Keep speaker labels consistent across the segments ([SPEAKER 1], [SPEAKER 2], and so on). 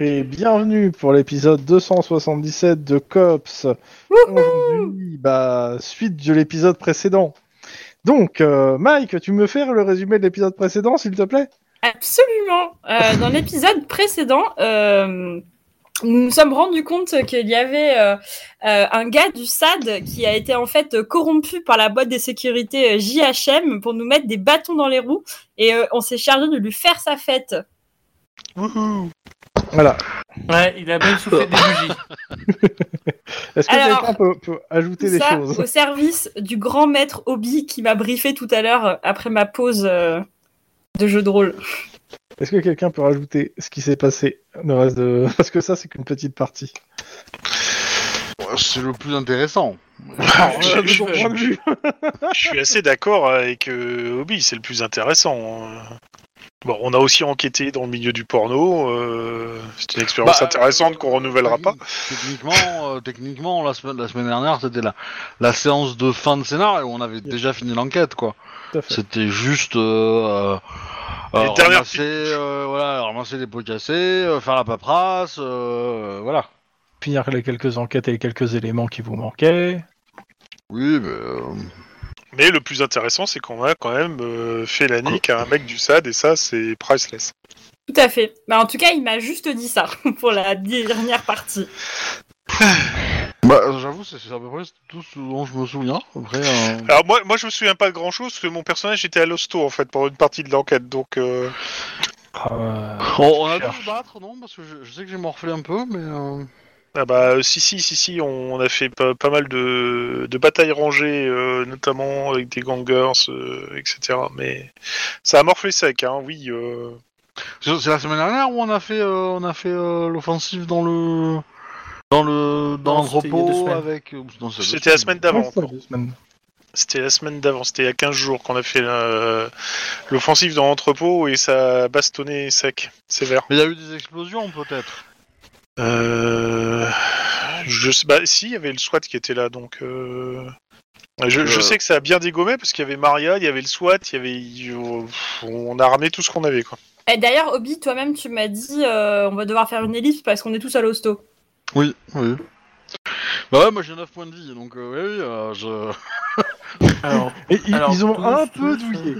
[SPEAKER 1] Et bienvenue pour l'épisode 277 de Cops. Aujourd'hui, bah, suite de l'épisode précédent. Donc, euh, Mike, tu me fais le résumé de l'épisode précédent, s'il te plaît
[SPEAKER 2] Absolument. Euh, dans l'épisode précédent, euh, nous nous sommes rendus compte qu'il y avait euh, euh, un gars du SAD qui a été en fait euh, corrompu par la boîte des sécurités euh, JHM pour nous mettre des bâtons dans les roues et euh, on s'est chargé de lui faire sa fête.
[SPEAKER 3] Wouhou.
[SPEAKER 1] Voilà.
[SPEAKER 3] Ouais, il a même soufflé des bougies.
[SPEAKER 1] Est-ce que
[SPEAKER 2] Alors,
[SPEAKER 1] quelqu'un peut, peut ajouter
[SPEAKER 2] Tout
[SPEAKER 1] des
[SPEAKER 2] ça
[SPEAKER 1] choses
[SPEAKER 2] au service du grand maître Obi qui m'a briefé tout à l'heure euh, après ma pause euh, de jeu de rôle.
[SPEAKER 1] Est-ce que quelqu'un peut rajouter ce qui s'est passé le reste de... Parce que ça, c'est qu'une petite partie.
[SPEAKER 4] Ouais, C'est le plus intéressant.
[SPEAKER 5] je,
[SPEAKER 1] Voilà, de
[SPEAKER 5] je-
[SPEAKER 1] ton point de vue.
[SPEAKER 5] je suis assez d'accord avec euh, Obi, c'est le plus intéressant. hein. Bon, on a aussi enquêté dans le milieu du porno. euh, c'est une expérience
[SPEAKER 4] Bah,
[SPEAKER 5] intéressante qu'on renouvellera pas.
[SPEAKER 4] Techniquement, euh, techniquement la, semaine, la semaine dernière, c'était la, la séance de fin de scénario où on avait déjà fini l'enquête, quoi.
[SPEAKER 1] Tout à fait.
[SPEAKER 4] C'était juste euh, euh,
[SPEAKER 5] Les
[SPEAKER 4] euh,
[SPEAKER 5] dernières
[SPEAKER 4] ramasser, euh, voilà, ramasser les pots cassés, euh, faire la paperasse, euh, voilà.
[SPEAKER 1] Finir les quelques enquêtes et les quelques éléments qui vous manquaient.
[SPEAKER 4] Oui, mais, euh,
[SPEAKER 5] Mais le plus intéressant, c'est qu'on a quand même euh, fait la nique à un mec du SAD et ça, c'est priceless.
[SPEAKER 2] Tout à fait. Bah, en tout cas, il m'a juste dit ça pour la dernière partie.
[SPEAKER 4] bah, j'avoue, c'est c'est à peu près tout ce dont je me souviens. Après, euh,
[SPEAKER 5] Alors moi, moi, je me souviens pas de grand chose parce que mon personnage était à l'hosto en fait pendant une partie de l'enquête, donc euh,
[SPEAKER 1] Euh,
[SPEAKER 4] on, on a dû se battre, non Parce que je, je sais que j'ai morflé un peu, mais. euh,
[SPEAKER 5] ah bah si si si si, on a fait pas, pas mal de, de batailles rangées, euh, notamment avec des gangers, euh, etc. Mais ça a morflé sec, hein. Oui. euh,
[SPEAKER 4] C'est c'est la semaine dernière où on a fait, euh, on a fait euh, l'offensive dans le dans le dans
[SPEAKER 3] Non, c'était il y a deux
[SPEAKER 4] l'entrepôt
[SPEAKER 3] semaines.
[SPEAKER 4] avec. ou non, c'est deux
[SPEAKER 5] C'était la semaine d'avant.
[SPEAKER 1] ça,
[SPEAKER 5] encore.
[SPEAKER 1] deux semaines.
[SPEAKER 5] C'était la semaine d'avant. C'était il y a 15 jours qu'on a fait la- l'offensive dans l'entrepôt et ça a bastonné sec, sévère.
[SPEAKER 4] Mais il y a eu des explosions peut-être.
[SPEAKER 5] Euh... Je sais bah, si, il y avait le SWAT qui était là, donc. euh, Je, je
[SPEAKER 4] Euh.
[SPEAKER 5] sais que ça a bien dégommé parce qu'il y avait Maria, il y avait le SWAT, il y avait. il- pff, On a ramené tout ce qu'on avait, quoi.
[SPEAKER 2] Et d'ailleurs, Obi, toi-même, tu m'as dit euh, on va devoir faire une ellipse parce qu'on est tous à l'hosto.
[SPEAKER 4] Oui, oui. Bah ouais, moi j'ai 9 points de vie, donc euh, oui, oui, euh, je.
[SPEAKER 3] Alors,
[SPEAKER 1] Et ils,
[SPEAKER 3] Alors,
[SPEAKER 1] ils ont
[SPEAKER 3] tous,
[SPEAKER 1] un peu
[SPEAKER 3] tous,
[SPEAKER 1] douillé.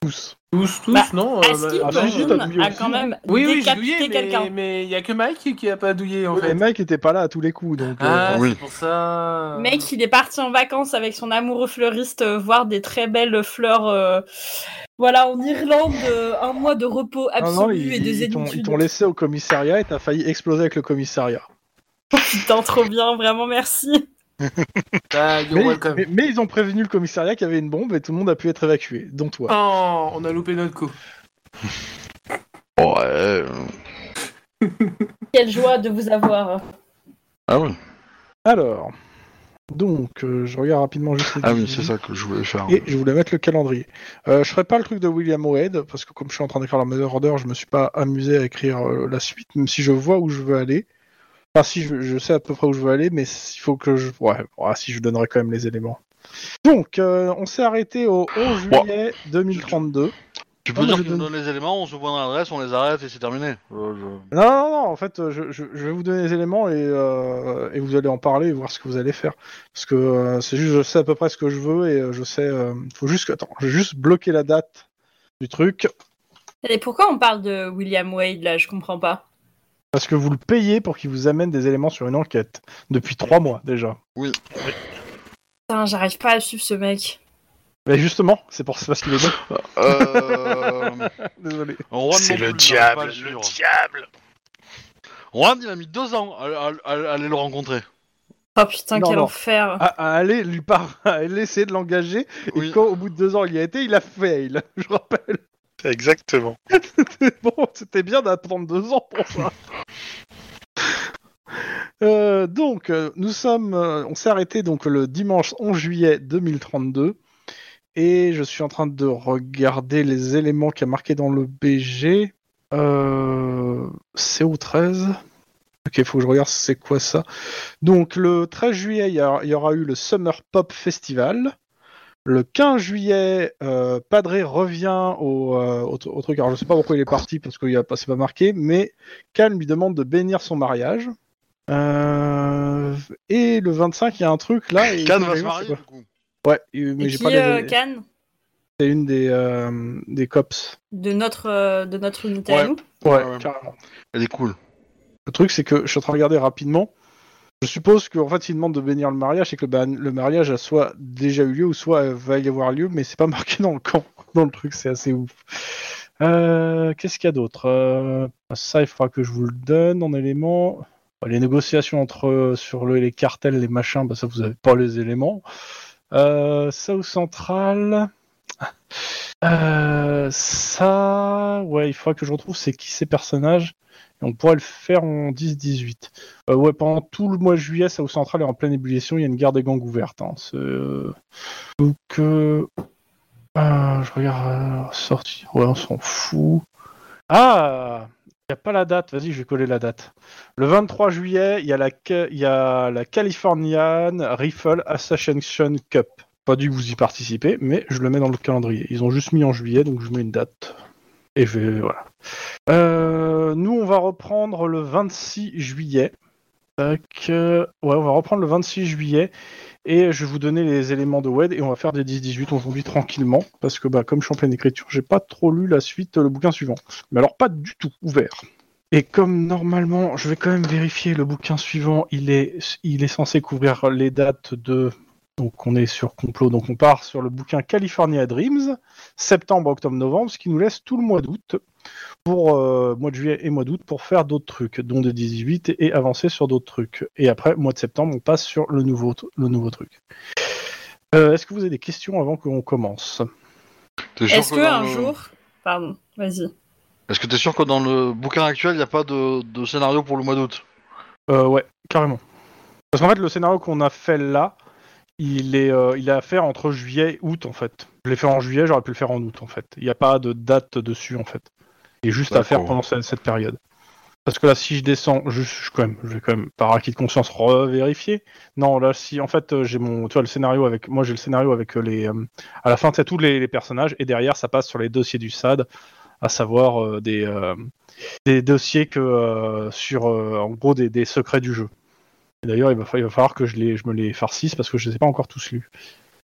[SPEAKER 1] Tous.
[SPEAKER 3] tous, tous,
[SPEAKER 2] Bah,
[SPEAKER 3] non euh,
[SPEAKER 2] Aski,
[SPEAKER 3] bah,
[SPEAKER 1] ah, si,
[SPEAKER 2] Jim,
[SPEAKER 1] j'ai pas douillé
[SPEAKER 2] a
[SPEAKER 1] aussi.
[SPEAKER 2] quand même
[SPEAKER 3] Oui, oui, j'ai
[SPEAKER 2] décapité
[SPEAKER 3] douillé, mais-
[SPEAKER 2] quelqu'un.
[SPEAKER 3] mais il y a que Mike qui a pas douillé en
[SPEAKER 1] Oui, mais
[SPEAKER 3] fait.
[SPEAKER 1] Mike était pas là à tous les coups, donc. euh,
[SPEAKER 3] Ah,
[SPEAKER 4] Oui.
[SPEAKER 3] c'est pour ça.
[SPEAKER 2] Mec, il est parti en vacances avec son amoureux fleuriste euh, voir des très belles fleurs. euh, Voilà, en Irlande, euh, un mois de repos
[SPEAKER 1] non,
[SPEAKER 2] absolu
[SPEAKER 1] non, ils,
[SPEAKER 2] et de
[SPEAKER 1] ils t'ont- ils
[SPEAKER 2] zénitude.
[SPEAKER 1] t'ont laissé au commissariat et t'as failli exploser avec le commissariat.
[SPEAKER 2] Putain, trop bien, vraiment merci.
[SPEAKER 3] Ah, you're
[SPEAKER 1] Mais,
[SPEAKER 3] welcome.
[SPEAKER 1] mais- mais ils ont prévenu le commissariat qu'il y avait une bombe et tout le monde a pu être évacué, dont toi.
[SPEAKER 3] Oh, on a loupé notre coup.
[SPEAKER 4] Ouais. euh,
[SPEAKER 2] Quelle joie de vous avoir.
[SPEAKER 4] Ah oui.
[SPEAKER 1] Alors, donc, euh, je regarde rapidement juste. les
[SPEAKER 4] Ah oui,
[SPEAKER 1] diffusés.
[SPEAKER 4] c'est ça que je voulais faire.
[SPEAKER 1] Et je voulais mettre le calendrier. Euh, je ferai pas le truc de William Oed, parce que comme je suis en train d'écrire la Mother Order, je me suis pas amusé à écrire euh, la suite, même si je vois où je veux aller. Enfin, si je, je sais à peu près où je veux aller, mais il faut que je. Ouais, ouais, si je donnerai quand même les éléments. Donc, euh, on s'est arrêté au 11
[SPEAKER 4] Ouais.
[SPEAKER 1] juillet 2032.
[SPEAKER 4] Tu peux
[SPEAKER 1] Ah,
[SPEAKER 4] dire
[SPEAKER 1] mais je
[SPEAKER 4] que tu nous
[SPEAKER 1] donne-
[SPEAKER 4] donnes les éléments, on se voit dans l'adresse, on les arrête et c'est terminé. Euh, je-
[SPEAKER 1] Non, non, non, en fait, euh, je, je- je vais vous donner les éléments et, euh, et vous allez en parler et voir ce que vous allez faire. Parce que euh, c'est juste, je sais à peu près ce que je veux et euh, je sais. euh, faut juste que. Attends, je vais juste bloquer la date du truc
[SPEAKER 2] Et pourquoi on parle de William Wade là Je comprends pas.
[SPEAKER 1] parce que vous le payez pour qu'il vous amène des éléments sur une enquête. Depuis trois mois déjà.
[SPEAKER 2] Putain, j'arrive pas à suivre ce mec.
[SPEAKER 1] Mais justement, c'est pour c'est parce qu'il est bon.
[SPEAKER 4] Euh...
[SPEAKER 1] Désolé.
[SPEAKER 4] Juan non
[SPEAKER 5] C'est
[SPEAKER 4] plus,
[SPEAKER 5] le
[SPEAKER 4] j'arrive pas
[SPEAKER 5] diable,
[SPEAKER 4] à
[SPEAKER 5] le
[SPEAKER 4] suivre.
[SPEAKER 5] diable.
[SPEAKER 4] Juan, il a mis deux ans à, à- à- à aller le rencontrer.
[SPEAKER 2] Oh putain,
[SPEAKER 1] Non, Ah,
[SPEAKER 2] quel
[SPEAKER 1] non.
[SPEAKER 2] enfer.
[SPEAKER 1] À, à aller lui par... à aller essayer de l'engager et
[SPEAKER 4] Oui.
[SPEAKER 1] quand au bout de deux ans il y a été, il a fail. Je rappelle.
[SPEAKER 5] Exactement.
[SPEAKER 1] bon, c'était bien d'attendre deux ans pour ça. Euh, donc, euh, nous sommes, euh, on s'est arrêté donc le dimanche 11 juillet 2032, et je suis en train de regarder les éléments qu'il y a marqués dans le BG. Euh, CO13. Ok, faut que je regarde c'est quoi ça. Donc, le 13 juillet, il y, a- il y aura eu le Summer Pop Festival. Le 15 juillet, euh, Padré revient au, euh, au, tr- au truc. Alors, je sais pas pourquoi il est parti, parce que pas, c'est pas marqué, mais Calme lui demande de bénir son mariage. Euh, et le 25, il y a un truc là. et-
[SPEAKER 4] Cannes va se
[SPEAKER 1] c'est
[SPEAKER 4] marier,
[SPEAKER 1] quoi
[SPEAKER 4] du coup.
[SPEAKER 1] Ouais, il- mais
[SPEAKER 2] Et
[SPEAKER 1] j'ai
[SPEAKER 2] qui,
[SPEAKER 1] pas les-
[SPEAKER 2] euh, Cannes,
[SPEAKER 1] C'est une des, euh, des cops.
[SPEAKER 2] de notre, euh, de notre unité à
[SPEAKER 4] Ouais.
[SPEAKER 2] nous.
[SPEAKER 4] Ouais,
[SPEAKER 1] Ouais,
[SPEAKER 4] ouais.
[SPEAKER 1] carrément.
[SPEAKER 4] Elle est cool.
[SPEAKER 1] Le truc, c'est que je suis en train de regarder rapidement. Je suppose qu'en fait, s'il demande de bénir le mariage, c'est que le, ban- le mariage a soit déjà eu lieu ou soit euh, va y avoir lieu, mais c'est pas marqué dans le camp, dans le truc, c'est assez ouf. Euh, Qu'est-ce qu'il y a d'autre Euh, Ça, il faudra que je vous le donne en éléments. Bon, Les négociations entre euh, sur le- les cartels, les machins, bah, ça vous avez pas les éléments. Euh, ça au central. Euh, ça, ouais, il faudra que je retrouve c'est qui ces personnages. Et on pourrait le faire en 10-18. Euh, ouais, pendant tout le mois de juillet, South Central est en pleine ébullition. Il y a une guerre des gangs ouverte. hein. C'est, euh, Donc, euh, euh, je regarde euh, sortir. Ouais, on s'en fout. Ah, il n'y a pas la date. Vas-y, je vais coller la date. Le 23 juillet, il y a la, ca- il y a la Californian Rifle Assassination Cup. Pas dû vous y participer, mais je le mets dans le calendrier. Ils ont juste mis en juillet, donc je mets une date. Et je vais, voilà. Euh, nous, on va reprendre le 26 juillet. Tac, euh, ouais, on va reprendre le 26 juillet et je vais vous donner les éléments de WED et on va faire des 10-18 aujourd'hui tranquillement parce que bah, comme je suis en pleine écriture, j'ai pas trop lu la suite, euh, le bouquin suivant. Mais alors pas du tout ouvert. Et comme normalement, je vais quand même vérifier le bouquin suivant, il est, il est censé couvrir les dates de... Donc on est sur complot, donc on part sur le bouquin California Dreams, septembre, octobre, novembre, ce qui nous laisse tout le mois d'août pour euh, mois de juillet et mois d'août pour faire d'autres trucs, dont des 18 et, et avancer sur d'autres trucs. Et après, mois de septembre, on passe sur le nouveau, t- le nouveau truc. Euh, Est-ce que vous avez des questions avant qu'on commence
[SPEAKER 4] T'es sûr
[SPEAKER 2] Est-ce que
[SPEAKER 4] dans
[SPEAKER 2] un
[SPEAKER 4] le-
[SPEAKER 2] jour. Pardon, vas-y.
[SPEAKER 4] Est-ce que t'es sûr que dans le bouquin actuel, il n'y a pas de, de scénario pour le mois d'août
[SPEAKER 1] Euh, ouais, carrément. Parce qu'en fait, le scénario qu'on a fait là, il est, euh, il est à faire entre juillet et août, en fait. Je l'ai fait en juillet, j'aurais pu le faire en août, en fait. Il n'y a pas de date dessus, en fait. Il est juste à
[SPEAKER 4] D'accord.
[SPEAKER 1] faire pendant ce- cette, période. Parce que là, si je descends, je, je- quand même, je vais quand même, par acquis de conscience, revérifier. Non, là, si, en fait, euh, j'ai mon, tu vois, le scénario avec, moi, j'ai le scénario avec euh, les, euh, à la fin, c'est tous les, les personnages, et derrière, ça passe sur les dossiers du SAD, à savoir euh, des, euh, des dossiers que euh, sur euh, en gros des, des secrets du jeu. Et D'ailleurs, il va, fa- il va falloir que je, les, je me les farcisse parce que je ne les ai pas encore tous lus.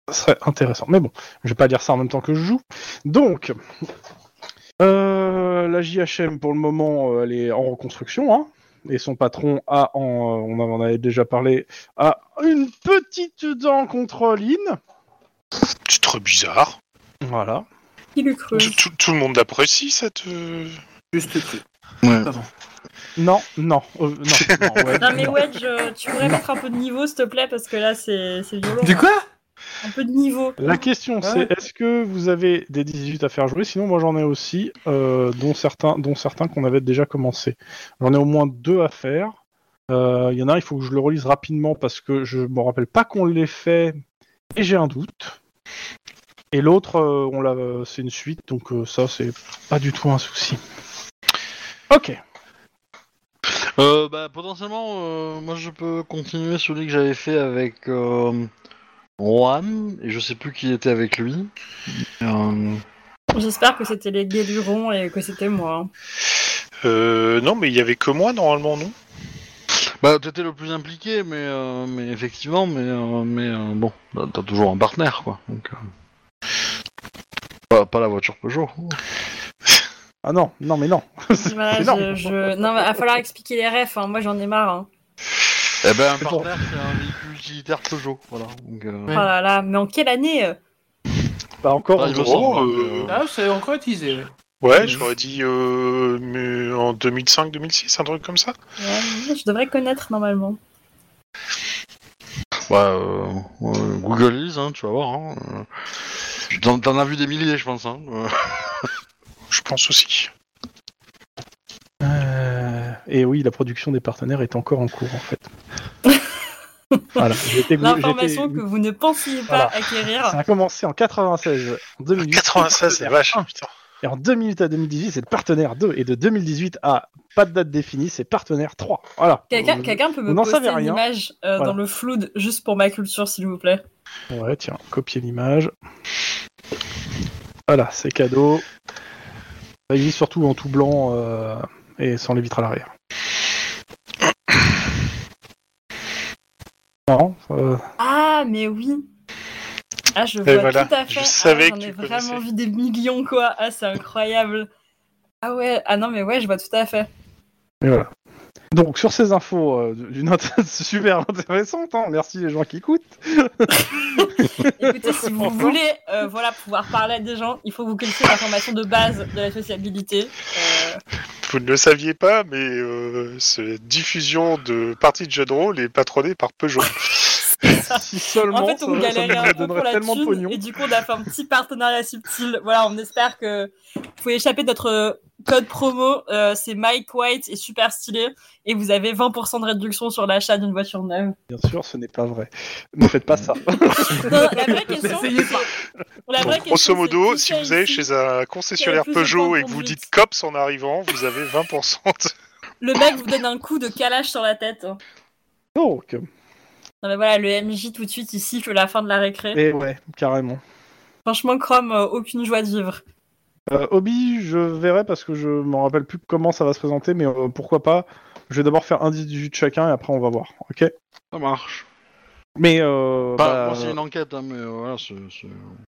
[SPEAKER 1] Ça serait intéressant. Mais bon, je vais pas dire ça en même temps que je joue. Donc, euh, la JHM pour le moment, euh, elle est en reconstruction. Hein, et son patron a, en, euh, on en avait déjà parlé, a une petite dent contre Lynn.
[SPEAKER 5] C'est trop bizarre.
[SPEAKER 1] Voilà.
[SPEAKER 2] Qui l'eût cru
[SPEAKER 5] Tout, tout- tout le monde l'apprécie, cette. euh,
[SPEAKER 3] Juste cru.
[SPEAKER 4] Ouais.
[SPEAKER 3] Pardon.
[SPEAKER 1] Non, non, euh, non. non, ouais,
[SPEAKER 2] Non mais
[SPEAKER 1] non.
[SPEAKER 2] Wedge, euh, tu pourrais mettre un peu de niveau s'il te plaît parce que là c'est c'est violent. hein.
[SPEAKER 3] Du quoi
[SPEAKER 2] Un peu de niveau.
[SPEAKER 1] La question
[SPEAKER 3] Ouais.
[SPEAKER 1] c'est est-ce que vous avez des 18 à faire jouer Sinon moi j'en ai aussi, euh, dont certains dont certains qu'on avait déjà commencé. J'en ai au moins deux à faire. Euh, Il y en a un, il faut que je le relise rapidement parce que je me rappelle pas qu'on l'ait fait et j'ai un doute. Et l'autre, euh, on l'a, euh, c'est une suite, donc euh, ça c'est pas du tout un souci. Ok.
[SPEAKER 4] euh, bah, Potentiellement, euh, moi je peux continuer celui que j'avais fait avec euh, Juan, et je sais plus qui était avec lui. Euh,
[SPEAKER 2] J'espère que c'était les guélurons et que c'était moi. hein.
[SPEAKER 5] euh, non, mais il y avait que moi, normalement, non
[SPEAKER 4] Bah, t'étais le plus impliqué, mais, euh, mais effectivement, mais, euh, mais euh, bon, t'as- t'as toujours un partenaire, quoi. Donc, euh, pas, pas la voiture Peugeot.
[SPEAKER 1] Ah non, non mais non. C'est
[SPEAKER 2] Voilà,
[SPEAKER 1] énorme.
[SPEAKER 2] je, je- Non, mais va falloir expliquer les refs, hein. moi j'en ai marre. hein.
[SPEAKER 4] Eh ben, un
[SPEAKER 1] C'est bon.
[SPEAKER 4] partenaire, c'est un véhicule utilitaire Peugeot, voilà. Donc, euh,
[SPEAKER 2] Oh là là, mais en quelle année euh
[SPEAKER 1] Pas encore.
[SPEAKER 4] bah, il me semble,
[SPEAKER 5] euh,
[SPEAKER 4] mais, euh,
[SPEAKER 3] Ah, c'est encore utilisé. ouais.
[SPEAKER 5] Ouais,
[SPEAKER 3] Mmh.
[SPEAKER 5] j'aurais dit euh, mais en 2005-2006, un truc comme ça.
[SPEAKER 2] Ouais, Je devrais connaître normalement.
[SPEAKER 4] Ouais, euh, euh, Google Is, hein, tu vas voir. Hein. Euh, T'en, t'en as vu des milliers, je pense. Hein. Euh,
[SPEAKER 5] Je pense aussi.
[SPEAKER 1] Euh, Et oui, la production des partenaires est encore en cours en fait. voilà, j'étais gou-
[SPEAKER 2] L'information
[SPEAKER 1] j'étais-
[SPEAKER 2] que vous ne pensiez
[SPEAKER 1] Voilà.
[SPEAKER 2] pas
[SPEAKER 1] Ça
[SPEAKER 2] acquérir.
[SPEAKER 1] a commencé en 96, en 2008,
[SPEAKER 5] 96, c'est vache,
[SPEAKER 1] Ah.
[SPEAKER 5] putain.
[SPEAKER 1] et en 2008 à 2018, c'est le partenaire 2, et de 2018 à pas de date définie, c'est partenaire 3. Voilà. Euh,
[SPEAKER 2] Quelqu'un quelqu'un peut
[SPEAKER 1] Vous
[SPEAKER 2] me
[SPEAKER 1] n'en
[SPEAKER 2] poster
[SPEAKER 1] savez
[SPEAKER 2] une
[SPEAKER 1] rien.
[SPEAKER 2] image euh,
[SPEAKER 1] Voilà.
[SPEAKER 2] dans le flood juste pour ma culture, s'il vous plaît
[SPEAKER 1] Ouais, tiens, copier l'image. Voilà, c'est cadeau. Ça existe surtout en tout blanc euh, et sans les vitres à l'arrière. Non, euh,
[SPEAKER 2] Ah, mais oui. Ah, je vois
[SPEAKER 5] Et voilà,
[SPEAKER 2] tout à fait.
[SPEAKER 5] je
[SPEAKER 2] Ah,
[SPEAKER 5] savais
[SPEAKER 2] J'en
[SPEAKER 5] que
[SPEAKER 2] ai
[SPEAKER 5] tu
[SPEAKER 2] vraiment
[SPEAKER 5] connaissais.
[SPEAKER 2] vu des millions, quoi. Ah, c'est incroyable. Ah ouais, ah non, mais ouais, je vois tout à fait.
[SPEAKER 1] mais voilà. Donc sur ces infos euh, d'une note super intéressante, hein, merci les gens qui écoutent.
[SPEAKER 2] Écoutez, si vous voulez euh, voilà, pouvoir parler à des gens, il faut que vous connaissiez l'information de base de la sociabilité. Euh,
[SPEAKER 5] Vous ne le saviez pas, mais euh, cette diffusion de parties de jeux de rôle est patronnée par Peugeot.
[SPEAKER 1] Si seulement
[SPEAKER 2] en fait, on
[SPEAKER 1] ça- ça,
[SPEAKER 2] galérait
[SPEAKER 1] nous
[SPEAKER 2] un peu pour
[SPEAKER 1] donnerait
[SPEAKER 2] la
[SPEAKER 1] tellement de
[SPEAKER 2] thune,
[SPEAKER 1] pognon.
[SPEAKER 2] et du coup, on a fait un petit partenariat subtil. Voilà, on espère que vous pouvez échapper de notre euh, code promo. euh, c'est Mike White et super stylé, et vous avez 20% de réduction sur l'achat d'une voiture neuve.
[SPEAKER 1] Bien sûr, ce n'est pas vrai. Ne faites pas ça.
[SPEAKER 2] Non, non, la vraie question,
[SPEAKER 3] N'essayez pas.
[SPEAKER 2] la vraie
[SPEAKER 5] Donc, grosso
[SPEAKER 2] question, c'est
[SPEAKER 5] modo,
[SPEAKER 2] qui
[SPEAKER 5] si
[SPEAKER 2] fait
[SPEAKER 5] vous allez
[SPEAKER 2] ici
[SPEAKER 5] chez un concessionnaire
[SPEAKER 2] Quel est le plus important
[SPEAKER 5] Peugeot et que
[SPEAKER 2] pour
[SPEAKER 5] vous
[SPEAKER 2] vous
[SPEAKER 5] dites COPS en arrivant, vous avez 20% de...
[SPEAKER 2] Le mec vous donne un coup de calage sur la tête. Non,
[SPEAKER 1] Donc,
[SPEAKER 2] mais voilà, le MJ tout de suite, il siffle la fin de la récré.
[SPEAKER 1] et ouais, carrément.
[SPEAKER 2] Franchement, Chrome, euh, aucune joie de vivre.
[SPEAKER 1] Euh, Obi, je verrai parce que je m'en rappelle plus comment ça va se présenter, mais euh, pourquoi pas. Je vais d'abord faire un 18 chacun et après on va voir, ok
[SPEAKER 4] Ça marche.
[SPEAKER 1] Mais euh,
[SPEAKER 4] Bah,
[SPEAKER 1] bah,
[SPEAKER 4] moi, c'est une enquête, hein, mais euh, voilà, c'est. c'est-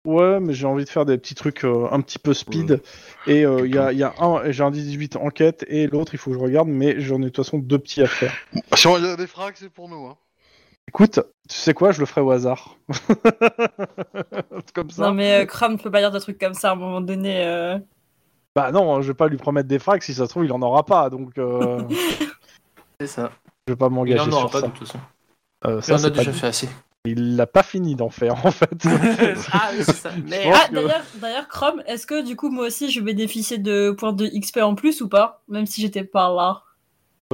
[SPEAKER 1] ouais, mais j'ai envie de faire des petits trucs euh, un petit peu speed. Et euh, il y a, il y a un, j'ai un 18 enquête et l'autre il faut que je regarde, mais j'en ai de toute façon deux petits à faire.
[SPEAKER 4] Ah, Si on a des frags, c'est pour nous. Hein.
[SPEAKER 1] Écoute, tu sais quoi, je le ferai au hasard. Comme ça.
[SPEAKER 2] Non, mais euh, Chrome peut pas dire des trucs comme ça à un moment donné. euh.
[SPEAKER 1] Bah non, je vais pas lui promettre des frags, si ça se trouve il en aura pas, donc euh,
[SPEAKER 3] C'est ça.
[SPEAKER 1] je vais pas
[SPEAKER 3] Il
[SPEAKER 1] m'engager
[SPEAKER 3] n'en aura
[SPEAKER 1] sur
[SPEAKER 3] pas
[SPEAKER 1] ça.
[SPEAKER 3] de toute façon.
[SPEAKER 1] Euh,
[SPEAKER 3] Il
[SPEAKER 1] ça,
[SPEAKER 3] en a
[SPEAKER 1] c'est pas
[SPEAKER 3] déjà
[SPEAKER 1] dit.
[SPEAKER 3] fait assez.
[SPEAKER 1] Il l'a pas fini d'en faire en fait.
[SPEAKER 3] ah oui, c'est ça.
[SPEAKER 1] Je pense
[SPEAKER 2] Ah,
[SPEAKER 1] que-
[SPEAKER 2] d'ailleurs, d'ailleurs, Chrome, est-ce que du coup, moi aussi, je bénéficiais de points de XP en plus ou pas Même si j'étais pas là.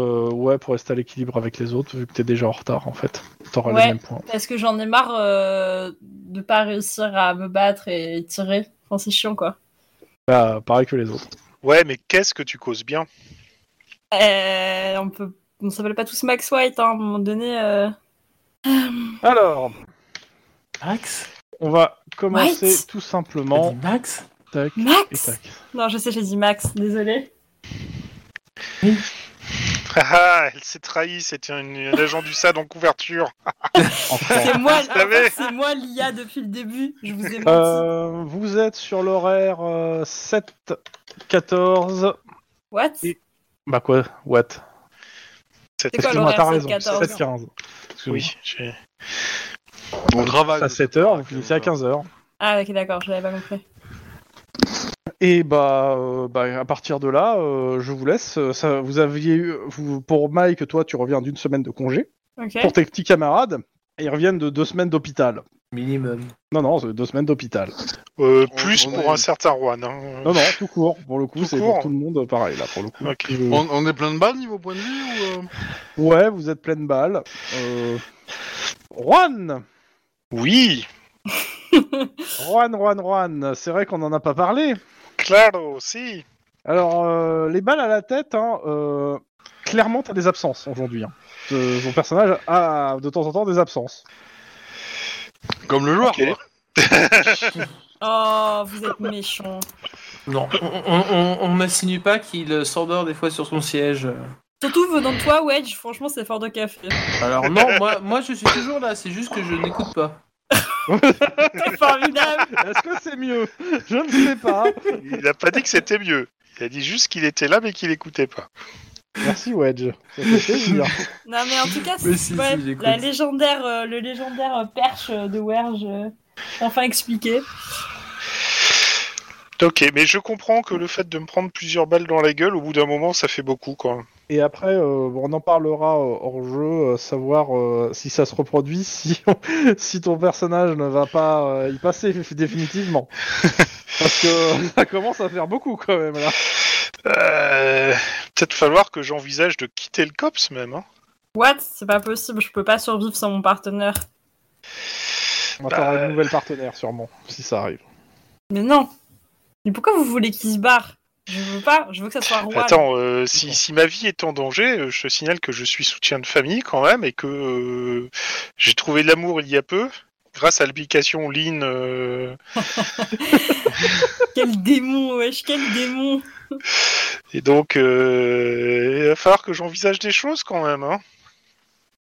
[SPEAKER 1] Euh, ouais, pour rester à l'équilibre avec les autres, vu que t'es déjà en retard en fait. T'auras
[SPEAKER 2] Ouais.
[SPEAKER 1] les mêmes points.
[SPEAKER 2] Parce que j'en ai marre euh, de pas réussir à me battre et tirer. Enfin, c'est chiant, quoi.
[SPEAKER 1] Bah, pareil que les autres.
[SPEAKER 5] Ouais, mais qu'est-ce que tu causes bien
[SPEAKER 2] Euh, on peut... On s'appelle pas tous Max White, hein, à un moment donné. euh.
[SPEAKER 1] Alors,
[SPEAKER 3] Max
[SPEAKER 1] on va commencer
[SPEAKER 2] White
[SPEAKER 1] tout
[SPEAKER 3] T'as dit
[SPEAKER 1] simplement.
[SPEAKER 3] Max
[SPEAKER 1] Tac et
[SPEAKER 2] Max
[SPEAKER 1] tac.
[SPEAKER 2] Non, je sais, j'ai dit Max, désolé.
[SPEAKER 5] Ah, ah, elle s'est trahie, c'était une, un agent du SAD en couverture.
[SPEAKER 1] Enfin.
[SPEAKER 2] C'est moi,
[SPEAKER 5] Je savais.
[SPEAKER 2] c'est moi l'IA depuis le début, je vous ai menti.
[SPEAKER 1] Euh, vous êtes sur l'horaire euh, 7-14.
[SPEAKER 2] What
[SPEAKER 1] et- Bah quoi What
[SPEAKER 5] Cette...
[SPEAKER 2] C'est quoi
[SPEAKER 1] Excuse-moi,
[SPEAKER 2] l'horaire
[SPEAKER 1] t'as raison.
[SPEAKER 2] 7-14?
[SPEAKER 1] 7-15. Excuse-moi.
[SPEAKER 5] Oui, j'ai-
[SPEAKER 4] On travaille.
[SPEAKER 1] à 7h, vous finissez à 15h.
[SPEAKER 2] Ah, ok, d'accord, je l'avais pas compris.
[SPEAKER 1] Et bah, euh, bah, à partir de là, euh, je vous laisse. Euh, Ça, vous aviez eu, vous- pour Mike, toi, tu reviens d'une semaine de congé.
[SPEAKER 2] Ok.
[SPEAKER 1] Pour tes petits camarades, ils reviennent de deux semaines d'hôpital.
[SPEAKER 3] Minimum.
[SPEAKER 1] Non, non, c'est deux semaines d'hôpital.
[SPEAKER 5] Euh,
[SPEAKER 4] On-
[SPEAKER 5] plus
[SPEAKER 4] on
[SPEAKER 5] pour
[SPEAKER 4] est-
[SPEAKER 5] un certain Juan. hein.
[SPEAKER 1] Non, non, tout court. Pour le coup,
[SPEAKER 5] Tout
[SPEAKER 1] c'est
[SPEAKER 5] court.
[SPEAKER 1] pour tout le monde pareil, là, pour le coup.
[SPEAKER 5] Ok.
[SPEAKER 1] Euh,
[SPEAKER 4] On, on est plein de balles niveau point de vue ou. euh
[SPEAKER 1] Ouais, vous êtes pleine balle. Euh... Juan
[SPEAKER 5] Oui,
[SPEAKER 1] Juan, Juan, Juan. C'est vrai qu'on n'en a pas parlé.
[SPEAKER 5] claro, si.
[SPEAKER 1] Alors, euh, les balles à la tête, hein, euh, clairement, t'as des absences aujourd'hui. Hein. Euh, ton personnage a de temps en temps des absences.
[SPEAKER 4] Comme le joueur,
[SPEAKER 5] Ok.
[SPEAKER 4] quoi.
[SPEAKER 2] Oh, vous êtes méchants.
[SPEAKER 3] Non, on- on on- on m'insinue pas qu'il s'endort des fois sur son siège.
[SPEAKER 2] Surtout venant de toi, Wedge, franchement, c'est fort de café.
[SPEAKER 3] Alors non, moi, moi je suis toujours là, c'est juste que je n'écoute pas.
[SPEAKER 2] C'est formidable
[SPEAKER 1] Est-ce que c'est mieux Je ne sais pas.
[SPEAKER 5] Il n'a pas dit que c'était mieux. Il a dit juste qu'il était là mais qu'il n'écoutait pas.
[SPEAKER 1] Merci, Wedge. Ça fait plaisir.
[SPEAKER 2] Non, mais en tout cas,
[SPEAKER 3] Mais
[SPEAKER 2] c'est
[SPEAKER 3] si,
[SPEAKER 2] ouais,
[SPEAKER 3] si, j'écoute.
[SPEAKER 2] la légendaire, euh, le légendaire euh, perche euh, de Werge. euh, Enfin expliqué.
[SPEAKER 5] Ok, mais je comprends que le fait de me prendre plusieurs balles dans la gueule, au bout d'un moment, ça fait beaucoup quand même.
[SPEAKER 1] Et après, euh, on en parlera euh, hors jeu, euh, savoir euh, si ça se reproduit, si, si ton personnage ne va pas euh, y passer définitivement. Parce que euh, ça commence à faire beaucoup quand même là.
[SPEAKER 5] Euh, Peut-être falloir que j'envisage de quitter le COPS même. Hein.
[SPEAKER 2] What C'est pas possible, je peux pas survivre sans mon partenaire.
[SPEAKER 1] On va avoir
[SPEAKER 5] Bah,
[SPEAKER 1] une nouvelle partenaire sûrement, si ça arrive.
[SPEAKER 2] Mais non Mais pourquoi vous voulez qu'il se barre Je veux pas, je veux que ça soit roi.
[SPEAKER 5] Attends, euh, si, si ma vie est en danger, euh, je te signale que je suis soutien de famille quand même et que euh, j'ai trouvé de l'amour il y a peu grâce à l'application Lean. euh,
[SPEAKER 2] Quel démon, wesh, quel démon.
[SPEAKER 5] et donc, euh, il va falloir que j'envisage des choses quand même. Hein.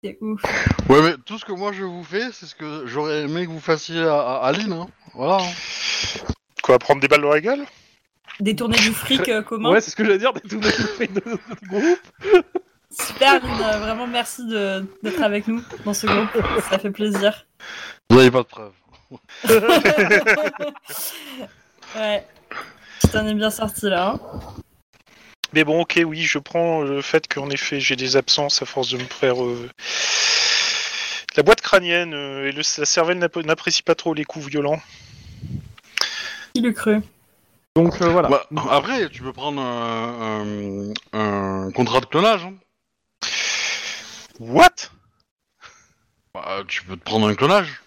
[SPEAKER 2] C'est ouf.
[SPEAKER 4] Ouais, mais tout ce que moi je vous fais, c'est ce que j'aurais aimé que vous fassiez à, à, à Lynn, hein. Voilà.
[SPEAKER 5] Quoi, prendre des balles dans la gueule
[SPEAKER 2] Détourner du fric euh, commun.
[SPEAKER 1] Ouais, c'est ce que j'allais dire, des tout des de notre groupe.
[SPEAKER 2] Super, Lynn, euh, vraiment merci de- d'être avec nous dans ce groupe. Ça fait plaisir.
[SPEAKER 4] Vous n'avez pas de preuves.
[SPEAKER 2] ouais. Tu t'en es bien sorti là. hein.
[SPEAKER 5] Mais bon, ok, oui, je prends le fait qu'en effet, j'ai des absences à force de me faire. euh, La boîte crânienne euh, et le- la cervelle n'app- n'apprécie pas trop les coups violents.
[SPEAKER 2] Qui le cru
[SPEAKER 1] Donc euh, voilà.
[SPEAKER 4] Bah, après, tu peux prendre un, un- un contrat de clonage. hein.
[SPEAKER 5] What
[SPEAKER 4] Bah, tu peux te prendre un clonage.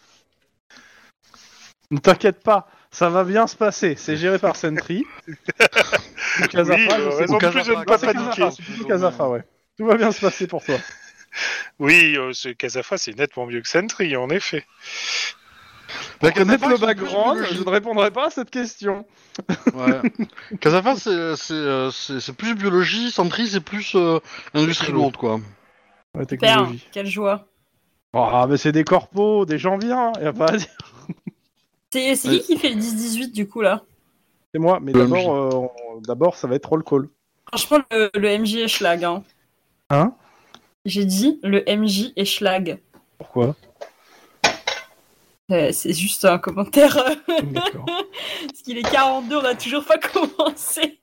[SPEAKER 1] Ne t'inquiète pas, ça va bien se passer. C'est géré par Sentry. Ou Kazafa,
[SPEAKER 5] Oui,
[SPEAKER 1] je
[SPEAKER 5] euh,
[SPEAKER 1] sais
[SPEAKER 5] raison
[SPEAKER 1] pas.
[SPEAKER 5] de plus de ne pas
[SPEAKER 1] C'est Kazafa,
[SPEAKER 5] paniquer.
[SPEAKER 1] c'est plutôt Kazafa, ouais. Tout va bien se passer pour toi.
[SPEAKER 5] Oui, euh, ce Casafa, c'est nettement mieux que Sentry, en effet.
[SPEAKER 4] Bah,
[SPEAKER 1] Pour connaître
[SPEAKER 4] Casafa,
[SPEAKER 1] le
[SPEAKER 4] c'est
[SPEAKER 1] background,
[SPEAKER 4] plus
[SPEAKER 1] je
[SPEAKER 4] biologique.
[SPEAKER 1] ne répondrai pas à cette question.
[SPEAKER 4] Ouais. Casafa, c'est- c'est euh, c'est- c'est plus biologie, Sentry, c'est plus euh, industrie lourde, quoi.
[SPEAKER 1] La
[SPEAKER 2] Super,
[SPEAKER 1] technologie.
[SPEAKER 2] quelle joie.
[SPEAKER 1] Ah, mais c'est des corpos, des gens bien, y a pas à dire.
[SPEAKER 2] C'est c'est qui qui fait le 10-18 du coup là
[SPEAKER 1] C'est moi, mais
[SPEAKER 4] Euh,
[SPEAKER 1] d'abord, euh, on- d'abord, ça va être roll call.
[SPEAKER 2] Franchement, le, le MJ est schlag. Hein.
[SPEAKER 1] Hein
[SPEAKER 2] J'ai dit le MJ est schlag.
[SPEAKER 1] Pourquoi
[SPEAKER 2] Euh, C'est juste un commentaire. euh,
[SPEAKER 1] D'accord.
[SPEAKER 2] Parce qu'il est 42, on n'a toujours pas commencé.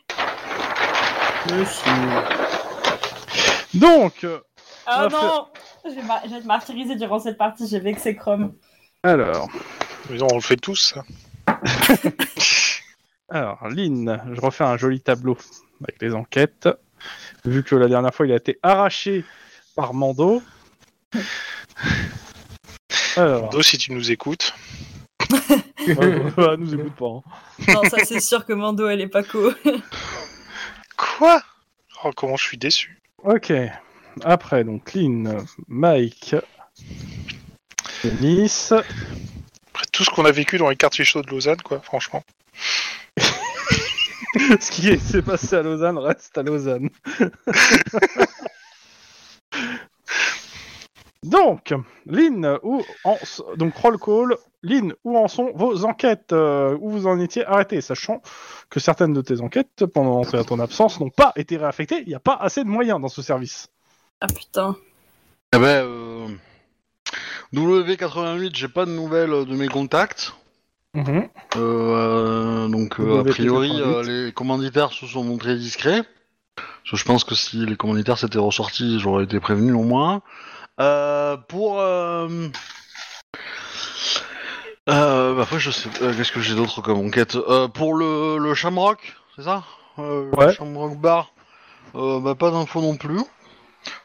[SPEAKER 1] Donc, euh,
[SPEAKER 2] Ah
[SPEAKER 1] On
[SPEAKER 2] non Je vais ma- je vais être martyrisée durant cette partie, j'ai vexé Chrome.
[SPEAKER 1] alors,
[SPEAKER 5] Mais non, on le fait tous, hein. ça.
[SPEAKER 1] alors, Lynn, je refais un joli tableau avec les enquêtes. Vu que la dernière fois, il a été arraché par Mando. Alors,
[SPEAKER 5] Mando, si tu nous écoutes.
[SPEAKER 1] Ouais, bah, nous écoute pas. hein.
[SPEAKER 2] Non, ça c'est sûr que Mando elle est pas co.
[SPEAKER 5] Quoi Oh, comment je suis déçu.
[SPEAKER 1] Ok. Après, donc, Lynn, Mike, Nice.
[SPEAKER 5] Après tout ce qu'on a vécu dans les quartiers chauds de Lausanne, quoi, franchement.
[SPEAKER 1] Ce qui est- s'est passé à Lausanne reste à Lausanne. donc, Lynn, où en, s- donc roll call, Lynn, où en sont vos enquêtes euh, Où vous en étiez arrêté Sachant que certaines de tes enquêtes, pendant ta- ton absence, n'ont pas été réaffectées. Il n'y a pas assez de moyens dans ce service.
[SPEAKER 2] Ah putain.
[SPEAKER 4] Eh ben, euh, W88, j'ai pas de nouvelles de mes contacts. Euh, donc, euh, a
[SPEAKER 1] W88.
[SPEAKER 4] priori, euh, les commanditaires se sont montrés discrets. Parce que je pense que si les commanditaires s'étaient ressortis, j'aurais été prévenu au moins. Euh, pour. euh, euh, bah après, je sais. euh, Qu'est-ce que j'ai d'autre comme enquête Euh, Pour le, le Shamrock, c'est ça Euh, le
[SPEAKER 1] Ouais.
[SPEAKER 4] Shamrock Bar. Euh, bah, pas d'infos non plus.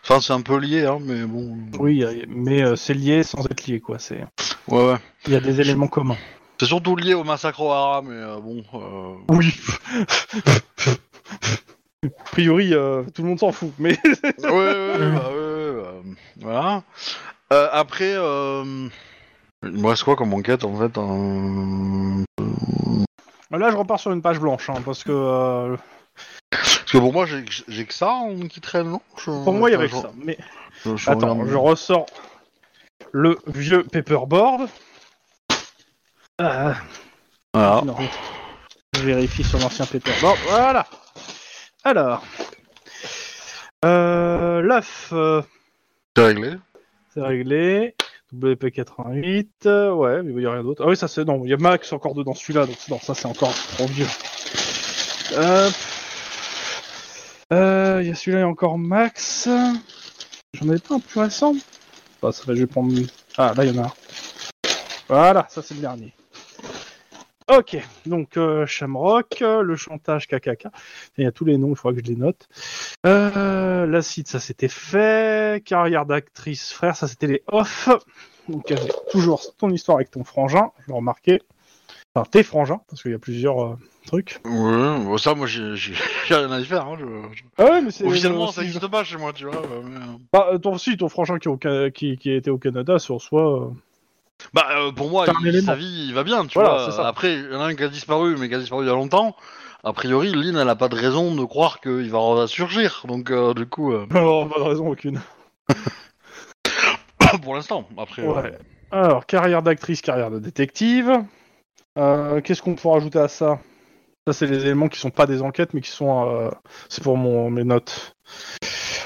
[SPEAKER 4] Enfin, c'est un peu lié, hein, mais bon.
[SPEAKER 1] Oui, mais euh, c'est lié sans être lié, quoi.
[SPEAKER 4] Ouais, ouais.
[SPEAKER 1] Il y a des
[SPEAKER 4] éléments
[SPEAKER 1] éléments communs.
[SPEAKER 4] C'est surtout lié au massacre au Hara, mais euh, bon. euh,
[SPEAKER 1] Oui. A priori, euh, tout le monde s'en fout, mais
[SPEAKER 4] ouais, ouais, ouais, bah, ouais, ouais, bah, voilà. Euh, après, euh... il me reste quoi comme enquête en fait euh,
[SPEAKER 1] Là, je repars sur une page blanche, hein, parce que euh,
[SPEAKER 4] Parce que pour moi, j'ai j'ai que ça en- qui traîne, non Je-
[SPEAKER 1] pour moi, il y avait que
[SPEAKER 4] Attends,
[SPEAKER 1] ça. Mais
[SPEAKER 4] je- je- je
[SPEAKER 1] attends,
[SPEAKER 4] regarde.
[SPEAKER 1] je ressors le vieux paperboard. Euh,
[SPEAKER 4] Voilà.
[SPEAKER 1] non. Je vérifie sur l'ancien paperboard. Voilà. Alors, euh, l'œuf, euh,
[SPEAKER 4] C'est réglé.
[SPEAKER 1] c'est réglé. WP88, euh, ouais, mais il n'y a rien d'autre. Ah oui, ça c'est non, il y a Max encore dedans celui-là, donc non, ça c'est encore trop vieux. Hop. Euh, Il y a celui-là et encore Max. J'en avais pas un plus récent Bah, ça va, je vais prendre. Ah, là il y en a un. Voilà, ça c'est le dernier. Ok, donc euh, Shamrock, euh, le chantage KKK. Il y a tous les noms, il faudra que je les note. Euh, L'acide, ça c'était fait. Carrière d'actrice, frère, ça c'était les off. Donc il y avait toujours ton histoire avec ton frangin, je l'ai remarqué. Enfin, tes frangins, parce qu'il y a plusieurs euh, trucs.
[SPEAKER 4] Ouais, bah, ça, moi, j'ai j'ai- j'ai rien à y faire. hein, je- je-
[SPEAKER 1] Ah ouais, mais c'est.
[SPEAKER 4] Officiellement, ça
[SPEAKER 1] c'est-
[SPEAKER 4] n'existe pas chez moi, tu vois. bah, mais, euh,
[SPEAKER 1] Bah, euh, ton, si, ton frangin qui, est au Ca- qui, qui était au Canada, sur soi. euh,
[SPEAKER 4] Bah, euh, pour moi,
[SPEAKER 1] C'est un
[SPEAKER 4] il-
[SPEAKER 1] élément.
[SPEAKER 4] sa vie il va bien, tu
[SPEAKER 1] Voilà, c'est
[SPEAKER 4] vois.
[SPEAKER 1] ça.
[SPEAKER 4] Après, il y en a un qui a disparu, mais qui a disparu il y a longtemps. A priori, Lynn, elle a pas de raison de croire qu'il va ressurgir. Donc, euh, du coup, euh,
[SPEAKER 1] Non, pas de raison aucune.
[SPEAKER 4] pour l'instant, après. euh,
[SPEAKER 1] Ouais. Alors, carrière d'actrice, carrière de détective. Euh, Qu'est-ce qu'on peut rajouter à ça Ça, c'est les éléments qui sont pas des enquêtes, mais qui sont. euh, c'est pour mon, mes notes.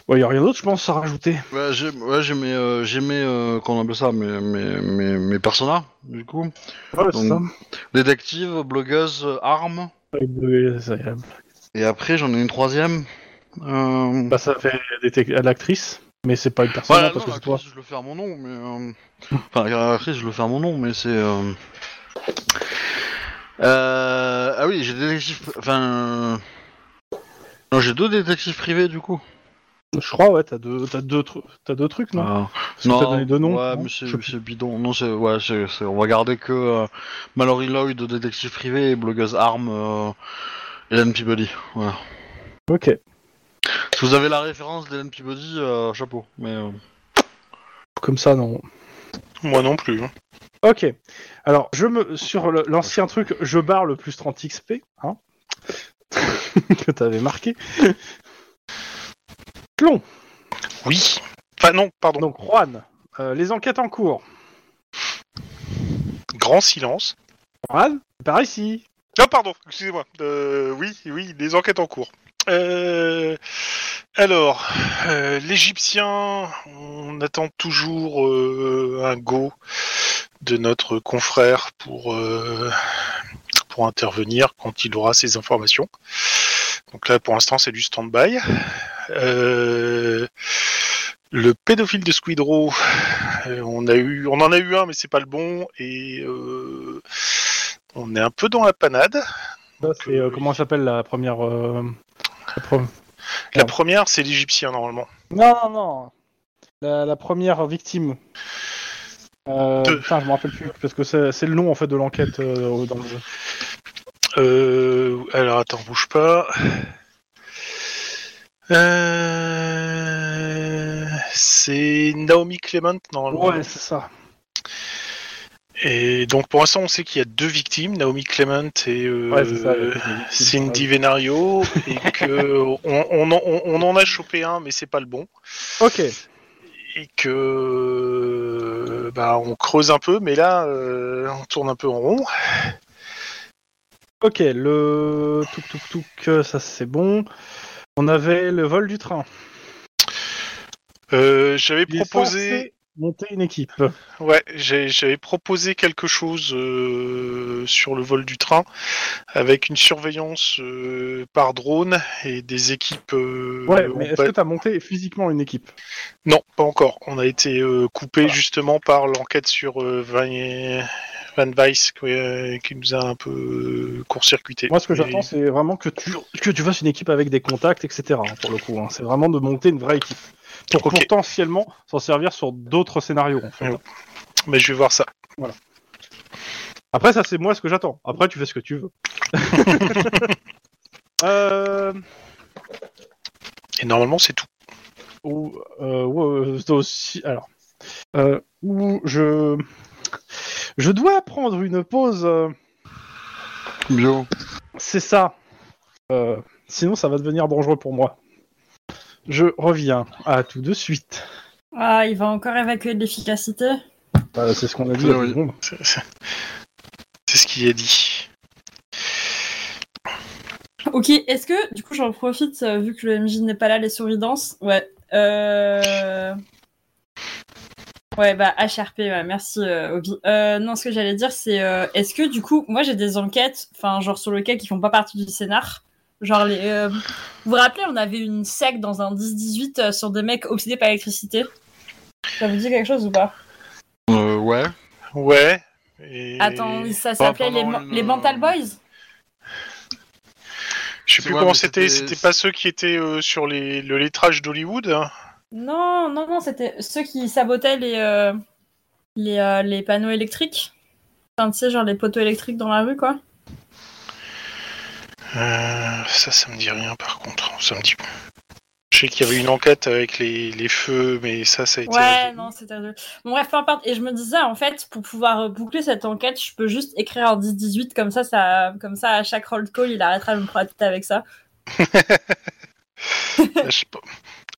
[SPEAKER 1] Il n'y a rien d'autre, je pense, à rajouter.
[SPEAKER 4] Ouais, j'ai ouais, j'ai mes, euh, j'ai mes, euh, qu'on appelle ça, mes, mes, mes, mes personas, du coup.
[SPEAKER 1] Voilà,
[SPEAKER 4] c'est ça. Détective, blogueuse, euh, arme.
[SPEAKER 1] c'est agréable.
[SPEAKER 4] Et après, j'en ai une troisième. Euh,
[SPEAKER 1] Bah, ça fait détec- à l'actrice, mais c'est pas une personne
[SPEAKER 4] voilà,
[SPEAKER 1] parce
[SPEAKER 4] non,
[SPEAKER 1] que c'est toi.
[SPEAKER 4] l'actrice, je le fais à mon nom, mais... euh, Enfin, l'actrice, je le fais à mon nom, mais c'est... euh, euh, Ah oui, j'ai détective... Enfin... euh, Non, j'ai deux détectives privés, du coup.
[SPEAKER 1] Je crois, ouais, t'as deux, t'as deux, tru- t'as deux trucs, non
[SPEAKER 4] Ah.
[SPEAKER 1] Parce que t'as donné deux noms.
[SPEAKER 4] Ouais,
[SPEAKER 1] non
[SPEAKER 4] mais c'est
[SPEAKER 1] Je-
[SPEAKER 4] c'est bidon. Non, c'est ouais, c'est c'est- on va garder que euh, Mallory Lloyd, détective privé, et blogueuse arme, euh, Hélène Peabody. Voilà.
[SPEAKER 1] Ok.
[SPEAKER 4] Si vous avez la référence d'Hélène Peabody, euh, chapeau. Mais euh,
[SPEAKER 1] Comme ça, non.
[SPEAKER 5] Moi non plus. hein.
[SPEAKER 1] Ok. Alors, je me sur le- l'ancien truc, je barre le plus 30 XP, hein, que t'avais marqué. Clon.
[SPEAKER 5] Oui. Enfin non, pardon.
[SPEAKER 1] Donc, Juan. euh, les enquêtes en cours.
[SPEAKER 5] Grand silence.
[SPEAKER 1] Juan, par ici.
[SPEAKER 5] Non, pardon, excusez-moi. Euh, oui, oui, les enquêtes en cours. Euh, alors, euh, l'Égyptien, on attend toujours euh, un go de notre confrère pour, euh, pour intervenir quand il aura ces informations. Donc là, pour l'instant, c'est du stand-by. Euh, le pédophile de Squidrow, euh, on, a eu, on en a eu un, mais c'est pas le bon. Et euh, on est un peu dans la panade.
[SPEAKER 1] Ça, c'est, euh, comment s'appelle la première euh, la pre-
[SPEAKER 5] La
[SPEAKER 1] Merde.
[SPEAKER 5] première, c'est l'Égyptien normalement.
[SPEAKER 1] Non, non, non. La, la première victime. Euh,
[SPEAKER 5] Deux.
[SPEAKER 1] putain, je me rappelle plus parce que c'est c'est le nom en fait de l'enquête euh, dans le jeu.
[SPEAKER 5] Euh, alors attends, bouge pas. Euh, c'est Naomi Clement normalement.
[SPEAKER 1] Ouais, c'est ça.
[SPEAKER 5] Et donc pour l'instant, on sait qu'il y a deux victimes, Naomi Clement et euh,
[SPEAKER 1] Ouais, c'est ça. la petite victime.
[SPEAKER 5] Cindy Venario, et que on, on en- on- on en a chopé un, mais c'est pas le bon.
[SPEAKER 1] Ok.
[SPEAKER 5] et que euh, bah, on creuse un peu, mais là euh, on tourne un peu en rond.
[SPEAKER 1] Ok, le touc touc touc, euh, ça c'est bon. On avait le vol du train.
[SPEAKER 5] Euh, j'avais
[SPEAKER 1] Il est
[SPEAKER 5] proposé,
[SPEAKER 1] censé monter une équipe.
[SPEAKER 5] Euh, ouais, j'ai- j'avais proposé quelque chose euh, sur le vol du train avec une surveillance euh, par drone et des équipes. euh,
[SPEAKER 1] Ouais,
[SPEAKER 5] ont
[SPEAKER 1] mais est-ce
[SPEAKER 5] pas-
[SPEAKER 1] que t'as monté physiquement une équipe
[SPEAKER 5] Non, pas encore. On a été euh, coupé justement par l'enquête sur euh, Van... Van Weiss qui, euh, qui nous a un peu euh, court-circuité.
[SPEAKER 1] Moi, ce que
[SPEAKER 5] Et-
[SPEAKER 1] j'attends, c'est vraiment que tu que tu fasses une équipe avec des contacts, etc. hein, pour le coup, hein. c'est vraiment de monter une vraie équipe pour
[SPEAKER 5] Ok.
[SPEAKER 1] potentiellement s'en servir sur d'autres scénarios. en fait.
[SPEAKER 5] Ouais. mais je vais voir ça.
[SPEAKER 1] Après, ça c'est moi ce que j'attends. Après, tu fais ce que tu veux. euh...
[SPEAKER 5] Et normalement, c'est tout.
[SPEAKER 1] ou euh, ou, euh, c'est aussi alors euh, où je je dois prendre une pause euh,
[SPEAKER 4] bio.
[SPEAKER 1] c'est ça Euh, sinon ça va devenir dangereux pour moi je reviens à tout de suite
[SPEAKER 2] Ah, il va encore évacuer de l'efficacité.
[SPEAKER 1] Euh, c'est ce qu'on a dit il
[SPEAKER 4] Ah
[SPEAKER 1] y a deux
[SPEAKER 4] oui.
[SPEAKER 1] secondes.
[SPEAKER 5] C'est c'est- c'est ce qu'il a dit.
[SPEAKER 2] Ok, est-ce que, du coup, j'en profite, euh, vu que le MJ n'est pas là, les souris dansent Ouais. Euh... Ouais, bah, HRP, ouais, merci, euh, Obi. Euh, non, ce que j'allais dire, c'est euh, est-ce que, du coup, moi, j'ai des enquêtes, enfin, genre, sur lesquelles qui font pas partie du scénar Genre, les, euh, vous vous rappelez, on avait une sec dans un 10-18 euh, sur des mecs obsédés par l'électricité Ça vous dit quelque chose ou pas
[SPEAKER 4] Euh, ouais.
[SPEAKER 5] Ouais. Et...
[SPEAKER 2] Attends, ça
[SPEAKER 4] Pas
[SPEAKER 2] s'appelait les,
[SPEAKER 4] pendant euh,
[SPEAKER 2] Man-
[SPEAKER 4] le-
[SPEAKER 2] les Mental Boys
[SPEAKER 5] Je sais plus
[SPEAKER 4] Ouais,
[SPEAKER 5] comment
[SPEAKER 4] mais
[SPEAKER 5] c'était.
[SPEAKER 4] c'était-
[SPEAKER 5] C'était pas ceux qui étaient euh, sur les... le lettrage d'Hollywood. hein.
[SPEAKER 2] Non, non, non, c'était ceux qui sabotaient les, euh, les, euh, les panneaux électriques. Enfin, tu sais, genre les poteaux électriques dans la rue, quoi.
[SPEAKER 5] Euh, ça, ça me dit rien par contre. Ça me dit. sais qu'il y avait une enquête avec les, les feux, mais ça, ça a été.
[SPEAKER 2] Ouais, non, c'était un jeu. Bon, bref, peu importe. Et je me disais, en fait, pour pouvoir euh, boucler cette enquête, je peux juste écrire un 10-18, comme ça, ça, comme ça, à chaque roll call, il arrêtera de me prendre la tête avec ça.
[SPEAKER 5] Je sais pas.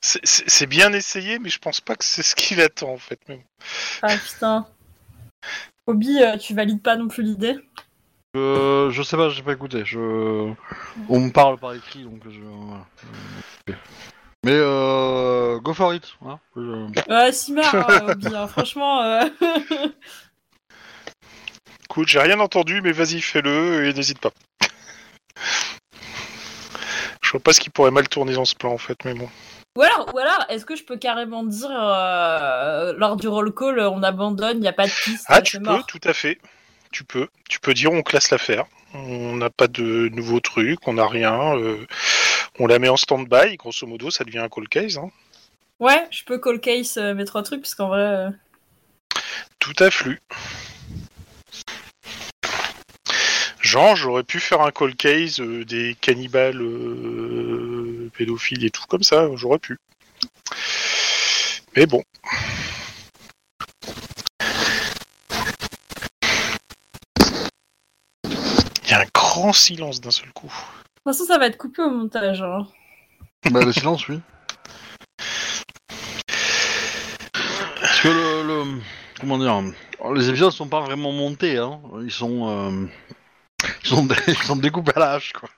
[SPEAKER 5] C'est- C'est c'est bien essayé, mais je pense pas que c'est ce qu'il attend en fait. Mais bon.
[SPEAKER 2] Ah, putain. Obi, euh, tu valides pas non plus l'idée
[SPEAKER 4] Euh, je sais pas, j'ai pas écouté. Je... On me parle par écrit, donc je. voilà. Euh, ok. Mais euh, go for it. hein. Je-
[SPEAKER 2] Ouais, s'y marre, hein, Obi, hein, franchement. euh.
[SPEAKER 5] Écoute, j'ai rien entendu, mais vas-y, fais-le et n'hésite pas. Je vois pas ce qui pourrait mal tourner dans ce plan en fait, mais bon.
[SPEAKER 2] ou alors, ou alors est-ce que je peux carrément dire, euh, lors du roll call, on abandonne, il n'y a pas de piste
[SPEAKER 5] Ah,
[SPEAKER 2] c'est
[SPEAKER 5] tu peux,
[SPEAKER 2] mort.
[SPEAKER 5] tout à fait. Tu peux. Tu peux dire on classe l'affaire. On n'a pas de nouveaux trucs, on n'a rien. euh, on la met en stand-by. Grosso modo, ça devient un call case. hein.
[SPEAKER 2] Ouais, je peux call case euh, mes trois trucs, parce qu'en vrai. euh,
[SPEAKER 5] Tout afflue. Genre, j'aurais pu faire un call case euh, des cannibales euh, pédophiles et tout comme ça, j'aurais pu. Mais bon. Il y a un grand silence d'un seul coup.
[SPEAKER 2] De toute façon, ça va être coupé au montage. Hein.
[SPEAKER 4] Bah, le silence, oui. Parce que le, le- Comment dire Oh, Les épisodes sont pas vraiment montés, hein. Ils sont. euh, Ils sont, dé- ils sont découpés à la hache, quoi.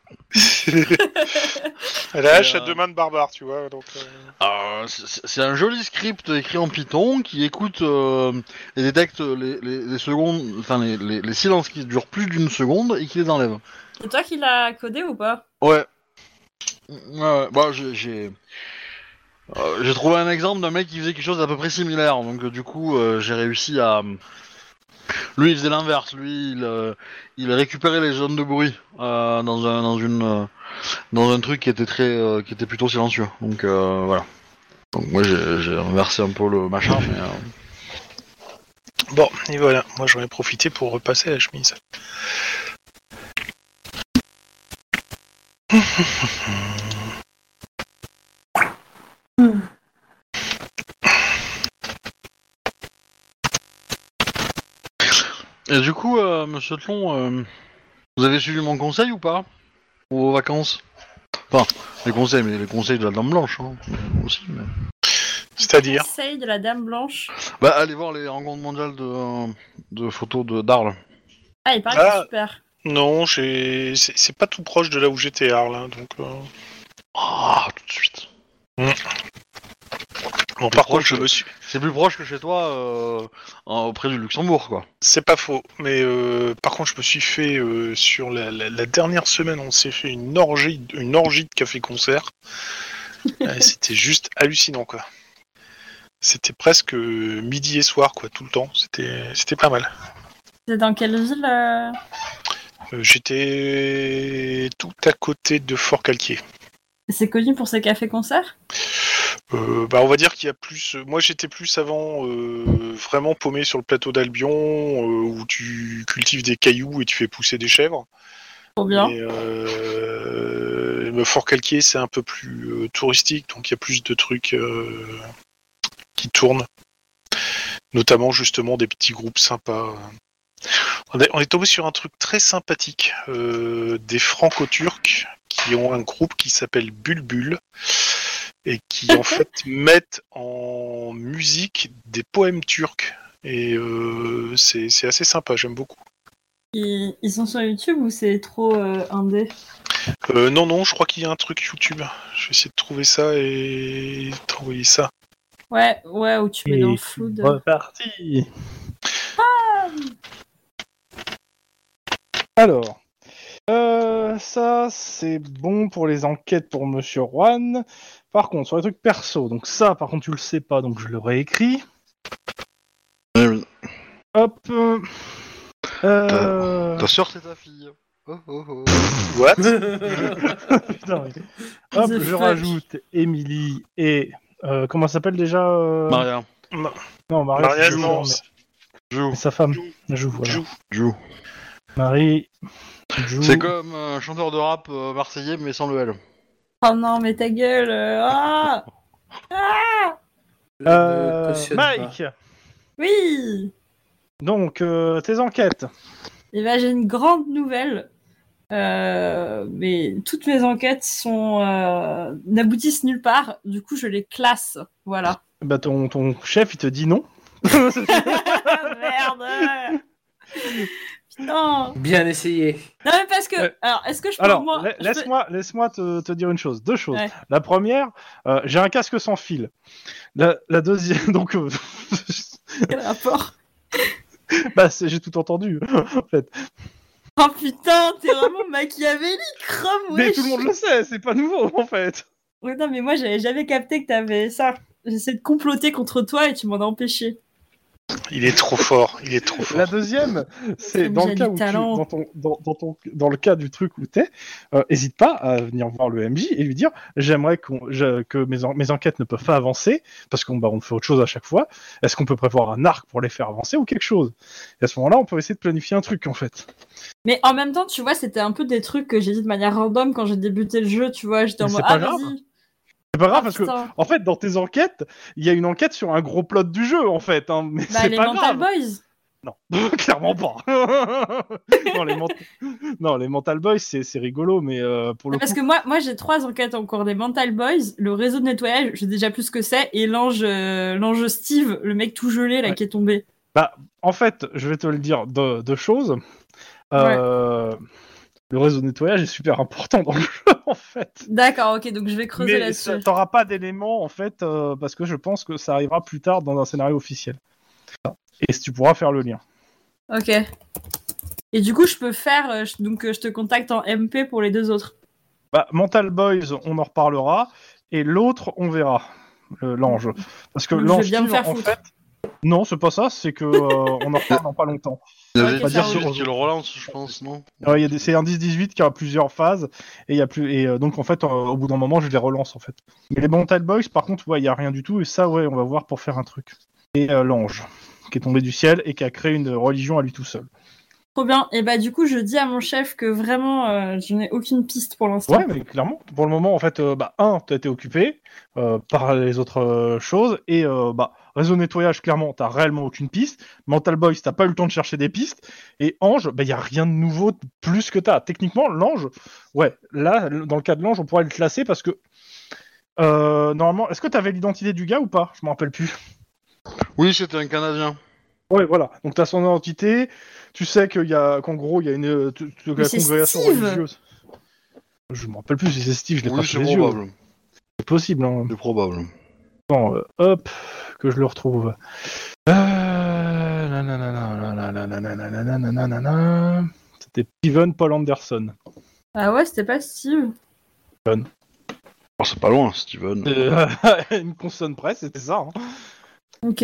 [SPEAKER 5] Elle a
[SPEAKER 4] Et,
[SPEAKER 5] hache à
[SPEAKER 4] euh,
[SPEAKER 5] deux mains de barbare, tu vois. Donc, euh,
[SPEAKER 4] Euh, c'est c'est un joli script écrit en Python qui écoute euh, et détecte les, les- les secondes, enfin les, les- les silences qui durent plus d'une seconde et qui les enlève.
[SPEAKER 2] C'est toi qui l'as codé ou pas
[SPEAKER 4] Ouais. Ouais, ouais. Bah, j'ai. J'ai euh, j'ai trouvé un exemple d'un mec qui faisait quelque chose d'à peu près similaire, donc euh, du coup euh, j'ai réussi à. Lui il faisait l'inverse, lui il, euh, il récupérait les zones de bruit euh, dans un dans une euh, dans un truc qui était très euh, qui était plutôt silencieux. Donc euh, voilà. Donc moi j'ai j'ai inversé un peu le machin, mais euh,
[SPEAKER 5] Bon, et voilà. Moi, j'aurais profité pour repasser la chemise.
[SPEAKER 4] Et du coup, euh, monsieur Tlon, euh, vous avez suivi mon conseil ou pas Pour vos vacances Enfin, les conseils, mais les conseils de la Dame Blanche hein, aussi. mais-
[SPEAKER 5] C'est-à-dire.
[SPEAKER 2] Conseil de la Dame Blanche.
[SPEAKER 4] Bah, allez voir les rencontres mondiales de, euh, de photos de d'Arles.
[SPEAKER 2] Ah, il paraît que c'est
[SPEAKER 5] Ah.
[SPEAKER 2] super.
[SPEAKER 5] Non, j'ai- c'est c'est pas tout proche de là où j'étais, Arles. hein, donc, euh,
[SPEAKER 4] Ah, tout de suite.
[SPEAKER 5] Bon, par contre,
[SPEAKER 4] proche,
[SPEAKER 5] je
[SPEAKER 4] euh,
[SPEAKER 5] me suis.
[SPEAKER 4] C'est plus proche que chez toi, euh, en- auprès du Luxembourg, quoi.
[SPEAKER 5] C'est pas faux, mais euh, par contre, je me suis fait euh, sur la, la- la dernière semaine, on s'est fait une orgie, une orgie de café-concert. Euh, C'était juste hallucinant, quoi. C'était presque euh, midi et soir, quoi, tout le temps. C'était, c'était pas mal.
[SPEAKER 2] C'est dans quelle ville euh
[SPEAKER 5] Euh, j'étais tout à côté de Fort Calquier.
[SPEAKER 2] C'est connu pour ses cafés-concerts
[SPEAKER 5] Euh, bah, on va dire qu'il y a plus. Moi, j'étais plus avant euh, vraiment paumé sur le plateau d'Albion, euh, où tu cultives des cailloux et tu fais pousser des chèvres.
[SPEAKER 2] Trop bien.
[SPEAKER 5] Mais, euh, le Fort Calquier, c'est un peu plus euh, touristique, donc il y a plus de trucs euh, qui tournent. Notamment, justement, des petits groupes sympas. On est, on est tombé sur un truc très sympathique. euh, des franco-turcs qui ont un groupe qui s'appelle Bulbul et qui, en fait, mettent en musique des poèmes turcs. Et euh, c'est c'est assez sympa, j'aime beaucoup.
[SPEAKER 2] Ils, ils sont sur YouTube ou c'est trop euh, indé
[SPEAKER 5] Euh, non, non, je crois qu'il y a un truc YouTube. Je vais essayer de trouver ça et t'envoyer ça.
[SPEAKER 2] Ouais, ouais, ou tu mets dans
[SPEAKER 1] Et
[SPEAKER 2] le flou de...
[SPEAKER 1] Reparti. Ah. Alors, euh, ça c'est bon pour les enquêtes pour Monsieur Juan. Par contre, sur les trucs perso, donc ça, par contre, tu le sais pas, donc je le réécris.
[SPEAKER 4] Eh oui.
[SPEAKER 1] Hop. euh, euh,
[SPEAKER 4] Ta soeur, c'est ta fille. Oh, oh, oh.
[SPEAKER 5] What
[SPEAKER 1] putain, oui. Hop,
[SPEAKER 2] The
[SPEAKER 1] je
[SPEAKER 2] fuck.
[SPEAKER 1] rajoute Émilie et euh, comment ça s'appelle déjà euh,
[SPEAKER 4] Maria.
[SPEAKER 1] Non, Maria.
[SPEAKER 5] Maria,
[SPEAKER 1] c'est
[SPEAKER 5] non,
[SPEAKER 1] Jou,
[SPEAKER 5] c'est-
[SPEAKER 4] Jou.
[SPEAKER 1] mais Sa femme.
[SPEAKER 5] Jou.
[SPEAKER 1] Jou, voilà.
[SPEAKER 5] Jou.
[SPEAKER 4] Jou.
[SPEAKER 1] Marie. Jou.
[SPEAKER 4] C'est comme euh, un chanteur de rap euh, marseillais, mais sans le L.
[SPEAKER 2] Oh non, mais ta gueule euh, ah
[SPEAKER 3] Je ne
[SPEAKER 1] Euh,
[SPEAKER 3] cautionne pas.
[SPEAKER 1] Mike,
[SPEAKER 2] Oui
[SPEAKER 1] donc euh, tes enquêtes.
[SPEAKER 2] Eh ben, j'ai une grande nouvelle. Euh, mais toutes mes enquêtes sont euh, n'aboutissent nulle part. Du coup, je les classe. Voilà.
[SPEAKER 1] Bah ton, ton chef il te dit non.
[SPEAKER 2] Merde. Putain.
[SPEAKER 3] Bien essayé.
[SPEAKER 2] Non mais parce que.
[SPEAKER 1] Ouais.
[SPEAKER 2] Alors, est-ce que je peux
[SPEAKER 1] Alors
[SPEAKER 2] moi,
[SPEAKER 1] la-
[SPEAKER 2] je peux-
[SPEAKER 1] laisse-moi laisse-moi te, te dire une chose, deux choses.
[SPEAKER 2] Ouais.
[SPEAKER 1] La première, euh, j'ai un casque sans fil. La, la deuxième, donc euh,
[SPEAKER 2] Quel rapport
[SPEAKER 1] bah c'est- j'ai tout entendu en fait.
[SPEAKER 2] Oh putain, t'es vraiment machiavélique, Rome.
[SPEAKER 1] Mais
[SPEAKER 2] wesh.
[SPEAKER 1] tout le monde le sait, c'est pas nouveau en fait.
[SPEAKER 2] Ouais, non mais moi j'avais jamais capté que t'avais ça. J'essaie de comploter contre toi et tu m'en as empêché.
[SPEAKER 5] Il est trop fort, il est trop
[SPEAKER 1] La
[SPEAKER 5] fort.
[SPEAKER 1] deuxième, c'est
[SPEAKER 2] Comme
[SPEAKER 1] dans le
[SPEAKER 2] j'ai
[SPEAKER 1] cas
[SPEAKER 2] du
[SPEAKER 1] où tu-
[SPEAKER 2] talent.
[SPEAKER 1] dans, ton- dans- dans ton- dans le cas du truc où t'es, euh, hésite pas à venir voir le MJ et lui dire j'aimerais qu'on- je- que mes, en- mes enquêtes ne peuvent pas avancer parce qu'on bah, on fait autre chose à chaque fois. Est-ce qu'on peut prévoir un arc pour les faire avancer ou quelque chose Et à ce moment-là, on peut essayer de planifier un truc en fait.
[SPEAKER 2] Mais en même temps, tu vois, c'était un peu des trucs que j'ai dit de manière random quand j'ai débuté le jeu, tu vois. J'étais en
[SPEAKER 1] Mais
[SPEAKER 2] mode
[SPEAKER 1] c'est
[SPEAKER 2] ah
[SPEAKER 1] pas grave.
[SPEAKER 2] vas-y.
[SPEAKER 1] C'est pas grave
[SPEAKER 2] Ah,
[SPEAKER 1] parce que
[SPEAKER 2] putain.
[SPEAKER 1] en fait, dans tes enquêtes, il y a une enquête sur un gros plot du jeu en fait, hein, mais
[SPEAKER 2] Bah
[SPEAKER 1] c'est
[SPEAKER 2] les
[SPEAKER 1] pas
[SPEAKER 2] Mental
[SPEAKER 1] grave.
[SPEAKER 2] Boys.
[SPEAKER 1] Non, clairement pas. non, les ment- non, les Mental Boys, c'est c'est rigolo, mais euh, pour le
[SPEAKER 2] Parce
[SPEAKER 1] coup,
[SPEAKER 2] que moi, moi j'ai trois enquêtes en cours des Mental Boys, le réseau de nettoyage, je sais déjà plus ce que c'est, et l'ange, euh, l'ange Steve, le mec tout gelé là
[SPEAKER 1] Ouais.
[SPEAKER 2] qui est tombé.
[SPEAKER 1] en fait, je vais te le dire deux, deux choses. Euh, Le réseau de nettoyage est super important dans le jeu, en fait.
[SPEAKER 2] D'accord, ok, donc je vais creuser
[SPEAKER 1] Mais
[SPEAKER 2] là-dessus.
[SPEAKER 1] ça- t'auras pas d'éléments, en fait, euh, parce que je pense que ça arrivera plus tard dans un scénario officiel. Et tu pourras faire le lien.
[SPEAKER 2] Ok. Et du coup, je peux faire, euh, je- donc euh, je te contacte en MP pour les deux autres.
[SPEAKER 1] Bah, Mental Boys, on en reparlera. Et l'autre, on verra. Euh, l'ange. Parce que
[SPEAKER 2] Donc,
[SPEAKER 1] l'ange.
[SPEAKER 2] je vais bien me
[SPEAKER 1] Steve,
[SPEAKER 2] faire
[SPEAKER 1] en
[SPEAKER 2] foutre.
[SPEAKER 1] fait- Non, c'est pas ça, c'est que euh, on en reparle dans pas longtemps.
[SPEAKER 4] Il
[SPEAKER 2] Ouais,
[SPEAKER 4] avait
[SPEAKER 2] qu'elle
[SPEAKER 4] pas Ah. dire
[SPEAKER 2] soit
[SPEAKER 4] celui
[SPEAKER 1] heureuse.
[SPEAKER 4] qui le relance, je pense, non
[SPEAKER 1] Ouais, il y a des- c'est un 10-18 qui a plusieurs phases et il y a plus et euh, donc en fait euh, au bout d'un moment je les relance en fait. Mais les Mental Boys par contre ouais il y a rien du tout et ça ouais on va voir pour faire un truc. Et euh, l'ange qui est tombé du ciel et qui a créé une religion à lui tout seul.
[SPEAKER 2] Trop bien. Et bah du coup, je dis à mon chef que vraiment, euh, je n'ai aucune piste pour l'instant.
[SPEAKER 1] Ouais mais clairement pour le moment en fait euh, bah un t'as été occupé euh, par les autres euh, choses et euh, bah réseau nettoyage clairement t'as réellement aucune piste. Mental Boys t'as pas eu le temps de chercher des pistes et ange bah il y a rien de nouveau de plus que t'as. Techniquement l'ange ouais là dans le cas de l'ange on pourrait le classer parce que Euh, normalement, est-ce que t'avais l'identité du gars ou pas Je m'en rappelle plus.
[SPEAKER 4] Oui, c'était un Canadien.
[SPEAKER 1] Ouais, voilà. Donc t'as son identité. Tu sais qu'il y a, qu'en gros, il y a une euh, t- t- la
[SPEAKER 2] c'est
[SPEAKER 1] congrégation
[SPEAKER 2] Steve
[SPEAKER 1] religieuse. Je m'en rappelle plus si c'est bah, Steve. Je l'ai pas
[SPEAKER 4] Oui,
[SPEAKER 1] sous
[SPEAKER 4] c'est
[SPEAKER 1] les yeux.
[SPEAKER 4] probable.
[SPEAKER 1] C'est possible. Hein.
[SPEAKER 4] C'est probable.
[SPEAKER 1] Attends, euh, hop, que je le retrouve. Euh, nanana, nanana, nanana, nanana, nanana. C'était Steven Paul Anderson.
[SPEAKER 2] Ah ouais, c'était pas Steve.
[SPEAKER 4] Alors, Oh, c'est pas loin, Steven.
[SPEAKER 1] Euh, une consonne près, c'était ça. hein.
[SPEAKER 2] Ok.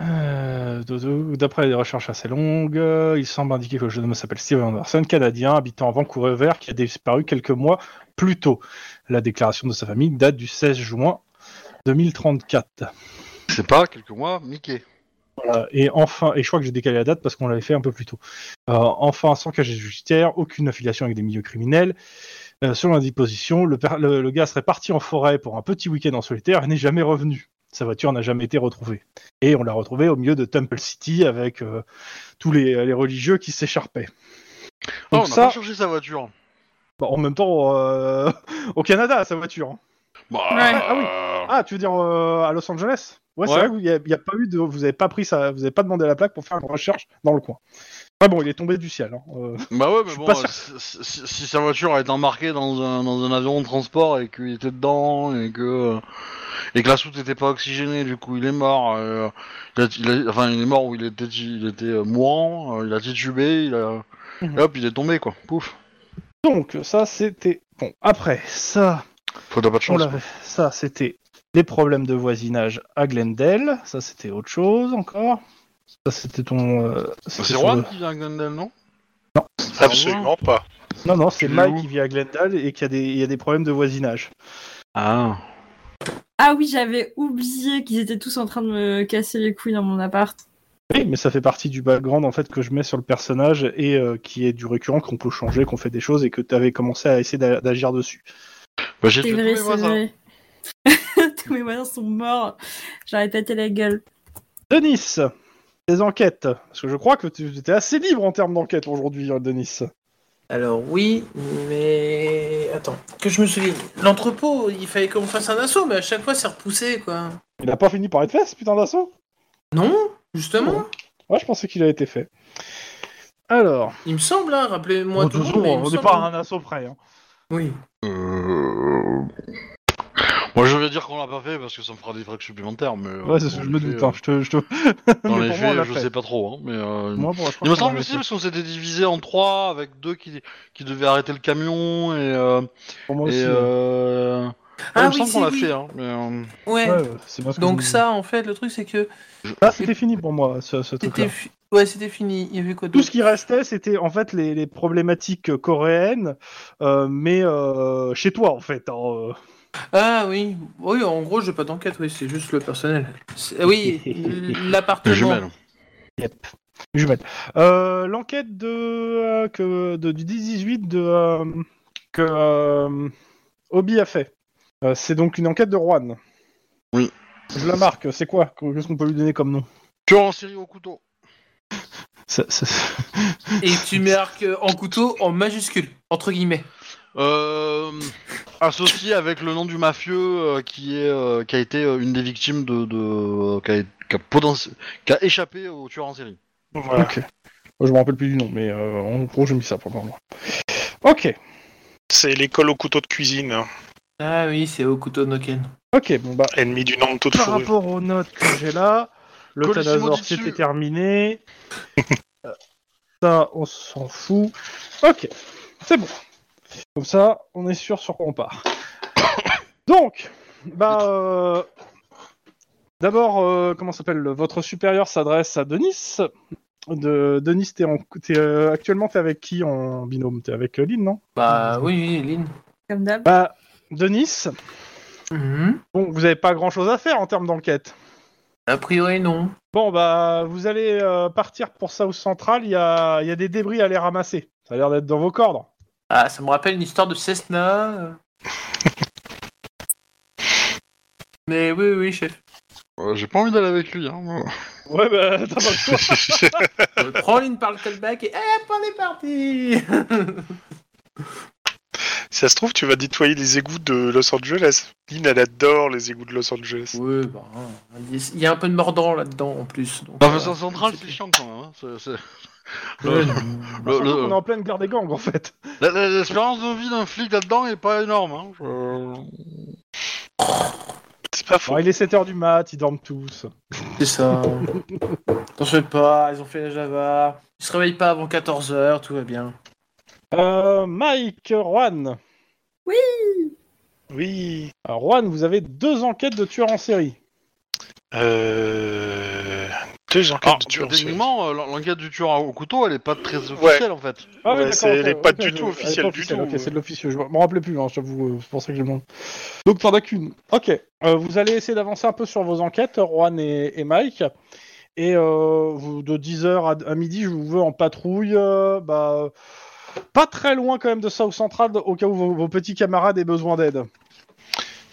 [SPEAKER 1] Euh, dodo, D'après des recherches assez longues, euh, il semble indiquer que le jeune homme s'appelle Steven Anderson, canadien, habitant à Vancouver, Vert, qui a disparu quelques mois plus tôt. La déclaration de sa famille date du 16 juin 2034.
[SPEAKER 4] C'est pas quelques mois, Mickey.
[SPEAKER 1] Voilà. Euh, Et enfin, et je crois que j'ai décalé la date parce qu'on l'avait fait un peu plus tôt. Euh, enfin, sans cachet judiciaire, aucune affiliation avec des milieux criminels. Euh, selon la disposition, le, per- le- le gars serait parti en forêt pour un petit week-end en solitaire et n'est jamais revenu. Sa voiture n'a jamais été retrouvée. Et on l'a retrouvé au milieu de Temple City avec euh, tous les, les religieux qui s'écharpaient.
[SPEAKER 4] Ah,
[SPEAKER 1] Donc
[SPEAKER 4] on a
[SPEAKER 1] ça-
[SPEAKER 4] pas cherché sa voiture.
[SPEAKER 1] Bah, en même temps, euh, au Canada, sa voiture. hein.
[SPEAKER 4] Bah,
[SPEAKER 2] Ouais.
[SPEAKER 1] Ah oui. Ah, tu veux dire euh, à Los Angeles Ouais, c'est
[SPEAKER 4] Ouais.
[SPEAKER 1] vrai. Il n'y a, pas eu de, vous avez pas pris ça, vous avez pas demandé la plaque pour faire une recherche dans le coin. Après bon, il est tombé du ciel. hein, euh.
[SPEAKER 4] Bah ouais,
[SPEAKER 1] Je
[SPEAKER 4] mais
[SPEAKER 1] suis
[SPEAKER 4] bon,
[SPEAKER 1] pas
[SPEAKER 4] euh, si, si- si sa voiture a été embarquée dans un, dans un avion de transport et qu'il était dedans et que euh, et que la soute n'était pas oxygénée, du coup il est mort. euh, il a- il a- enfin, il est mort où il était, il était euh, mourant, euh, il a titubé, il a,
[SPEAKER 1] Mhm.
[SPEAKER 4] et hop, il est tombé quoi. Pouf.
[SPEAKER 1] Donc ça, c'était bon. Après ça,
[SPEAKER 4] Faut t'as pas de
[SPEAKER 1] on
[SPEAKER 4] chance.
[SPEAKER 1] l'avait- ça c'était les problèmes de voisinage à Glendale. Ça c'était autre chose encore. Ça c'était ton. euh,
[SPEAKER 4] Bah,
[SPEAKER 1] c'était
[SPEAKER 4] C'est
[SPEAKER 1] ton-
[SPEAKER 4] Juan qui vient à Glendale, non C'est Juan
[SPEAKER 5] Absolument pas.
[SPEAKER 1] Non non, c'est
[SPEAKER 4] Tu
[SPEAKER 1] Mike
[SPEAKER 4] l'as où
[SPEAKER 1] qui vit à Glendale et qui a des, il y a des problèmes de voisinage.
[SPEAKER 4] Ah.
[SPEAKER 2] Ah oui, j'avais oublié qu'ils étaient tous en train de me casser les couilles dans mon appart.
[SPEAKER 1] Oui, mais ça fait partie du background en fait que je mets sur le personnage et euh, qui est du récurrent qu'on peut changer, qu'on fait des choses et que tu avais commencé à essayer d'a- d'agir dessus.
[SPEAKER 4] Bah, j'ai
[SPEAKER 2] C'est
[SPEAKER 4] tué tous
[SPEAKER 2] vrai,
[SPEAKER 4] mes
[SPEAKER 2] c'est
[SPEAKER 4] voisins.
[SPEAKER 2] vrai. Tous mes voisins sont morts. J'aurais pété la gueule.
[SPEAKER 1] Denis, tes enquêtes. Parce que je crois que tu étais assez libre en termes d'enquête aujourd'hui, euh, Denis.
[SPEAKER 3] Alors oui, mais attends, que je me souvienne. L'entrepôt, il fallait qu'on fasse un assaut, mais à chaque fois c'est repoussé quoi.
[SPEAKER 1] Il a pas fini par être fait, ce putain d'assaut
[SPEAKER 3] Non, justement,
[SPEAKER 1] Ouais, je pensais qu'il a été fait. Alors.
[SPEAKER 3] il me semble, hein, rappelez-moi
[SPEAKER 1] Bon, de
[SPEAKER 3] tout.
[SPEAKER 1] toute façon,
[SPEAKER 3] mais il me
[SPEAKER 1] on n'est
[SPEAKER 3] semble-
[SPEAKER 1] pas à un assaut près. hein.
[SPEAKER 3] Oui.
[SPEAKER 4] Euh... Moi, je vais dire qu'on l'a pas fait parce que ça me fera des trucs supplémentaires, mais. euh,
[SPEAKER 1] Ouais, c'est ce
[SPEAKER 4] dans
[SPEAKER 1] que je me
[SPEAKER 4] les
[SPEAKER 1] doute.
[SPEAKER 4] faits,
[SPEAKER 1] hein, Je te. je te-
[SPEAKER 4] euh, Dans
[SPEAKER 1] Mais
[SPEAKER 4] les
[SPEAKER 1] pour moi, on l'a
[SPEAKER 4] faits, je
[SPEAKER 1] fait.
[SPEAKER 4] sais pas trop, hein, mais. euh,
[SPEAKER 1] Moi, bon, je crois
[SPEAKER 4] Il me
[SPEAKER 1] qu'on
[SPEAKER 4] semble
[SPEAKER 1] l'a
[SPEAKER 4] aussi
[SPEAKER 1] fait.
[SPEAKER 4] parce qu'on s'était divisé en trois avec deux qui, qui devaient arrêter le camion et. euh,
[SPEAKER 1] Pour moi
[SPEAKER 4] et,
[SPEAKER 1] aussi. hein. ouais.
[SPEAKER 4] euh,
[SPEAKER 3] Ah
[SPEAKER 4] il me
[SPEAKER 3] oui,
[SPEAKER 4] semble qu'on
[SPEAKER 3] si,
[SPEAKER 4] l'a
[SPEAKER 3] oui.
[SPEAKER 4] fait, hein, mais. euh,
[SPEAKER 3] Ouais.
[SPEAKER 1] Ouais, ouais, c'est parce que
[SPEAKER 3] Donc
[SPEAKER 1] je-
[SPEAKER 3] ça, en fait, le truc c'est que
[SPEAKER 1] Ah, c'était fini pour moi, ce, ce truc-là.
[SPEAKER 3] c'était, fi- ouais, c'était fini. Il y avait quoi
[SPEAKER 1] Tout
[SPEAKER 3] d'autre
[SPEAKER 1] ce qui restait, c'était en fait les, les problématiques coréennes, euh, mais euh, chez toi en fait. hein, euh.
[SPEAKER 3] Ah oui, oui, en gros, j'ai pas d'enquête, oui, c'est juste le personnel. C'est- Oui,
[SPEAKER 4] Les
[SPEAKER 3] l'appartement.
[SPEAKER 4] jumelles.
[SPEAKER 1] Jumelle. Euh, L'enquête de, euh, que- de- du 18 de, euh, que euh, Obi a fait. Euh, c'est donc une enquête de Juan.
[SPEAKER 4] Oui.
[SPEAKER 1] Je la marque, c'est quoi Qu'est-ce qu'on peut lui donner comme nom
[SPEAKER 4] Tueur en série au couteau.
[SPEAKER 3] Et tu marques euh, en couteau en majuscule, entre guillemets.
[SPEAKER 4] Euh, associé avec le nom du mafieux euh, qui est euh, qui a été euh, une des victimes de, de euh, qui, a, qui a poten- qui a échappé au tueur en série.
[SPEAKER 5] Voilà.
[SPEAKER 1] Ok. Je me rappelle plus du nom, mais euh, en gros, j'ai mis ça pour le moment. Ok.
[SPEAKER 5] C'est l'école au couteau de cuisine, hein.
[SPEAKER 3] Ah oui, c'est au couteau Noken.
[SPEAKER 1] Ok, bon bah,
[SPEAKER 5] ennemi du Nanto de
[SPEAKER 1] par
[SPEAKER 5] fourrure.
[SPEAKER 1] rapport aux notes que j'ai là, le
[SPEAKER 4] Colissimo
[SPEAKER 1] Thanasor
[SPEAKER 4] dit
[SPEAKER 1] c'était
[SPEAKER 4] dessus.
[SPEAKER 1] terminé. Euh, ça, on s'en fout. Ok, c'est bon. Comme ça, on est sûr sur quoi on part. Donc, bah, euh, d'abord, euh, comment ça s'appelle Votre supérieur s'adresse à Denis. De, Denis, t'es en, t'es, euh, actuellement, t'es avec qui en binôme T'es avec euh, Lynn, non
[SPEAKER 3] Bah oui, oui, Lynn.
[SPEAKER 2] Comme d'hab.
[SPEAKER 1] Bah, Denis,
[SPEAKER 3] Mhm.
[SPEAKER 1] bon, vous avez pas grand chose à faire en termes d'enquête.
[SPEAKER 3] A priori, non.
[SPEAKER 1] Bon, bah, vous allez euh, partir pour South Central. Il y a, il y a des débris à les ramasser. Ça a l'air d'être dans vos cordes.
[SPEAKER 3] Ah, ça me rappelle une histoire de Cessna. euh. Mais oui, oui, chef.
[SPEAKER 4] Euh, J'ai pas envie d'aller avec lui. Hein, moi.
[SPEAKER 1] Ouais, bah, t'as pas le choix.
[SPEAKER 3] Je Euh, prends Lynn par le callback et eh, hop, on est parti
[SPEAKER 5] Si ça se trouve, tu vas nettoyer les égouts de Los Angeles. Lynn, elle adore les égouts de Los Angeles.
[SPEAKER 3] Oui, bah, hein. il y a un peu de mordant là-dedans en plus. donc,
[SPEAKER 4] Enfin,
[SPEAKER 3] euh,
[SPEAKER 4] ça central, c'est chiant quand même. hein, c'est- c'est-
[SPEAKER 3] ouais.
[SPEAKER 1] Bah,
[SPEAKER 4] Le- le-
[SPEAKER 1] On est en pleine guerre des gangs, en fait.
[SPEAKER 4] la- la- L'espérance de vie d'un flic là-dedans est pas énorme. Hein,
[SPEAKER 1] Euh.
[SPEAKER 4] je-
[SPEAKER 5] C'est pas faux.
[SPEAKER 1] Bon, il est 7h du mat, ils dorment tous.
[SPEAKER 3] C'est ça. T'en fais pas, ils ont fait la Java. Ils se réveillent pas avant 14h, tout va bien.
[SPEAKER 1] Euh, Mike, Juan.
[SPEAKER 5] Oui.
[SPEAKER 1] Alors, Juan, vous avez deux enquêtes de tueurs en série.
[SPEAKER 5] Euh... Deux
[SPEAKER 1] Ah,
[SPEAKER 5] enquêtes
[SPEAKER 4] Alors,
[SPEAKER 5] de tueurs en série.
[SPEAKER 4] techniquement, euh, l'en- l'enquête du tueur au couteau, elle est pas très officielle en fait.
[SPEAKER 1] Ah
[SPEAKER 5] Ouais,
[SPEAKER 1] d'accord,
[SPEAKER 5] c'est-
[SPEAKER 1] ok,
[SPEAKER 5] elle est pas
[SPEAKER 1] ok,
[SPEAKER 5] du
[SPEAKER 1] je-
[SPEAKER 5] tout
[SPEAKER 1] elle est pas
[SPEAKER 5] officielle du
[SPEAKER 1] officielle,
[SPEAKER 5] tout. euh.
[SPEAKER 1] Ok, c'est de l'officieux. Je me rappelais plus, hein, j'avoue, euh, c'est pour ça que je demande. Donc t'en as qu'une. Ok. Euh, vous allez essayer d'avancer un peu sur vos enquêtes, Juan et, et Mike. Et euh, vous, de 10h à, à midi, je vous veux en patrouille. euh, bah, pas très loin quand même de South Central, au cas où vos, vos petits camarades aient besoin d'aide.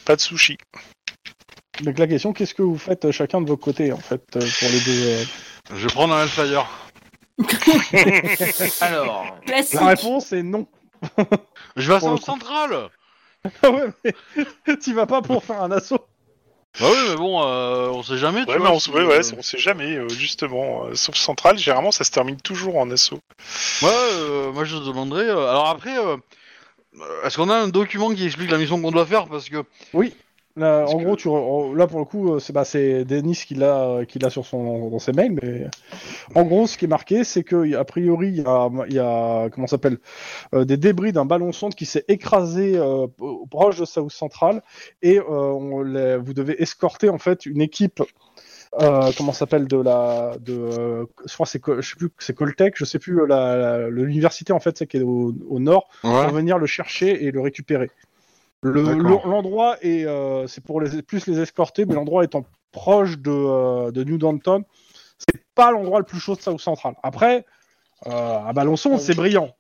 [SPEAKER 5] Pas de sushi.
[SPEAKER 1] Donc la question, qu'est-ce que vous faites euh, chacun de vos côtés, en fait, euh, pour les deux euh,
[SPEAKER 4] Je vais prendre un Hellfire.
[SPEAKER 3] Alors,
[SPEAKER 2] Classique.
[SPEAKER 1] La réponse est non.
[SPEAKER 4] Je vais à
[SPEAKER 1] Pour le
[SPEAKER 4] Centre Central
[SPEAKER 1] Ah ouais, mais tu vas pas pour faire un assaut.
[SPEAKER 4] Bah oui, mais bon, euh, on sait jamais. tu
[SPEAKER 5] Ouais, mais
[SPEAKER 4] vois,
[SPEAKER 5] on,
[SPEAKER 4] si,
[SPEAKER 5] se- ouais,
[SPEAKER 4] euh,
[SPEAKER 5] ouais, on sait jamais, euh, justement. Euh, sauf Central, généralement, ça se termine toujours en assaut.
[SPEAKER 4] Ouais, euh, moi je demanderais. euh, alors après, euh, euh, est-ce qu'on a un document qui explique la mission qu'on doit faire Parce que.
[SPEAKER 1] Là,
[SPEAKER 4] Parce
[SPEAKER 1] en
[SPEAKER 4] que-
[SPEAKER 1] gros, tu re- là pour le coup, euh, c'est bah, c'est Denis qui l'a euh, qui l'a sur son dans ses mails, mais en gros, ce qui est marqué, c'est que a priori, il y a, il y a comment ça s'appelle euh, des débris d'un ballon sonde qui s'est écrasé euh, au- proche de South Central, et euh, on les- vous devez escorter en fait une équipe. Euh, comment ça s'appelle de la de euh, je crois que c'est Co- je sais plus c'est Coltech je sais plus euh, la- la- l'université en fait c'est qui est au, au nord pour venir le chercher et le récupérer. Le-
[SPEAKER 4] D'accord.
[SPEAKER 1] le- L'endroit est, euh, c'est pour les, plus les escorter, mais l'endroit étant proche de, euh, de New Downton, c'est pas l'endroit le plus chaud de South Central. Après, euh, à Balançon, c'est brillant.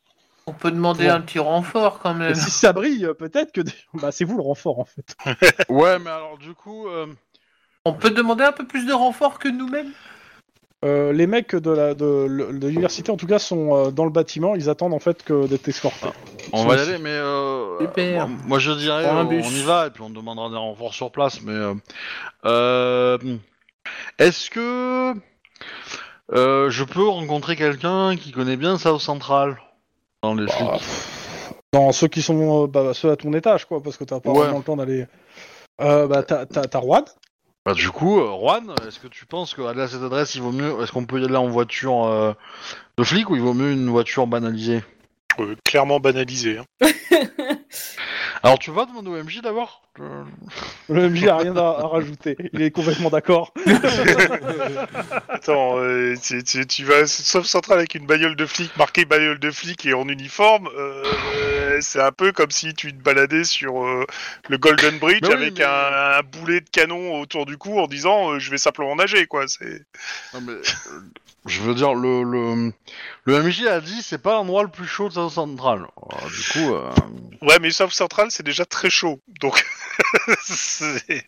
[SPEAKER 3] On peut demander
[SPEAKER 1] Bon.
[SPEAKER 3] un petit renfort quand
[SPEAKER 1] Et
[SPEAKER 3] même.
[SPEAKER 1] si ça brille, euh, peut-être que. des- Bah, c'est vous le renfort, en fait.
[SPEAKER 4] Ouais, mais alors du coup, euh,
[SPEAKER 3] On peut demander un peu plus de renfort que nous-mêmes
[SPEAKER 1] Euh, les mecs de la de, le- de l'université, en tout cas, sont euh, dans le bâtiment. Ils attendent, en fait, que d'être escortés.
[SPEAKER 4] Ah, on va y aller, mais euh,
[SPEAKER 3] Super.
[SPEAKER 4] moi, moi, je dirais,
[SPEAKER 3] Prends un
[SPEAKER 4] euh,
[SPEAKER 3] bus.
[SPEAKER 4] on y va et puis on demandera des renforts sur place. Mais euh, euh, est-ce que euh, je peux rencontrer quelqu'un qui connaît bien South Central dans les flics
[SPEAKER 1] Bah, pff, Dans ceux qui sont euh, bah, ceux à ton étage, quoi, parce que t'as pas
[SPEAKER 4] Ouais.
[SPEAKER 1] vraiment le temps d'aller. Euh, bah, t'as t'as- t'as Juan
[SPEAKER 4] Bah, du coup, euh, Juan, est-ce que tu penses qu'aller à cette adresse, il vaut mieux, est-ce qu'on peut y aller en voiture euh, de flic ou il vaut mieux une voiture banalisée
[SPEAKER 5] Euh, clairement banalisé. hein.
[SPEAKER 4] Alors tu vas demander au MJ d'abord Euh,
[SPEAKER 1] Le MJ a rien à, à rajouter. Il est complètement d'accord.
[SPEAKER 5] Attends, euh, tu, tu- tu vas sauf central avec une bagnole de flic marquée bagnole de flic et en uniforme. euh, euh, c'est un peu comme si tu te baladais sur euh, le Golden Bridge
[SPEAKER 4] Bah oui,
[SPEAKER 5] avec
[SPEAKER 4] mais-
[SPEAKER 5] un, un boulet de canon autour du cou en disant euh, je vais simplement nager quoi. C'est
[SPEAKER 4] Non, mais, euh, je veux dire, le, le, le MJ a dit c'est pas l'endroit le plus chaud de South Central. Alors, du coup, euh,
[SPEAKER 5] Ouais, mais South Central, c'est déjà très chaud. Donc. c'est-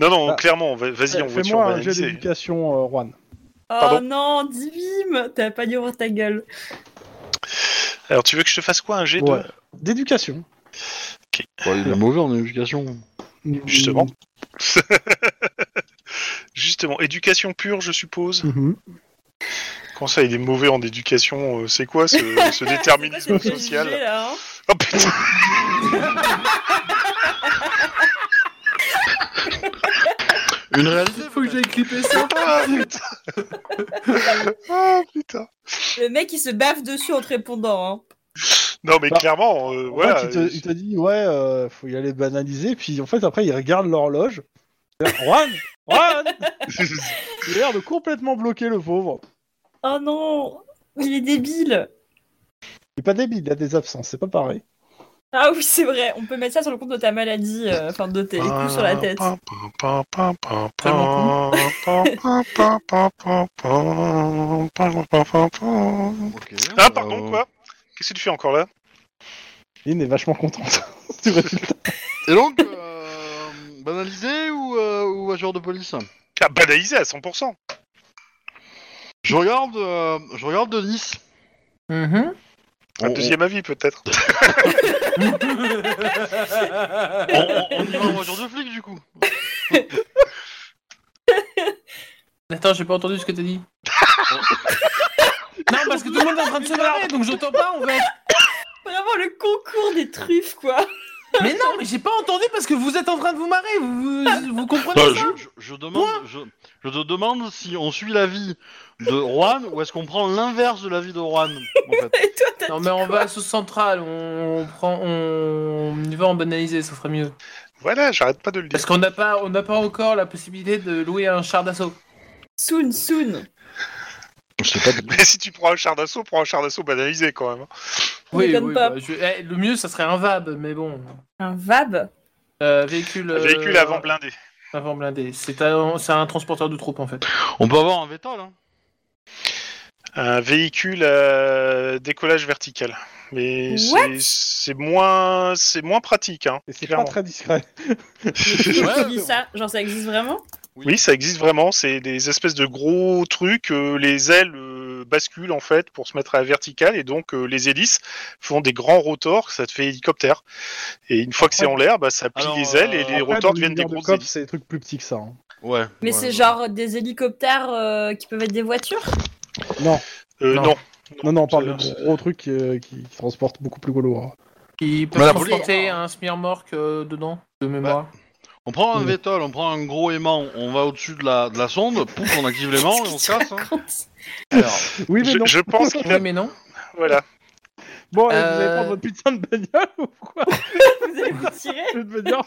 [SPEAKER 5] non, non,
[SPEAKER 1] Bah,
[SPEAKER 5] clairement, va- vas-y, en voiture,
[SPEAKER 1] Fais-moi un jet
[SPEAKER 5] banalisée.
[SPEAKER 1] d'éducation, euh, Juan.
[SPEAKER 2] Oh
[SPEAKER 5] Pardon
[SPEAKER 2] non, Divim, t'as pas dû ouvrir ta gueule.
[SPEAKER 5] Alors, tu veux que je te fasse quoi, un jet
[SPEAKER 1] Ouais.
[SPEAKER 5] de
[SPEAKER 1] D'éducation.
[SPEAKER 4] ouais, il est mauvais en éducation.
[SPEAKER 5] Justement.
[SPEAKER 1] Mm.
[SPEAKER 5] Justement, éducation pure, je suppose.
[SPEAKER 1] Mhm.
[SPEAKER 5] Quand ça, il est mauvais en éducation, euh, c'est quoi ce, ce déterminisme
[SPEAKER 2] C'est quoi ces
[SPEAKER 5] social
[SPEAKER 2] préjugés, là, hein
[SPEAKER 5] Oh putain
[SPEAKER 4] Une réalité
[SPEAKER 3] Faut que j'aille clipper ça
[SPEAKER 5] Ah putain Ah putain
[SPEAKER 2] Le mec, il se baffe dessus en te répondant. Hein.
[SPEAKER 5] Non, mais
[SPEAKER 1] Bah,
[SPEAKER 5] clairement, euh,
[SPEAKER 1] En
[SPEAKER 5] voilà.
[SPEAKER 1] fait, il te, il te dit, ouais, euh, faut y aller banaliser. Puis en fait, après, il regarde l'horloge. Juan Juan Il a l'air de complètement bloquer le pauvre.
[SPEAKER 2] Oh non, il est débile.
[SPEAKER 1] Il est pas débile, il a des absences, c'est pas pareil.
[SPEAKER 2] Ah oui, c'est vrai, on peut mettre ça sur le compte de ta maladie, euh, enfin de tes coups sur la tête.
[SPEAKER 5] Pam, pam, pam, pam,
[SPEAKER 3] Vraiment
[SPEAKER 5] pam, pam, pam, pam, pam, pam, pam, pam, pam, pam.
[SPEAKER 4] Ok,
[SPEAKER 5] Ah,
[SPEAKER 4] euh,
[SPEAKER 5] pardon, quoi Qu'est-ce que tu fais encore là
[SPEAKER 1] Il est vachement content du résultat.
[SPEAKER 4] Et donc, euh, banalisé ou, euh, ou voiture de police
[SPEAKER 5] Ah, banalisé à 100%.
[SPEAKER 4] Je regarde, euh, je regarde Denis.
[SPEAKER 3] Mhm.
[SPEAKER 5] Un
[SPEAKER 4] On-
[SPEAKER 5] deuxième avis, peut-être.
[SPEAKER 4] on- on- on y va en voiture de flic, du coup.
[SPEAKER 3] Attends, j'ai pas entendu ce que t'as dit. non, parce que tout le monde est en train de se marrer, donc j'entends pas en fait.
[SPEAKER 2] Vraiment le concours des truffes, quoi.
[SPEAKER 3] Mais non, mais j'ai pas entendu parce que vous êtes en train de vous marrer. Vous, vous- vous comprenez
[SPEAKER 4] Bah,
[SPEAKER 3] ça
[SPEAKER 4] je, je- je demande, je, je te demande si on suit la vie de Juan ou est-ce qu'on prend l'inverse de la vie de Juan. En fait.
[SPEAKER 2] Et toi, t'as
[SPEAKER 3] Non,
[SPEAKER 2] dit
[SPEAKER 3] mais on
[SPEAKER 2] quoi
[SPEAKER 3] va à South Central, on, on prend, on, on y va en banalisé, ça ferait mieux.
[SPEAKER 5] Voilà, j'arrête pas de le dire.
[SPEAKER 3] Parce qu'on n'a pas, on n'a pas encore la possibilité de louer un char d'assaut.
[SPEAKER 2] Soon, soon.
[SPEAKER 4] Je sais pas. dit.
[SPEAKER 5] Mais si tu prends un char d'assaut, prends un char d'assaut banalisé quand même. hein.
[SPEAKER 2] m'étonne pas.
[SPEAKER 3] bah, je- eh, le mieux, ça serait un VAB, mais bon.
[SPEAKER 2] Un VAB
[SPEAKER 3] Euh, véhicule. euh,
[SPEAKER 5] Véhicule avant blindé.
[SPEAKER 3] Avant blindé. C'est un, c'est un transporteur de troupes en fait.
[SPEAKER 4] On peut avoir un vétol. Hein.
[SPEAKER 5] Un véhicule à décollage vertical. Mais
[SPEAKER 2] What
[SPEAKER 5] c'est- c'est moins, c'est moins pratique. Hein,
[SPEAKER 1] Et c'est pas
[SPEAKER 5] clairement.
[SPEAKER 1] très discret.
[SPEAKER 2] Qui qui
[SPEAKER 4] Ouais,
[SPEAKER 2] dit
[SPEAKER 4] bon.
[SPEAKER 2] ça Genre, ça existe vraiment
[SPEAKER 5] Oui, ça existe vraiment. C'est des espèces de gros trucs. euh, les ailes euh, basculent en fait pour se mettre à la verticale et donc euh, les hélices font des grands rotors. Ça te fait hélicoptère. Et une fois que c'est en l'air, bah, ça plie
[SPEAKER 4] Alors,
[SPEAKER 5] les ailes et
[SPEAKER 4] euh,
[SPEAKER 5] les
[SPEAKER 1] Après,
[SPEAKER 5] rotors
[SPEAKER 1] dans
[SPEAKER 5] deviennent des
[SPEAKER 1] l'univers de
[SPEAKER 5] grosses
[SPEAKER 1] cops,
[SPEAKER 5] hélices.
[SPEAKER 1] C'est des trucs plus petits que ça. hein.
[SPEAKER 4] Ouais.
[SPEAKER 2] Mais
[SPEAKER 4] ouais,
[SPEAKER 2] c'est
[SPEAKER 4] ouais.
[SPEAKER 2] genre des hélicoptères euh, qui peuvent être des voitures
[SPEAKER 1] Non,
[SPEAKER 5] Euh,
[SPEAKER 3] Non.
[SPEAKER 5] non.
[SPEAKER 1] non, non, on parle
[SPEAKER 5] C'est-
[SPEAKER 1] de gros trucs qui, euh, qui- qui transportent beaucoup plus gros lourd.
[SPEAKER 3] Il peut
[SPEAKER 4] Mais la
[SPEAKER 3] transporter
[SPEAKER 4] police-
[SPEAKER 3] un smearmork euh, dedans, de mémoire.
[SPEAKER 4] On prend un
[SPEAKER 1] Mm.
[SPEAKER 4] vétol, on prend un gros aimant, on va au-dessus de la, de la sonde, pouf, on active l'aimant et on se casse. hein.
[SPEAKER 1] Oui, mais
[SPEAKER 5] Je,
[SPEAKER 1] non.
[SPEAKER 5] je pense qu'il a.
[SPEAKER 3] Oui, mais non.
[SPEAKER 5] Voilà.
[SPEAKER 1] Bon, allez, vous allez
[SPEAKER 3] Euh,
[SPEAKER 1] prendre votre putain de bagnole ou quoi
[SPEAKER 2] Vous allez vous tirer
[SPEAKER 1] Je veux te dire.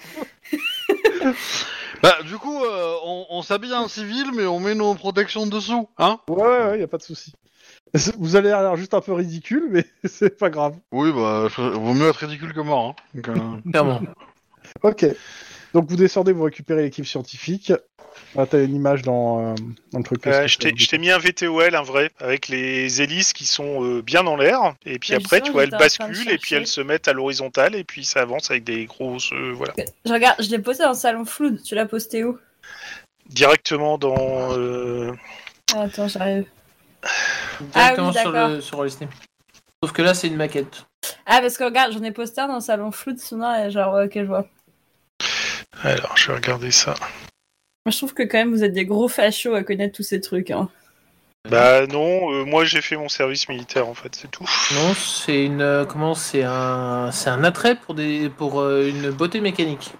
[SPEAKER 4] Bah, du coup, euh, on, on s'habille en civil, mais on met nos protections dessous, hein
[SPEAKER 1] Ouais, ouais, ouais, y a pas de souci. Vous allez l'air juste un peu ridicule, mais c'est pas grave.
[SPEAKER 4] Oui, bah, je- vaut mieux être ridicule que mort. Hein. Donc, euh,
[SPEAKER 3] Clairement.
[SPEAKER 1] Ok. Donc vous descendez, vous récupérez l'équipe scientifique. Ah, t'as une image dans, euh, dans le truc.
[SPEAKER 5] Euh, je t'ai je t'ai mis un VTOL, un hein, vrai, avec les hélices qui sont euh, bien en l'air, et puis
[SPEAKER 2] Mais
[SPEAKER 5] après,
[SPEAKER 2] justement,
[SPEAKER 5] tu vois, elles
[SPEAKER 2] j'étais en train de
[SPEAKER 5] basculent, et puis
[SPEAKER 2] chercher.
[SPEAKER 5] elles se mettent à l'horizontale, et puis ça avance avec des grosses... euh, voilà.
[SPEAKER 2] Je regarde, je l'ai posté dans le salon flou. Tu l'as posté où
[SPEAKER 5] Directement dans... euh,
[SPEAKER 2] Ah, Attends, j'arrive.
[SPEAKER 3] Directement
[SPEAKER 2] oui,
[SPEAKER 3] sur, le, sur le Disney. Sauf que là, c'est une maquette.
[SPEAKER 2] Ah, parce que regarde, j'en ai posté un dans le salon flou, sinon, et genre, euh, ok, je vois.
[SPEAKER 5] Alors, je vais regarder ça.
[SPEAKER 2] Moi, je trouve que quand même, vous êtes des gros fachos à connaître tous ces trucs. Hein.
[SPEAKER 5] Bah non, euh, moi j'ai fait mon service militaire, en fait, c'est tout.
[SPEAKER 3] Non, c'est une. euh, Comment C'est un, c'est un attrait pour, des, pour euh, une beauté mécanique.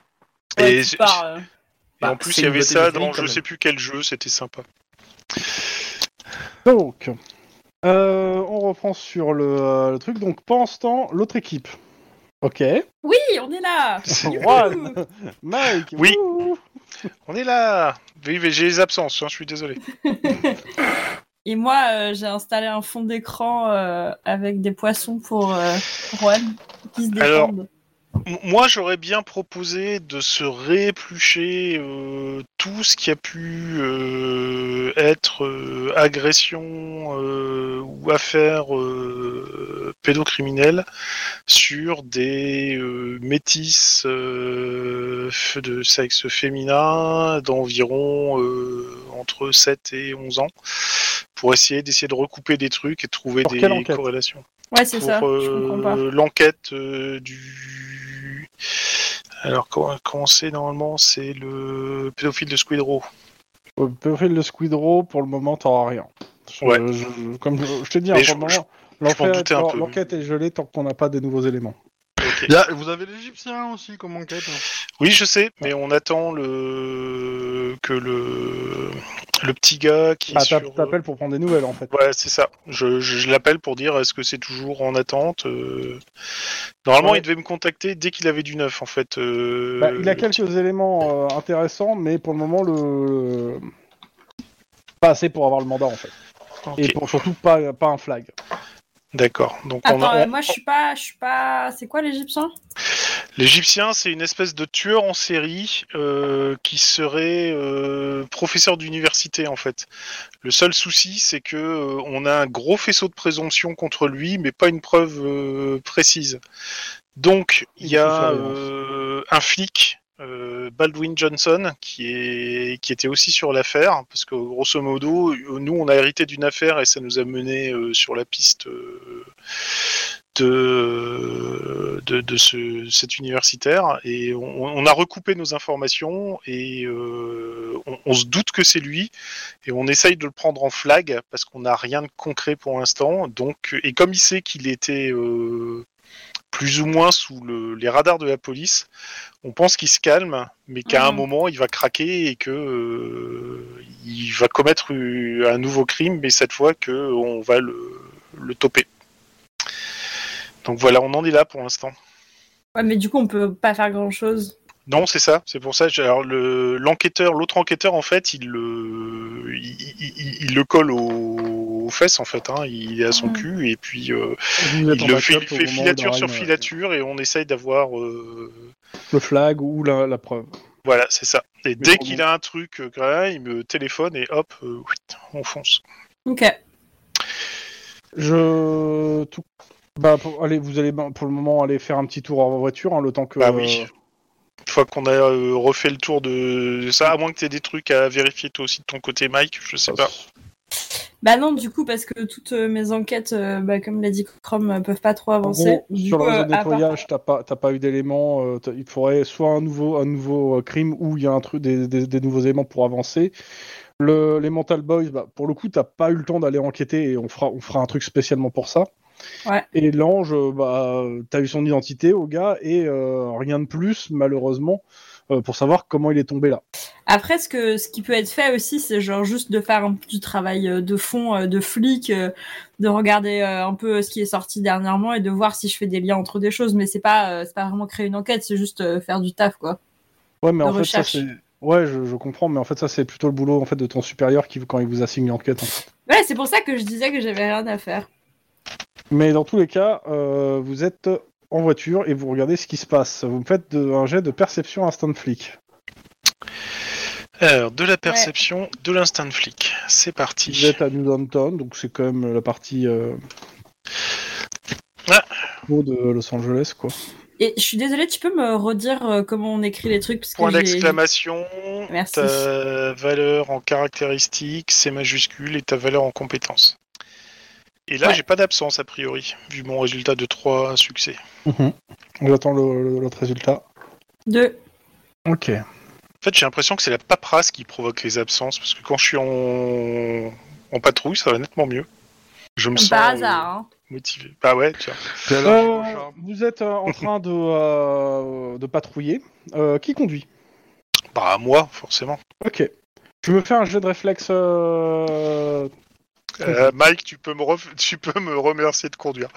[SPEAKER 2] Ouais,
[SPEAKER 5] Et
[SPEAKER 2] tu
[SPEAKER 5] je-
[SPEAKER 2] pars, euh.
[SPEAKER 5] Et en
[SPEAKER 3] Bah,
[SPEAKER 5] plus,
[SPEAKER 3] c'est
[SPEAKER 5] il y
[SPEAKER 3] une
[SPEAKER 5] avait
[SPEAKER 3] beauté
[SPEAKER 5] ça
[SPEAKER 3] mécanique,
[SPEAKER 5] dans
[SPEAKER 3] quand
[SPEAKER 5] je
[SPEAKER 3] même.
[SPEAKER 5] sais plus quel jeu, c'était sympa.
[SPEAKER 1] Donc, euh, on reprend sur le, euh, le truc. Donc, pendant ce temps, l'autre équipe. Ok.
[SPEAKER 2] Oui, on est là
[SPEAKER 1] Juan, Mike.
[SPEAKER 5] Oui.
[SPEAKER 1] wouhou.
[SPEAKER 5] On est là Oui, mais j'ai les absences, hein, je suis désolé.
[SPEAKER 2] Et moi, euh, j'ai installé un fond d'écran euh, avec des poissons pour euh, Juan qui se
[SPEAKER 5] Alors,
[SPEAKER 2] défendent.
[SPEAKER 5] M- Moi, j'aurais bien proposé de se rééplucher euh, tout ce qui a pu euh, être euh, agression euh, ou affaire euh, pédocriminelle sur des euh, métis euh, f- de sexe féminin d'environ euh, entre 7 et 11 ans pour essayer d'essayer de recouper des trucs et de trouver
[SPEAKER 1] Pour
[SPEAKER 5] des
[SPEAKER 1] quelle enquête
[SPEAKER 5] corrélations
[SPEAKER 2] Ouais, c'est
[SPEAKER 5] pour
[SPEAKER 2] ça, je comprends pas.
[SPEAKER 5] euh, l'enquête euh, du. Alors, comment, comment c'est normalement C'est le pédophile de Squidrow.
[SPEAKER 1] Au profil de Squidrow, pour le moment, t'auras rien. Je-
[SPEAKER 5] Ouais.
[SPEAKER 1] je- je- comme je, je te dis, hein,
[SPEAKER 5] Mais je-
[SPEAKER 1] pour le
[SPEAKER 5] je-
[SPEAKER 1] moment, l'enquête-
[SPEAKER 5] doutais un peu.
[SPEAKER 1] l'enquête est gelée tant qu'on n'a pas des nouveaux éléments.
[SPEAKER 4] Y a- vous avez l'Égyptien aussi comme enquête. hein.
[SPEAKER 5] Oui, je sais, mais on attend le que le le petit gars qui. est
[SPEAKER 1] Ah, t'a-
[SPEAKER 5] sur- euh,
[SPEAKER 1] t'appelles pour prendre des nouvelles, en fait.
[SPEAKER 5] Ouais, c'est ça. Je, je- je l'appelle pour dire est-ce que c'est toujours en attente. euh. Normalement,
[SPEAKER 1] Ouais.
[SPEAKER 5] il devait me contacter dès qu'il avait du neuf, en fait. euh,
[SPEAKER 1] Bah, il a
[SPEAKER 5] le
[SPEAKER 1] quelques éléments euh, intéressants, mais pour le moment, le... le- Pas assez pour avoir le mandat, en fait.
[SPEAKER 5] petit- Ok,
[SPEAKER 1] Et pour surtout pas, pas un flag.
[SPEAKER 5] D'accord. Donc, on
[SPEAKER 2] Attends,
[SPEAKER 5] a-
[SPEAKER 2] euh, moi, je suis pas... Je suis pas... C'est quoi, l'Égyptien
[SPEAKER 5] L'Égyptien, c'est une espèce de tueur en série euh, qui serait euh, professeur d'université en fait. Le seul souci, c'est que euh, on a un gros faisceau de présomption contre lui, mais pas une preuve euh, précise. Donc il y a euh, un flic. euh, Baldwin Johnson, qui, est, qui était aussi sur l'affaire, parce que grosso modo, euh, nous, on a hérité d'une affaire et ça nous a mené euh, sur la piste euh, de, de, de ce, cet universitaire et on, on a recoupé nos informations et euh, on, on se doute que c'est lui et on essaye de le prendre en flag parce qu'on n'a rien de concret pour l'instant donc et comme il sait qu'il était euh, plus ou moins sous le- les radars de la police on pense qu'il se calme mais qu'à un
[SPEAKER 2] Mhm.
[SPEAKER 5] moment il va craquer et que euh, il va commettre euh, un nouveau crime mais cette fois que euh, on va le, le toper donc voilà, on en est là pour l'instant.
[SPEAKER 2] Ouais, mais du coup, on peut pas faire grand-chose.
[SPEAKER 5] Non, c'est ça. C'est pour ça. j'ai- Alors le l'enquêteur, l'autre enquêteur, en fait, il le, il, il- il- il le colle au- aux fesses, en fait. hein. Il est à son
[SPEAKER 2] Ouais.
[SPEAKER 5] cul et puis euh,
[SPEAKER 1] Vous êtes
[SPEAKER 5] il
[SPEAKER 1] en
[SPEAKER 5] le
[SPEAKER 1] backup
[SPEAKER 5] fait,
[SPEAKER 1] au
[SPEAKER 5] il fait
[SPEAKER 1] moment où il
[SPEAKER 5] filature
[SPEAKER 1] aura
[SPEAKER 5] sur
[SPEAKER 1] une- euh,
[SPEAKER 5] filature et on essaye d'avoir. euh,
[SPEAKER 1] Le flag ou la, la preuve.
[SPEAKER 5] Voilà, c'est ça. Et dès
[SPEAKER 1] pour
[SPEAKER 5] qu'il a un truc, euh, grain, il me téléphone et hop, euh, ouit, on fonce.
[SPEAKER 2] Ok.
[SPEAKER 1] Je. tout- Bah, pour- allez, vous allez pour le moment aller faire un petit tour en voiture, hein, le temps que.
[SPEAKER 5] Bah oui.
[SPEAKER 1] euh,
[SPEAKER 5] Une fois qu'on a euh, refait le tour de ça, à moins que tu aies des trucs à vérifier toi aussi de ton côté, Mike, je
[SPEAKER 1] euh, Ah,
[SPEAKER 5] sais pas.
[SPEAKER 2] Bah non, du coup, parce que toutes euh, mes enquêtes, euh, bah, comme l'a dit Chrome, euh, peuvent pas trop
[SPEAKER 1] En
[SPEAKER 2] avancer.
[SPEAKER 1] gros,
[SPEAKER 2] Du
[SPEAKER 1] sur le
[SPEAKER 2] coup,
[SPEAKER 1] réseau
[SPEAKER 2] euh,
[SPEAKER 1] de
[SPEAKER 2] à part-
[SPEAKER 1] nettoyage, t'as pas, t'as pas eu d'éléments. euh, t'as- il faudrait soit un nouveau, un nouveau euh, crime ou il y a un truc, des, des- des nouveaux éléments pour avancer. Le, les Mental Boys, bah, pour le coup, t'as pas eu le temps d'aller enquêter et on fera, on fera un truc spécialement pour ça.
[SPEAKER 2] Ouais.
[SPEAKER 1] Et l'ange, euh, bah, euh, t'as eu son identité au gars et euh, rien de plus, malheureusement, euh, pour savoir comment il est tombé là.
[SPEAKER 2] Après, ce, que, ce qui peut être fait aussi, c'est genre juste de faire un petit travail euh, de fond, euh, de flic, euh, de regarder euh, un peu ce qui est sorti dernièrement et de voir si je fais des liens entre des choses. Mais c'est pas, euh, c'est pas vraiment créer une enquête, c'est juste euh, faire du taf, quoi.
[SPEAKER 1] Ouais, mais
[SPEAKER 2] de
[SPEAKER 1] en fait, ça,
[SPEAKER 2] recherche.
[SPEAKER 1] c'est. Ouais, je, je comprends, mais en fait, ça, c'est plutôt le boulot en fait, de ton supérieur qui, quand il vous assigne l'enquête. en fait.
[SPEAKER 2] Voilà, c'est pour ça que je disais que j'avais rien à faire.
[SPEAKER 1] Mais dans tous les cas, euh, vous êtes en voiture et vous regardez ce qui se passe. Vous me faites de- un jet de perception instant flic.
[SPEAKER 5] Alors, de la perception, de l'instinct de flic. C'est
[SPEAKER 1] Vous
[SPEAKER 5] parti.
[SPEAKER 1] êtes à New Downtown, donc c'est quand même la partie euh,
[SPEAKER 5] Ah.
[SPEAKER 1] haut de Los Angeles, quoi.
[SPEAKER 2] Et je suis désolée, tu peux me redire euh, comment on écrit les trucs parce que
[SPEAKER 5] Point
[SPEAKER 2] j'ai-
[SPEAKER 5] d'exclamation,
[SPEAKER 2] Merci.
[SPEAKER 5] ta valeur en caractéristiques, c'est majuscule, et ta valeur en compétence. Et là,
[SPEAKER 2] Ouais.
[SPEAKER 5] j'ai pas d'absence, a priori, vu mon résultat de 3 succès.
[SPEAKER 1] J'attends le- le- l'autre résultat.
[SPEAKER 2] Deux.
[SPEAKER 1] Ok.
[SPEAKER 5] En fait, j'ai l'impression que c'est la paperasse qui provoque les absences, parce que quand je suis en, en patrouille, ça va nettement mieux. Je me
[SPEAKER 2] Comme
[SPEAKER 5] sens
[SPEAKER 2] par
[SPEAKER 5] euh,
[SPEAKER 2] hasard. hein.
[SPEAKER 5] motivé. Bah ouais, tiens.
[SPEAKER 1] Euh, vous êtes euh, en train de, euh, de patrouiller. Euh, qui conduit
[SPEAKER 5] Bah moi, forcément.
[SPEAKER 1] Ok. Tu me fais un jeu de réflexe. euh,
[SPEAKER 5] Euh, Mike, tu peux, me ref- tu peux me remercier de conduire.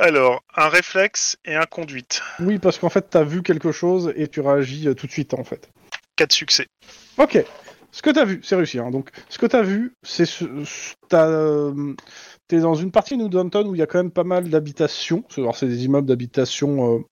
[SPEAKER 5] Alors, un réflexe et un conduite.
[SPEAKER 1] Oui, parce qu'en fait, t'as vu quelque chose et tu réagis euh, tout de suite, en fait.
[SPEAKER 5] Quatre succès.
[SPEAKER 1] Ok. Ce que t'as vu, c'est réussi. Hein. Donc, ce que t'as vu, c'est ce, ce- t'as, euh, t'es dans une partie de New Downtown où il y a quand même pas mal d'habitations. C'est- Alors, c'est des immeubles d'habitation euh,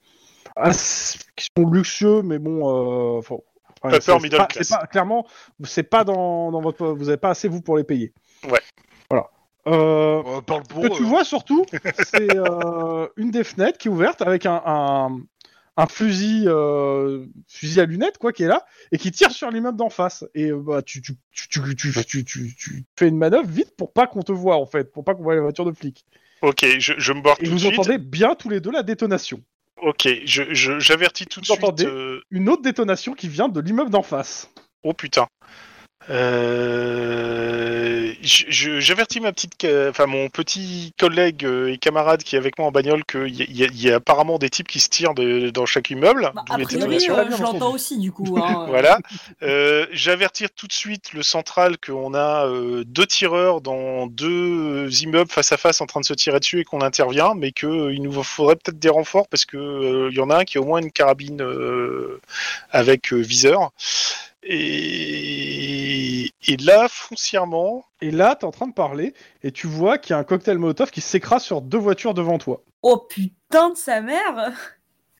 [SPEAKER 1] assez- qui sont luxueux, mais bon, euh, faut- enfin,
[SPEAKER 5] Upper
[SPEAKER 1] c'est- c'est
[SPEAKER 5] middle
[SPEAKER 1] pas-
[SPEAKER 5] class.
[SPEAKER 1] c'est pas- clairement, c'est pas dans, dans votre, vous avez pas assez vous pour les payer.
[SPEAKER 5] Ouais.
[SPEAKER 1] Voilà. Euh,
[SPEAKER 4] parle
[SPEAKER 1] ce
[SPEAKER 4] pour
[SPEAKER 1] que tu vois surtout, c'est euh, une des fenêtres qui est ouverte avec un, un, un fusil, euh, fusil à lunettes quoi, qui est là et qui tire sur l'immeuble d'en face. Et euh, bah, tu, tu, tu, tu, tu, tu- tu- tu fais une manœuvre vite pour pas qu'on te voit en fait, pour pas qu'on voit la voiture de flic.
[SPEAKER 5] Ok, je, je me barre
[SPEAKER 1] Et
[SPEAKER 5] tout de
[SPEAKER 1] vous
[SPEAKER 5] suite.
[SPEAKER 1] entendez bien tous les deux la détonation.
[SPEAKER 5] Ok, je- je- j'avertis tout de
[SPEAKER 1] Vous
[SPEAKER 5] suite.
[SPEAKER 1] entendez
[SPEAKER 5] euh,
[SPEAKER 1] Une autre détonation qui vient de l'immeuble d'en face.
[SPEAKER 5] Oh putain. Euh, je- je- J'avertis ma petite, ca- enfin mon petit collègue euh, et camarade qui est avec moi en bagnole qu'il y, a- il y a- il y a apparemment des types qui se tirent de- dans chaque immeuble.
[SPEAKER 2] Bah,
[SPEAKER 5] d'où
[SPEAKER 2] a
[SPEAKER 5] les
[SPEAKER 2] priori,
[SPEAKER 5] détonations.
[SPEAKER 1] détonations.
[SPEAKER 2] euh, je l'entends aussi du coup. hein.
[SPEAKER 5] Voilà. Euh, J'avertir tout de suite le central qu'on a euh, deux tireurs dans deux euh, immeubles face à face en train de se tirer dessus et qu'on intervient, mais qu'il nous faudrait peut-être des renforts parce que euh, il y en a un qui a au moins une carabine euh, avec euh, viseur. Et... et là, foncièrement,
[SPEAKER 1] Et là, t'es en train de parler et tu vois qu'il y a un cocktail Molotov qui s'écrase sur deux voitures devant toi.
[SPEAKER 2] Oh putain de sa mère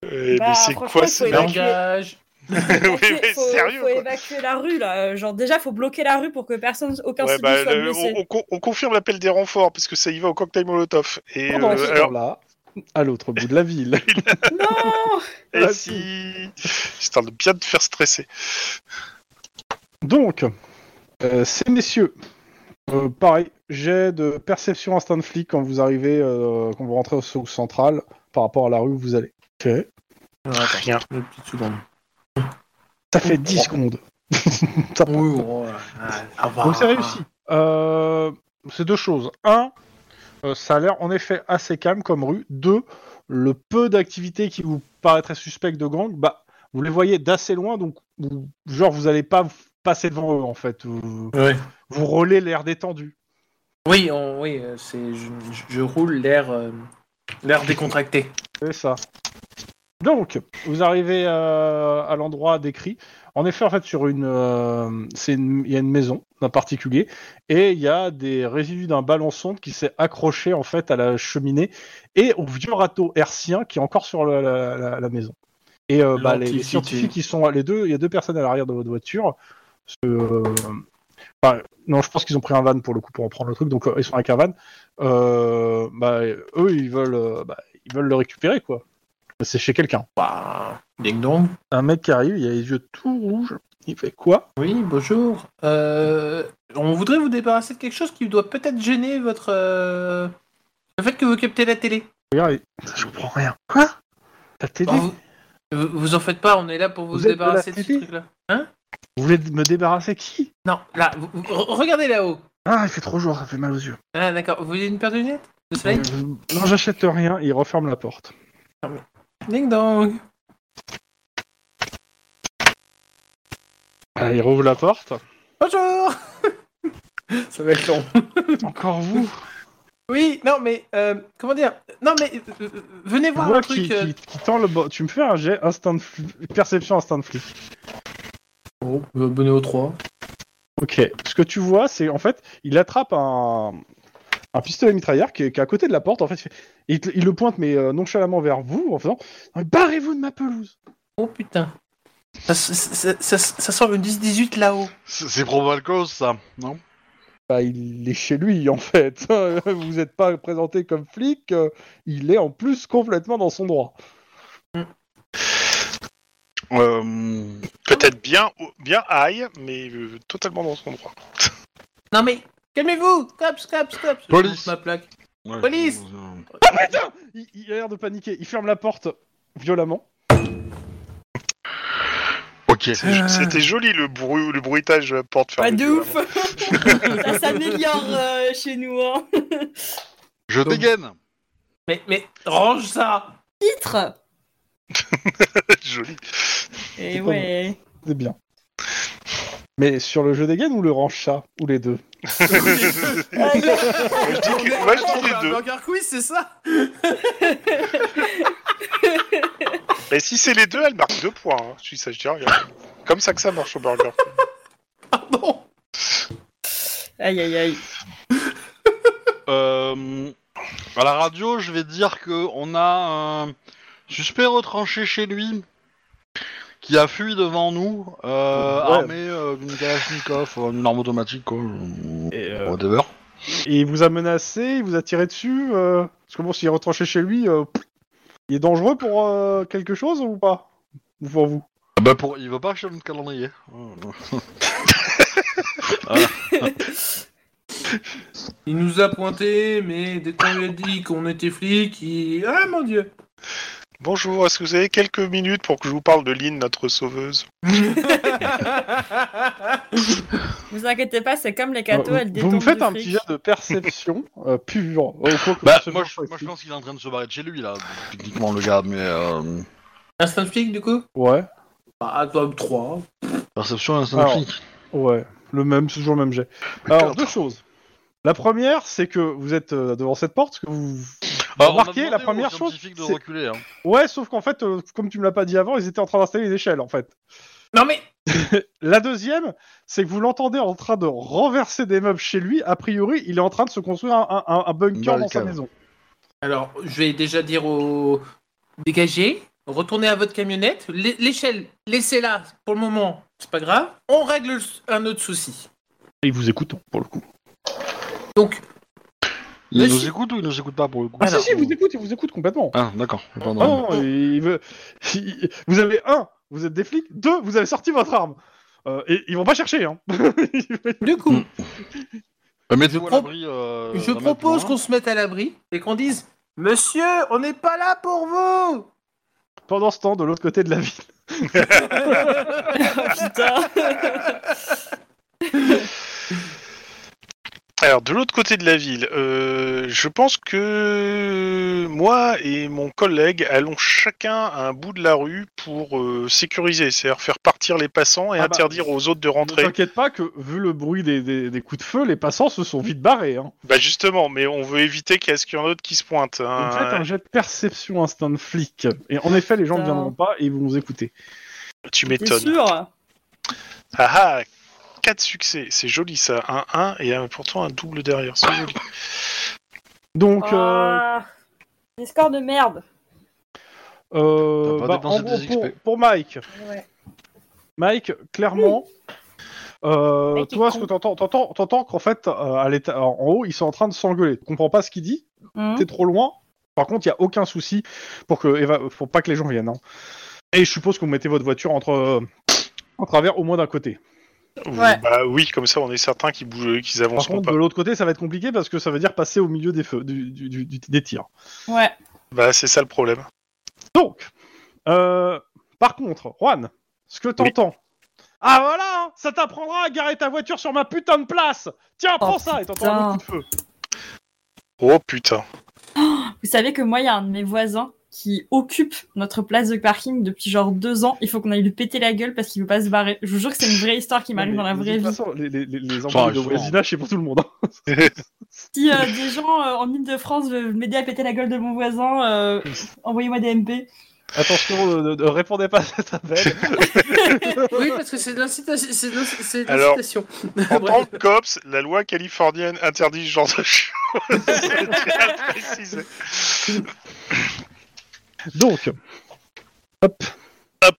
[SPEAKER 5] euh,
[SPEAKER 2] Bah,
[SPEAKER 5] mais c'est
[SPEAKER 2] franchement,
[SPEAKER 5] quoi
[SPEAKER 2] il
[SPEAKER 5] ce
[SPEAKER 2] faut
[SPEAKER 5] merde
[SPEAKER 2] évacuer.
[SPEAKER 3] Langage.
[SPEAKER 5] Oui,
[SPEAKER 2] Faut-
[SPEAKER 5] mais
[SPEAKER 2] faut,
[SPEAKER 5] sérieux,
[SPEAKER 2] faut
[SPEAKER 5] quoi.
[SPEAKER 2] évacuer la rue là. Euh, Genre déjà, faut bloquer la rue pour que personne, aucun
[SPEAKER 5] Ouais,
[SPEAKER 2] civil
[SPEAKER 5] bah,
[SPEAKER 2] soit
[SPEAKER 5] le-
[SPEAKER 2] blessé.
[SPEAKER 5] on, on con- on confirme l'appel des renforts parce que ça y va au cocktail Molotov.
[SPEAKER 2] Ah
[SPEAKER 5] Et,
[SPEAKER 2] bah,
[SPEAKER 1] Pendant
[SPEAKER 5] euh,
[SPEAKER 1] ce
[SPEAKER 5] alors,
[SPEAKER 1] temps-là, à l'autre bout de la ville.
[SPEAKER 2] Non
[SPEAKER 5] et si... Histoire de bien te faire stresser.
[SPEAKER 1] Donc, euh, ces messieurs, euh, pareil, j'ai de perception instinct de flic quand vous arrivez, euh, quand vous rentrez au sous central, par rapport à la rue où vous allez.
[SPEAKER 3] Alors, attends,
[SPEAKER 5] Rien.
[SPEAKER 3] une petite seconde.
[SPEAKER 1] Ça fait 10 secondes. Ça prend.
[SPEAKER 3] Oui, oh, ah, ah, bah,
[SPEAKER 1] Donc c'est réussi. Euh, c'est deux choses. Un, euh, ça a l'air en effet assez calme comme rue. Deux, le peu d'activités qui vous paraîtraient suspectes de gang, bah, vous les voyez d'assez loin, donc vous- genre vous n'allez pas passer devant eux en fait. Vous,
[SPEAKER 3] ah. Ouais.
[SPEAKER 1] vous rôlez l'air détendu.
[SPEAKER 3] Oui, on- oui, euh, c'est, je, je- je roule l'air, euh, l'air décontracté.
[SPEAKER 1] C'est ça. Donc, vous arrivez euh, à l'endroit décrit. En effet, en fait, sur une, euh, c'est une- il y a une maison d'un particulier et il y a des résidus d'un balançon qui s'est accroché en fait à la cheminée et au vieux râteau hercien qui est encore sur la, la- la- la maison. Et euh, bah, les, les
[SPEAKER 3] L'antiquité.
[SPEAKER 1] scientifiques, ils sont les deux. Il y a deux personnes à l'arrière de votre voiture. Parce que, euh, enfin, non, je pense qu'ils ont pris un van pour le coup pour en prendre le truc. Donc euh, ils sont avec un van. Euh, bah, eux, ils veulent, euh, bah, ils veulent le récupérer quoi. C'est chez quelqu'un.
[SPEAKER 3] Bah, ding dong.
[SPEAKER 1] Un mec qui arrive, il a les yeux tout rouges. Il fait quoi
[SPEAKER 3] Oui, bonjour. Euh, on voudrait vous débarrasser de quelque chose qui doit peut-être gêner votre. euh, le fait que vous captez la télé.
[SPEAKER 1] Regarde, il- je comprends rien. Quoi La télé
[SPEAKER 3] Bon, vous, vous- vous en faites pas, on est là pour vous,
[SPEAKER 1] Vous êtes de la
[SPEAKER 3] débarrasser de, ce
[SPEAKER 1] télé
[SPEAKER 3] truc-là.
[SPEAKER 1] Vous voulez me débarrasser qui
[SPEAKER 3] Non, là, vous- vous- re- regardez là-haut.
[SPEAKER 1] Ah, il fait trop jour, ça fait mal aux yeux.
[SPEAKER 3] Ah, d'accord. Vous voulez une paire de lunettes De soleil
[SPEAKER 1] Euh, non, j'achète rien. Il referme la porte.
[SPEAKER 3] Ding dong.
[SPEAKER 1] Ah, il rouvre la porte.
[SPEAKER 3] Bonjour Ça va être long.
[SPEAKER 1] Encore vous
[SPEAKER 3] Oui, non, mais. euh, comment dire Non, mais. euh, euh, venez
[SPEAKER 1] Tu
[SPEAKER 3] voir
[SPEAKER 1] vois
[SPEAKER 3] un truc.
[SPEAKER 1] qui,
[SPEAKER 3] euh,
[SPEAKER 1] qui- qui tend le bord. Tu me fais un jet instinct de flic- perception instinct de flic.
[SPEAKER 3] Oh, euh, Bonneau 3.
[SPEAKER 1] Ok. Ce que tu vois, c'est en fait, il attrape un, un pistolet mitrailleur qui est, qui est à côté de la porte. En fait, il fait- il, te- il le pointe mais euh, nonchalamment vers vous en faisant Barrez-vous de ma pelouse.
[SPEAKER 3] Oh putain. Ça, ça, ça- ça- ça semble une 10-18 là-haut.
[SPEAKER 4] C'est c'est probable cause, ça, non
[SPEAKER 1] Bah, il est chez lui en fait. Vous n'êtes pas présenté comme flic, euh, il est en plus complètement dans son droit.
[SPEAKER 4] euh...
[SPEAKER 5] Peut-être bien, bien high, mais euh, totalement dans son droit.
[SPEAKER 3] Non mais, calmez-vous Cops, cops, cops Je
[SPEAKER 4] Police.
[SPEAKER 3] monte ma plaque.
[SPEAKER 4] ouais, euh,
[SPEAKER 3] Police
[SPEAKER 4] je- je-
[SPEAKER 1] Il, il a l'air de paniquer, il ferme la porte violemment.
[SPEAKER 4] Ok.
[SPEAKER 5] C'est- C'était joli le, bruit, le bruitage de la porte
[SPEAKER 2] Ah. Pas
[SPEAKER 5] fermée.
[SPEAKER 2] de ouf Ça s'améliore euh, chez nous, hein
[SPEAKER 4] Je dégaine
[SPEAKER 3] Mais, mais, range ça
[SPEAKER 2] Titre
[SPEAKER 5] joli.
[SPEAKER 2] Et ouais.
[SPEAKER 1] C'est bien. Mais sur le jeu des gaines ou le range chat Ou les deux
[SPEAKER 5] Moi je dis, que- moi, je dis les
[SPEAKER 3] Un
[SPEAKER 5] deux.
[SPEAKER 3] Burger quiz, c'est ça
[SPEAKER 5] Mais si c'est les deux, elle marque deux points. hein. Je suis ça, je dis rien. Comme ça que ça marche au burger.
[SPEAKER 3] Pardon
[SPEAKER 2] Aïe aïe aïe.
[SPEAKER 4] Euh, à la radio, je vais dire que on a un suspect retranché chez lui qui a fui devant nous, euh,
[SPEAKER 1] Ouais.
[SPEAKER 4] armé euh, d'une Kalachnikov, euh, une arme automatique, quoi, ou-
[SPEAKER 1] euh,
[SPEAKER 4] whatever.
[SPEAKER 1] Et il vous a menacé, il vous a tiré dessus euh, Parce que bon, s'il est retranché chez lui, euh, pff, il est dangereux pour euh, quelque chose ou pas Ou pour vous
[SPEAKER 4] Ah Bah pour, il veut pas acheter mon calendrier.
[SPEAKER 3] Il nous a pointé, mais dès qu'on lui a dit qu'on était flic, il... Ah mon dieu
[SPEAKER 5] Bonjour, est-ce que vous avez quelques minutes pour que je vous parle de Lynn, notre sauveuse
[SPEAKER 2] Vous inquiétez pas, c'est comme les cadeaux,
[SPEAKER 1] Euh,
[SPEAKER 2] elles
[SPEAKER 1] Vous
[SPEAKER 2] détendent
[SPEAKER 1] me faites
[SPEAKER 2] du
[SPEAKER 1] un
[SPEAKER 2] fric.
[SPEAKER 1] petit jet de perception euh, pure. Oh, faut que
[SPEAKER 4] Bah,
[SPEAKER 1] ce
[SPEAKER 4] moi,
[SPEAKER 1] soit
[SPEAKER 4] je, moi, je
[SPEAKER 1] précis.
[SPEAKER 4] pense qu'il est en train de se barrer de chez lui là, techniquement le gars, mais euh,
[SPEAKER 3] Instant flic, du coup
[SPEAKER 1] Ouais,
[SPEAKER 3] Bah, toi, 3.
[SPEAKER 4] perception instant
[SPEAKER 1] Alors.
[SPEAKER 4] flic.
[SPEAKER 1] ouais. Le même, c'est toujours le même jet. Alors, deux choses. La première, c'est que vous êtes euh, devant cette porte, que vous...
[SPEAKER 4] Alors, on a
[SPEAKER 1] remarquez, la
[SPEAKER 4] demandé aux
[SPEAKER 1] première chose,
[SPEAKER 4] scientifiques de
[SPEAKER 1] c'est-
[SPEAKER 4] reculer. hein.
[SPEAKER 1] Ouais, sauf qu'en fait, euh, comme tu me l'as pas dit avant, ils étaient en train d'installer les échelles, en fait.
[SPEAKER 3] Non mais...
[SPEAKER 1] La deuxième, c'est que vous l'entendez en train de renverser des meubles chez lui. A priori, il est en train de se construire un, un- un bunker dans sa
[SPEAKER 4] Balkan.
[SPEAKER 1] maison.
[SPEAKER 3] Alors, je vais déjà dire au... Dégagez, retournez à votre camionnette. L'é- L'échelle, laissez-la pour le moment, c'est pas grave. On règle le- un autre souci.
[SPEAKER 1] Et ils vous écoutent, pour le coup.
[SPEAKER 3] Donc,
[SPEAKER 4] Il
[SPEAKER 3] Mais
[SPEAKER 4] nous
[SPEAKER 3] si-
[SPEAKER 4] écoute ou il nous écoute pas pour le coup
[SPEAKER 1] Ah, si, si, ils vous écoutent, ils vous écoutent complètement.
[SPEAKER 4] Ah, d'accord.
[SPEAKER 3] Oh.
[SPEAKER 4] Pardon.
[SPEAKER 1] Ah non, il veut- il- Vous avez un, vous êtes des flics. Deux, vous avez sorti votre arme. Euh, et ils vont pas chercher, hein.
[SPEAKER 3] du coup,
[SPEAKER 4] Mm. Euh, Mettez-vous à
[SPEAKER 3] pro-
[SPEAKER 4] l'abri, euh,
[SPEAKER 3] je
[SPEAKER 4] d'un mec
[SPEAKER 3] propose
[SPEAKER 4] loin.
[SPEAKER 3] qu'on se mette à l'abri et qu'on dise Monsieur, on n'est pas là pour vous
[SPEAKER 1] Pendant ce temps, de l'autre côté de la ville.
[SPEAKER 2] Oh, putain
[SPEAKER 5] Alors, de l'autre côté de la ville, euh, je pense que moi et mon collègue allons chacun à un bout de la rue pour euh, sécuriser, c'est-à-dire faire partir les passants et
[SPEAKER 1] Ah bah,
[SPEAKER 5] interdire aux autres de
[SPEAKER 1] Ne
[SPEAKER 5] rentrer.
[SPEAKER 1] t'inquiète pas que, vu le bruit des, des- des coups de feu, les passants se sont vite barrés. Hein.
[SPEAKER 5] Bah justement, mais on veut éviter qu'il y ait ce qu'il y en a d'autres qui se pointent. hein.
[SPEAKER 1] Donc, faites un jet de perception instinct de flic. Et en effet, les gens ne
[SPEAKER 2] Putain.
[SPEAKER 1] viendront pas et ils vont vous écouter.
[SPEAKER 5] Tu
[SPEAKER 2] T'es
[SPEAKER 5] m'étonnes.
[SPEAKER 2] sûr
[SPEAKER 5] Ah ah 4 succès, c'est joli ça, un 1 et un- pourtant un double derrière, c'est joli.
[SPEAKER 1] Donc, euh,
[SPEAKER 2] Ah, Des scores de merde.
[SPEAKER 1] Euh,
[SPEAKER 4] T'as pas
[SPEAKER 1] bah,
[SPEAKER 4] dépensé
[SPEAKER 1] en gros,
[SPEAKER 4] tes
[SPEAKER 1] pour,
[SPEAKER 4] XP.
[SPEAKER 1] pour Mike. Mike, clairement, euh,
[SPEAKER 2] Mike est
[SPEAKER 1] toi, ce
[SPEAKER 2] con.
[SPEAKER 1] que t'entends, t'entends, t'entends qu'en fait, euh, à l'état, en haut, ils sont en train de s'engueuler. Tu comprends pas ce qu'il dit
[SPEAKER 2] Hmm.
[SPEAKER 1] T'es trop loin. Par contre, il y a aucun souci pour que, éva- pour pas que les gens viennent. hein. Et je suppose que vous mettez votre voiture entre, euh, en travers au moins d'un côté.
[SPEAKER 2] Ouais.
[SPEAKER 5] Bah oui, comme ça on est certain qu'ils bougent, euh, qu'ils
[SPEAKER 1] Par
[SPEAKER 5] avanceront
[SPEAKER 1] contre,
[SPEAKER 5] pas.
[SPEAKER 1] de l'autre côté, ça va être compliqué parce que ça veut dire passer au milieu des feux, du- du- du- du- des tirs.
[SPEAKER 2] Ouais.
[SPEAKER 5] Bah c'est ça le problème.
[SPEAKER 1] Donc, euh, par contre, Juan, ce que t'entends. Ah voilà, hein, ça t'apprendra à garer ta voiture sur ma putain de place. Tiens,
[SPEAKER 2] Oh,
[SPEAKER 1] prends ça et t'entends un autre coup de feu.
[SPEAKER 5] Oh putain.
[SPEAKER 2] Vous savez que moi, il y a un de mes voisins qui occupe notre place de parking depuis genre deux ans. Il faut qu'on aille lui péter la gueule parce qu'il veut pas se barrer. Je vous jure que c'est une vraie histoire qui m'arrive dans la
[SPEAKER 1] Mais
[SPEAKER 2] vraie
[SPEAKER 1] de toute
[SPEAKER 2] vie.
[SPEAKER 1] façon, les, les, les, les
[SPEAKER 4] Ça
[SPEAKER 1] embrouilles
[SPEAKER 4] arrive
[SPEAKER 1] de
[SPEAKER 4] souvent.
[SPEAKER 1] voisinage, c'est pour tout le monde. hein.
[SPEAKER 2] Si euh, des gens euh, en Ile-de-France veulent m'aider à péter la gueule de mon voisin, euh, envoyez-moi des MP.
[SPEAKER 1] Attention, euh, ne, ne- ne répondez pas à cet appel.
[SPEAKER 3] Oui, parce que c'est de l'incitation. C'est de l'inc- c'est de
[SPEAKER 5] Alors,
[SPEAKER 3] l'incitation.
[SPEAKER 5] En
[SPEAKER 3] Bref.
[SPEAKER 5] tant que cops, la loi californienne interdit ce genre de choses. Je tiens à le préciser.
[SPEAKER 1] bah, Donc, hop.
[SPEAKER 5] Hop.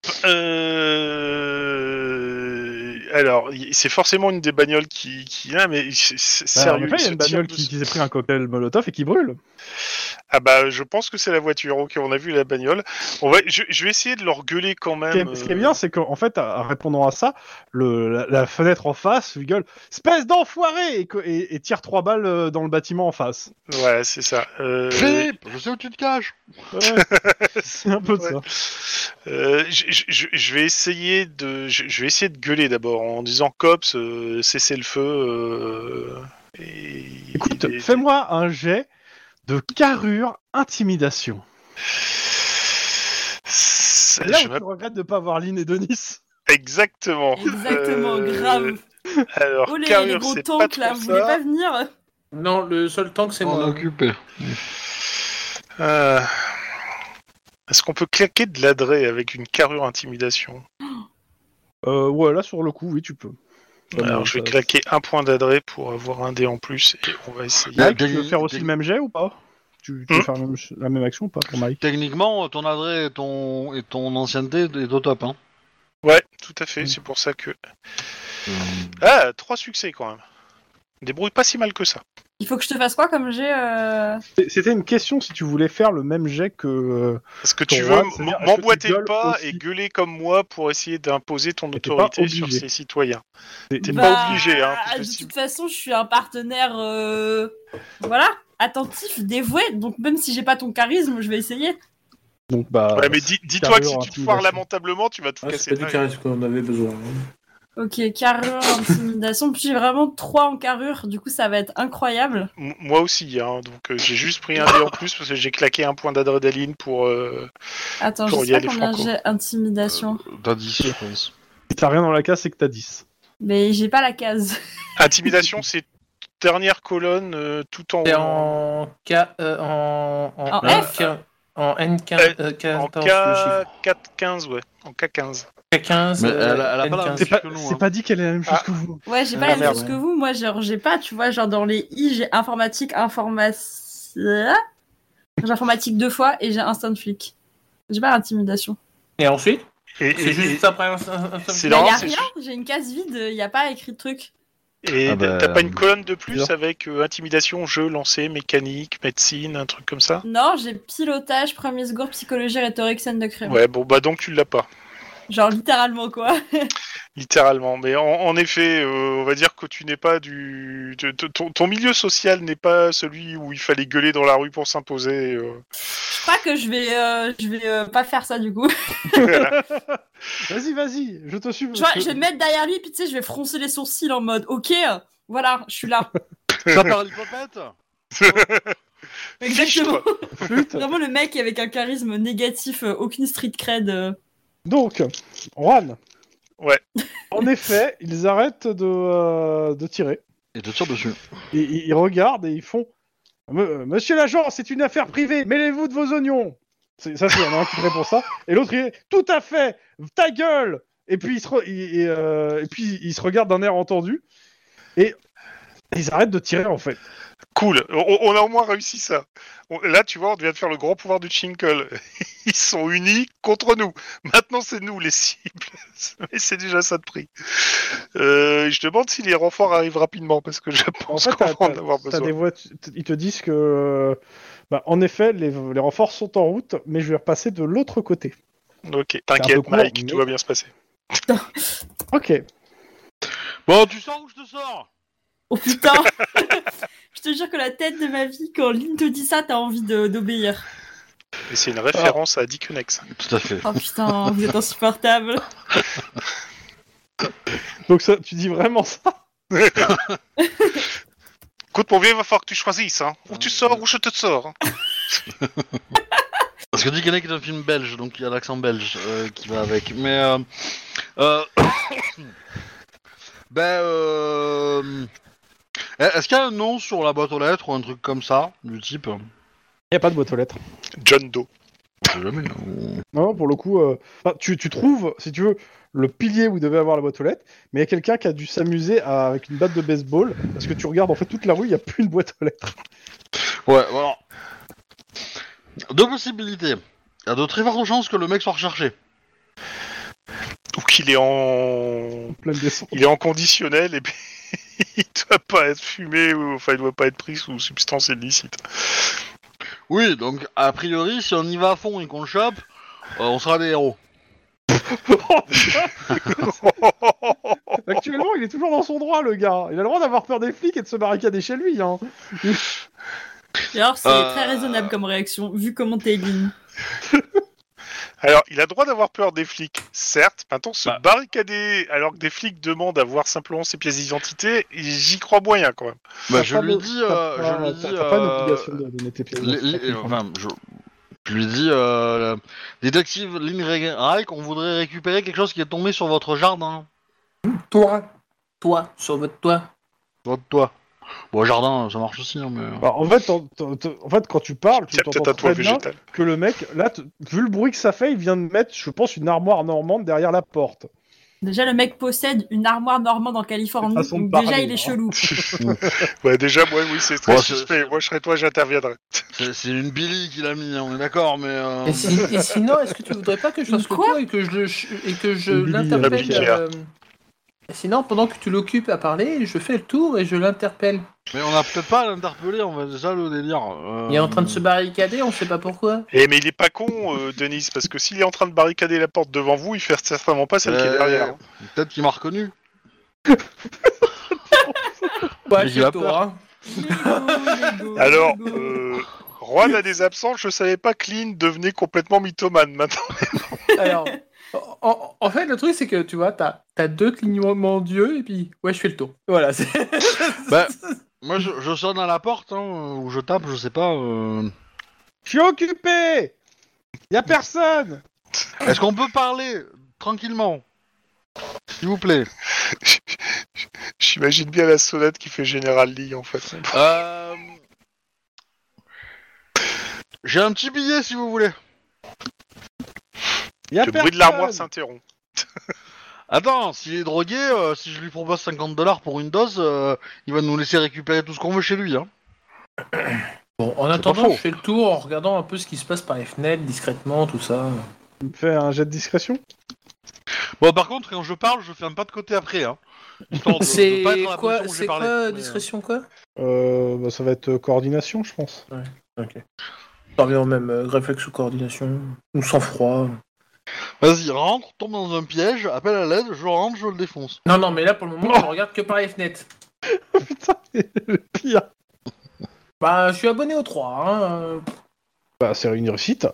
[SPEAKER 5] euh, Alors, y- c'est forcément une des bagnoles qui, qui a, mais c'est- c'est-
[SPEAKER 1] Bah,
[SPEAKER 5] sérieux.
[SPEAKER 1] en effet, il y a
[SPEAKER 5] ce
[SPEAKER 1] une
[SPEAKER 5] tir
[SPEAKER 1] bagnole
[SPEAKER 5] de-
[SPEAKER 1] qui, qui s'est pris un cocktail Molotov et qui brûle.
[SPEAKER 5] Ah bah, je pense que c'est la voiture. Ok, on a vu la bagnole. On va... je, je vais essayer de leur gueuler quand
[SPEAKER 1] Ce qui
[SPEAKER 5] même.
[SPEAKER 1] est, ce qui est bien, c'est qu'en fait, en répondant à ça, le, la, la fenêtre en face lui gueule « Espèce d'enfoiré !» et, que- et- et tire trois balles euh, dans le bâtiment en face.
[SPEAKER 5] euh, Ouais, c'est ça. Euh,
[SPEAKER 4] Philippe, je sais où tu te caches.
[SPEAKER 1] c'est un peu de
[SPEAKER 5] Ouais.
[SPEAKER 1] ça.
[SPEAKER 5] Euh, je, je- je- je vais essayer de, je, je vais essayer de gueuler d'abord en disant cops, euh, cessez le feu. euh, et-
[SPEAKER 1] Écoute,
[SPEAKER 5] et-
[SPEAKER 1] fais-moi un jet de carrure intimidation.
[SPEAKER 5] C'est-
[SPEAKER 1] C'est là
[SPEAKER 5] je
[SPEAKER 1] où
[SPEAKER 5] m'app-
[SPEAKER 1] tu regrettes de pas avoir Lynn et Denis.
[SPEAKER 5] Exactement.
[SPEAKER 2] Exactement,
[SPEAKER 5] Oh, Euh,
[SPEAKER 2] grave.
[SPEAKER 5] Alors,
[SPEAKER 2] Oh les, les
[SPEAKER 5] carrure,
[SPEAKER 2] gros
[SPEAKER 5] c'est pas
[SPEAKER 2] tanks
[SPEAKER 5] trop
[SPEAKER 2] là, vous voulez
[SPEAKER 5] ça.
[SPEAKER 2] pas venir
[SPEAKER 3] Non, le seul tank, c'est
[SPEAKER 4] On est
[SPEAKER 3] moi.
[SPEAKER 4] occupé.
[SPEAKER 5] Euh, Est-ce qu'on peut claquer de l'adré avec une carrure intimidation
[SPEAKER 1] Euh, ouais, là sur le coup, oui, tu peux. Euh,
[SPEAKER 5] Alors, je vais claquer un point d'adré pour avoir un dé en plus et on va essayer.
[SPEAKER 4] Là,
[SPEAKER 1] Mike, tu veux faire aussi le même jet ou pas Tu, tu veux
[SPEAKER 5] Hmm
[SPEAKER 1] faire la même- la même action ou pas pour Mike
[SPEAKER 4] Techniquement, ton adresse et ton, et ton ancienneté est au top. Hein.
[SPEAKER 5] Ouais, tout à
[SPEAKER 1] Mm.
[SPEAKER 5] fait, c'est pour ça que. Ah, trois succès quand même. Débrouille pas si mal que ça.
[SPEAKER 2] Il faut que je te fasse quoi comme j'ai euh...
[SPEAKER 1] C'est- C'était une question si tu voulais faire le même jet que. euh,
[SPEAKER 5] Est-ce que
[SPEAKER 1] Ton
[SPEAKER 5] tu veux
[SPEAKER 1] rôle,
[SPEAKER 5] m-
[SPEAKER 1] c'est-à-dire, est-ce que tu
[SPEAKER 5] m'emboîter le
[SPEAKER 1] gueules
[SPEAKER 5] pas
[SPEAKER 1] aussi
[SPEAKER 5] et gueuler comme moi pour essayer d'imposer ton
[SPEAKER 1] Mais t'es pas
[SPEAKER 5] autorité sur
[SPEAKER 1] obligé.
[SPEAKER 5] ces citoyens T'es
[SPEAKER 1] des-
[SPEAKER 5] pas obligé, hein, parce que
[SPEAKER 2] bah, ah, De
[SPEAKER 5] si-
[SPEAKER 2] toute façon, je suis un partenaire, euh, voilà, attentif, dévoué. Donc même si j'ai pas ton charisme, je vais essayer.
[SPEAKER 1] Donc, bah.
[SPEAKER 5] Ouais, mais dis- dis-toi que si
[SPEAKER 1] carrure,
[SPEAKER 5] tu te foires
[SPEAKER 1] intimidation.
[SPEAKER 5] lamentablement, tu vas tout
[SPEAKER 3] Ah,
[SPEAKER 5] casser.
[SPEAKER 3] c'est pas du charisme qu'on avait besoin.
[SPEAKER 2] Ok, carrure, intimidation. Puis j'ai vraiment 3 en carrure. Du coup, ça va être incroyable.
[SPEAKER 5] M- Moi aussi, hein, donc euh, j'ai juste pris un dé en plus parce que j'ai claqué un point d'adrénaline pour. euh,
[SPEAKER 2] Attends, je
[SPEAKER 5] Pour y
[SPEAKER 2] sais pas
[SPEAKER 5] aller
[SPEAKER 2] combien
[SPEAKER 5] franco.
[SPEAKER 2] j'ai intimidation.
[SPEAKER 4] T'as 10, je pense.
[SPEAKER 1] Si t'as rien dans la case, c'est que t'as 10.
[SPEAKER 2] Mais j'ai pas la case.
[SPEAKER 5] Intimidation, c'est dernière colonne euh, tout en.
[SPEAKER 3] C'est en K. euh, en, en,
[SPEAKER 2] En F.
[SPEAKER 3] N15, En N15.
[SPEAKER 5] Euh,
[SPEAKER 3] euh,
[SPEAKER 5] En
[SPEAKER 3] 14, le chiffre.
[SPEAKER 5] K15, ouais. En K15.
[SPEAKER 3] K15.
[SPEAKER 4] Mais
[SPEAKER 3] euh,
[SPEAKER 4] elle a- elle a pas la-
[SPEAKER 3] N15.
[SPEAKER 4] C'est
[SPEAKER 1] C'est
[SPEAKER 4] pas-
[SPEAKER 1] pas,
[SPEAKER 4] que nous, hein.
[SPEAKER 1] dit qu'elle est la même chose
[SPEAKER 5] Ah.
[SPEAKER 1] que vous.
[SPEAKER 2] Ouais, j'ai pas
[SPEAKER 3] Ah,
[SPEAKER 2] la même
[SPEAKER 5] merde,
[SPEAKER 2] chose
[SPEAKER 3] ouais.
[SPEAKER 2] que vous. Moi, genre, j'ai pas, tu vois, genre dans les I, j'ai informatique, information. J'ai informatique deux fois et j'ai instant flic. J'ai pas l'intimidation.
[SPEAKER 3] Et ensuite
[SPEAKER 5] Et,
[SPEAKER 3] C'est
[SPEAKER 5] et-
[SPEAKER 3] juste après un, un- un-
[SPEAKER 5] C'est
[SPEAKER 2] Bah,
[SPEAKER 5] Non,
[SPEAKER 2] y a
[SPEAKER 5] c'est
[SPEAKER 2] rien, j'ai une case vide, y a pas écrit de truc.
[SPEAKER 5] et
[SPEAKER 4] Ah bah,
[SPEAKER 5] t'as pas une colonne de plus
[SPEAKER 1] bizarre.
[SPEAKER 5] avec euh, intimidation, jeu, lancer, mécanique, médecine, un truc comme ça
[SPEAKER 2] Non, j'ai pilotage, premier secours, psychologie, rhétorique, scène de crime.
[SPEAKER 5] Ouais, bon, bah donc tu l'as pas.
[SPEAKER 2] Genre littéralement quoi.
[SPEAKER 5] Littéralement, mais en, en effet, euh, on va dire que tu n'es pas du. de- de- ton, ton milieu social n'est pas celui où il fallait gueuler dans la rue pour s'imposer. euh.
[SPEAKER 2] Je crois que je vais, euh, je vais euh, pas faire ça du coup.
[SPEAKER 1] Vas-y, vas-y, je te suis.
[SPEAKER 2] Tu vois, je vais me mettre derrière lui, puis tu sais, je vais froncer les sourcils en mode, ok, euh, voilà, je suis là.
[SPEAKER 4] Ça parle l'hypopète
[SPEAKER 2] Exactement.
[SPEAKER 1] Flûte.
[SPEAKER 2] Vraiment le mec avec un charisme négatif, euh, aucune street cred. euh.
[SPEAKER 1] Donc, Juan.
[SPEAKER 5] Ouais.
[SPEAKER 1] En effet, ils arrêtent de, euh, de tirer.
[SPEAKER 4] Et te tire dessus.
[SPEAKER 1] Et, ils ils regardent et ils font Me- euh, Monsieur l'agent, c'est une affaire privée, mêlez-vous de vos oignons C'est- Ça, c'est il y en a un qui te répond ça. Et l'autre, il est Tout à fait Ta gueule Et puis, ils se, re- ils- et, euh, et puis, ils se regardent d'un air entendu. Et ils arrêtent de tirer, en fait.
[SPEAKER 5] Cool, on, on a au moins réussi ça. On- là, tu vois, on devient de faire le grand pouvoir du Chinkle. Ils sont unis contre nous. Maintenant, c'est nous les cibles. Mais c'est déjà ça de prix. Euh, je demande si les renforts arrivent rapidement parce que je
[SPEAKER 1] En
[SPEAKER 5] pense
[SPEAKER 1] fait,
[SPEAKER 5] qu'on
[SPEAKER 1] t'as-
[SPEAKER 5] va en
[SPEAKER 1] t'as-
[SPEAKER 5] avoir
[SPEAKER 1] t'as
[SPEAKER 5] besoin.
[SPEAKER 1] des voitures- ils te disent que, bah, en effet, les, les renforts sont en route, mais je vais repasser de l'autre côté.
[SPEAKER 5] Ok,
[SPEAKER 1] peu
[SPEAKER 5] t'inquiète,
[SPEAKER 1] court,
[SPEAKER 5] Mike,
[SPEAKER 1] mais-
[SPEAKER 5] tout va bien se passer.
[SPEAKER 1] Ok.
[SPEAKER 4] Bon, tu sors ou je te sors
[SPEAKER 2] Oh putain Je te jure que la tête de ma vie, quand Lynn te dit ça, t'as envie de- d'obéir.
[SPEAKER 5] Et c'est une référence à Dickenex.
[SPEAKER 4] Tout à fait.
[SPEAKER 2] Oh putain, vous êtes insupportable.
[SPEAKER 1] Donc, ça, tu dis vraiment ça
[SPEAKER 5] Écoute, mon vieux, il va falloir que tu choisisses. Hein. Ou tu
[SPEAKER 1] Euh,
[SPEAKER 4] Ouais,
[SPEAKER 5] sors
[SPEAKER 4] ouais.
[SPEAKER 5] ou je te sors. hein.
[SPEAKER 4] Parce que Dickeneck est un film belge, donc il y a l'accent belge euh, qui va avec. Mais. Euh, euh, ben. Euh, Est-ce qu'il y a un nom sur la boîte aux lettres ou un truc comme ça, du type
[SPEAKER 1] Il n'y a pas de boîte aux lettres.
[SPEAKER 5] John Doe.
[SPEAKER 4] On sait jamais. on-
[SPEAKER 1] Non, pour le coup, euh, enfin, tu, tu trouves, si tu veux, le pilier où devait avoir la boîte aux lettres, mais il y a quelqu'un qui a dû s'amuser à- avec une batte de baseball, parce que tu regardes en fait toute la rue, il n'y a plus une boîte aux lettres.
[SPEAKER 4] Ouais, voilà. Deux possibilités. Il y a de très fortes chances que le mec soit recherché.
[SPEAKER 5] Donc il est en
[SPEAKER 1] pleine descente.
[SPEAKER 5] il est en conditionnel et puis il doit pas être fumé ou enfin il doit pas être pris sous substance illicite.
[SPEAKER 4] Oui, donc a priori, si on y va à fond et qu'on le chope, euh, on sera des héros.
[SPEAKER 1] Actuellement, il est toujours dans son droit, le gars. Il a le droit d'avoir peur des flics et de se barricader chez lui. Hein.
[SPEAKER 2] Et alors, c'est
[SPEAKER 4] Euh.
[SPEAKER 2] très raisonnable comme réaction, vu comment t'es ligne.
[SPEAKER 5] Alors il a droit d'avoir peur des flics, certes. Maintenant se
[SPEAKER 4] Bah.
[SPEAKER 5] barricader alors que des flics demandent à voir simplement ses pièces d'identité, j'y crois moyen quand même.
[SPEAKER 4] Bah,
[SPEAKER 1] T'as
[SPEAKER 4] je
[SPEAKER 1] pas
[SPEAKER 4] lui
[SPEAKER 1] de-
[SPEAKER 4] dis,
[SPEAKER 1] t'as
[SPEAKER 4] euh,
[SPEAKER 1] pas-
[SPEAKER 4] je lui dis,
[SPEAKER 1] t'as pas
[SPEAKER 4] euh,
[SPEAKER 1] d'obligation de donner tes pièces.
[SPEAKER 4] Les- les- euh,
[SPEAKER 1] d'identité.
[SPEAKER 4] enfin, je, je lui dis, euh, la- détective Lynn Re- Reich, on voudrait récupérer quelque chose qui est tombé sur votre jardin.
[SPEAKER 3] Toi. Toi, sur votre toit.
[SPEAKER 4] Votre toit. Bon, jardin, ça marche aussi, hein, mais...
[SPEAKER 1] Bah, en, fait, t'en- t'en- t'en- en fait, quand tu parles,
[SPEAKER 5] Il
[SPEAKER 1] tu
[SPEAKER 5] y a peut-être un
[SPEAKER 1] t'entends
[SPEAKER 5] toit
[SPEAKER 1] très bien
[SPEAKER 5] végétal.
[SPEAKER 1] que le mec, là, t- vu le bruit que ça fait, il vient de mettre, je pense, une armoire normande derrière la porte.
[SPEAKER 2] Déjà, le mec possède une armoire normande en Californie,
[SPEAKER 1] Façon de
[SPEAKER 2] donc
[SPEAKER 1] parler,
[SPEAKER 2] déjà, il
[SPEAKER 1] hein.
[SPEAKER 2] est chelou.
[SPEAKER 5] Ouais déjà moi oui c'est très
[SPEAKER 4] Ouais, c'est-
[SPEAKER 5] suspect. Moi je serais toi j'interviendrais.
[SPEAKER 4] C'est c'est une Billy qui l'a mis, hein, on est d'accord, mais... euh,
[SPEAKER 3] Et, si- et sinon, est-ce que tu voudrais pas que je fasse le
[SPEAKER 2] Quoi
[SPEAKER 3] toit et que je, le ch- et que je
[SPEAKER 1] Billy,
[SPEAKER 5] euh,
[SPEAKER 3] l'interpelle
[SPEAKER 5] Pierre.
[SPEAKER 3] euh, Sinon, pendant que tu l'occupes à parler, je fais le tour et je l'interpelle.
[SPEAKER 4] Mais on n'a peut-être pas à l'interpeller, on va c'est ça le délire. euh,
[SPEAKER 3] Il est en train de se barricader, on sait pas pourquoi.
[SPEAKER 5] Et Eh, mais il est pas con euh, Denis parce que s'il est en train de barricader la porte devant vous, il fait certainement pas celle qui est
[SPEAKER 4] euh,
[SPEAKER 5] derrière.
[SPEAKER 4] Peut-être qu'il m'a reconnu.
[SPEAKER 3] Ouais,
[SPEAKER 4] Mais
[SPEAKER 3] c'est
[SPEAKER 4] il a
[SPEAKER 3] le tour,
[SPEAKER 4] peur.
[SPEAKER 3] hein.
[SPEAKER 5] Alors, euh, Juan a des absents, je savais pas que Lynn devenait complètement mythomane maintenant.
[SPEAKER 3] Alors, en, en fait, le truc, c'est que tu vois, t'as as deux clignements d'yeux et puis, ouais, je fais le tour. Voilà. c'est-
[SPEAKER 4] Bah. Moi, je, je sonne à la porte, hein, ou je tape, je sais pas. euh.
[SPEAKER 1] Je suis occupé Y a personne
[SPEAKER 4] Est-ce qu'on peut parler tranquillement S'il vous plaît.
[SPEAKER 5] J'imagine bien la sonnette qui fait Général Lee en fait.
[SPEAKER 4] Euh, J'ai un petit billet, si vous voulez.
[SPEAKER 1] Y a
[SPEAKER 5] Le
[SPEAKER 1] personne
[SPEAKER 5] bruit de l'armoire s'interrompt.
[SPEAKER 4] Attends, s'il est drogué, euh, si je lui propose 50 dollars pour une dose, euh, il va nous laisser récupérer tout ce qu'on veut chez lui. Hein.
[SPEAKER 3] Bon, en
[SPEAKER 4] pas
[SPEAKER 3] attendant,
[SPEAKER 4] faux.
[SPEAKER 3] je fais le tour en regardant un peu ce qui se passe par les fenêtres, discrètement, tout ça.
[SPEAKER 1] Tu me fais un jet de discrétion
[SPEAKER 4] Bon, par contre, quand je parle, je ferme pas de côté après. Hein. Histoire de-
[SPEAKER 3] C'est
[SPEAKER 4] de pas être dans la
[SPEAKER 3] quoi
[SPEAKER 4] position où j'ai
[SPEAKER 3] C'est
[SPEAKER 4] parlé.
[SPEAKER 3] quoi,
[SPEAKER 4] Mais, euh,
[SPEAKER 3] discrétion, quoi
[SPEAKER 1] euh, bah, Ça va être euh, coordination, je pense.
[SPEAKER 3] Ok. Ça revient au même euh, réflexe ou coordination, ou sang-froid.
[SPEAKER 4] Vas-y, rentre, tombe dans un piège, appelle à l'aide, je rentre, je le défonce.
[SPEAKER 3] Non, non, mais là, pour le moment, je regarde que par les fenêtres.
[SPEAKER 1] Putain, c'est le pire
[SPEAKER 3] Bah, je suis abonné aux trois. Hein. euh,
[SPEAKER 1] Bah, c'est une réussite.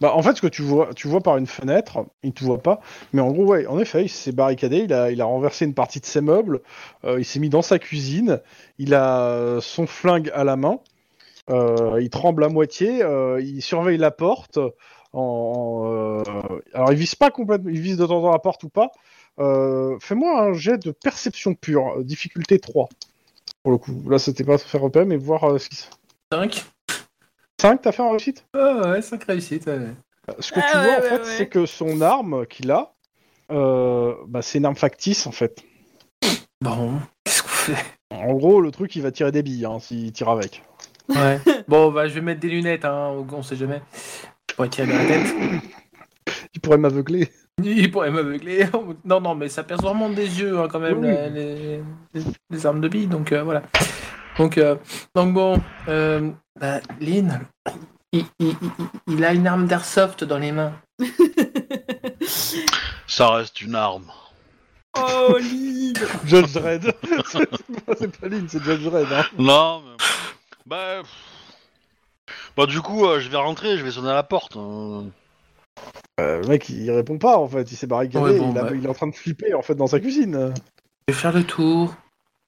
[SPEAKER 1] Bah, en fait, ce que tu vois, tu vois par une fenêtre, il te voit pas, mais en gros, ouais, en effet, il s'est barricadé, il a, il a renversé une partie de ses meubles, euh, il s'est mis dans sa cuisine, il a euh, son flingue à la main, euh, il tremble à moitié, euh, il surveille la porte. En, en, euh, alors, il vise pas complètement, il vise de temps en temps la porte ou pas. Euh, Fais-moi un jet de perception pure, euh, difficulté 3. Pour le coup, là, c'était pas se faire repérer, mais voir euh, ce qui. se-
[SPEAKER 3] Cinq.
[SPEAKER 1] 5, t'as fait un réussite
[SPEAKER 3] Ah ouais, cinq réussites. ouais.
[SPEAKER 1] ce que
[SPEAKER 2] Ah
[SPEAKER 1] tu vois,
[SPEAKER 2] ouais,
[SPEAKER 1] en
[SPEAKER 2] ouais,
[SPEAKER 1] fait,
[SPEAKER 2] ouais.
[SPEAKER 1] c'est que son arme qu'il a, euh, bah, c'est une arme factice, en fait.
[SPEAKER 3] Bon, Bah, qu'est-ce qu'on fait
[SPEAKER 1] En gros, le truc, il va tirer des billes, hein, s'il tire avec.
[SPEAKER 3] Ouais. bon, bah, je vais mettre des lunettes, hein, on on sait jamais. Je pourrais tirer dans la tête.
[SPEAKER 1] Il pourrait m'aveugler.
[SPEAKER 3] Il pourrait m'aveugler. Non, non, mais ça perce vraiment des yeux hein, quand même,
[SPEAKER 1] Oui.
[SPEAKER 3] la- les, les- les armes de billes. Donc euh, voilà. Donc, euh, donc bon, euh, bah, Lynn, il, il- il- il a une arme d'airsoft dans les mains.
[SPEAKER 4] Ça reste une arme.
[SPEAKER 1] euh,
[SPEAKER 2] oh, Lynn
[SPEAKER 1] Judge Dredd. c'est pas- c'est pas Lynn, c'est Judge Dredd. Hein.
[SPEAKER 4] Non, mais... Bah... pff. Bah du coup, euh, je vais rentrer, je vais sonner à la porte. euh.
[SPEAKER 1] Euh, le mec, il répond pas, en fait. Il s'est barricadé,
[SPEAKER 3] Ouais, bon,
[SPEAKER 1] il, a-
[SPEAKER 3] bah.
[SPEAKER 1] il est en train de flipper, en fait, dans sa cuisine.
[SPEAKER 3] Je vais faire le tour.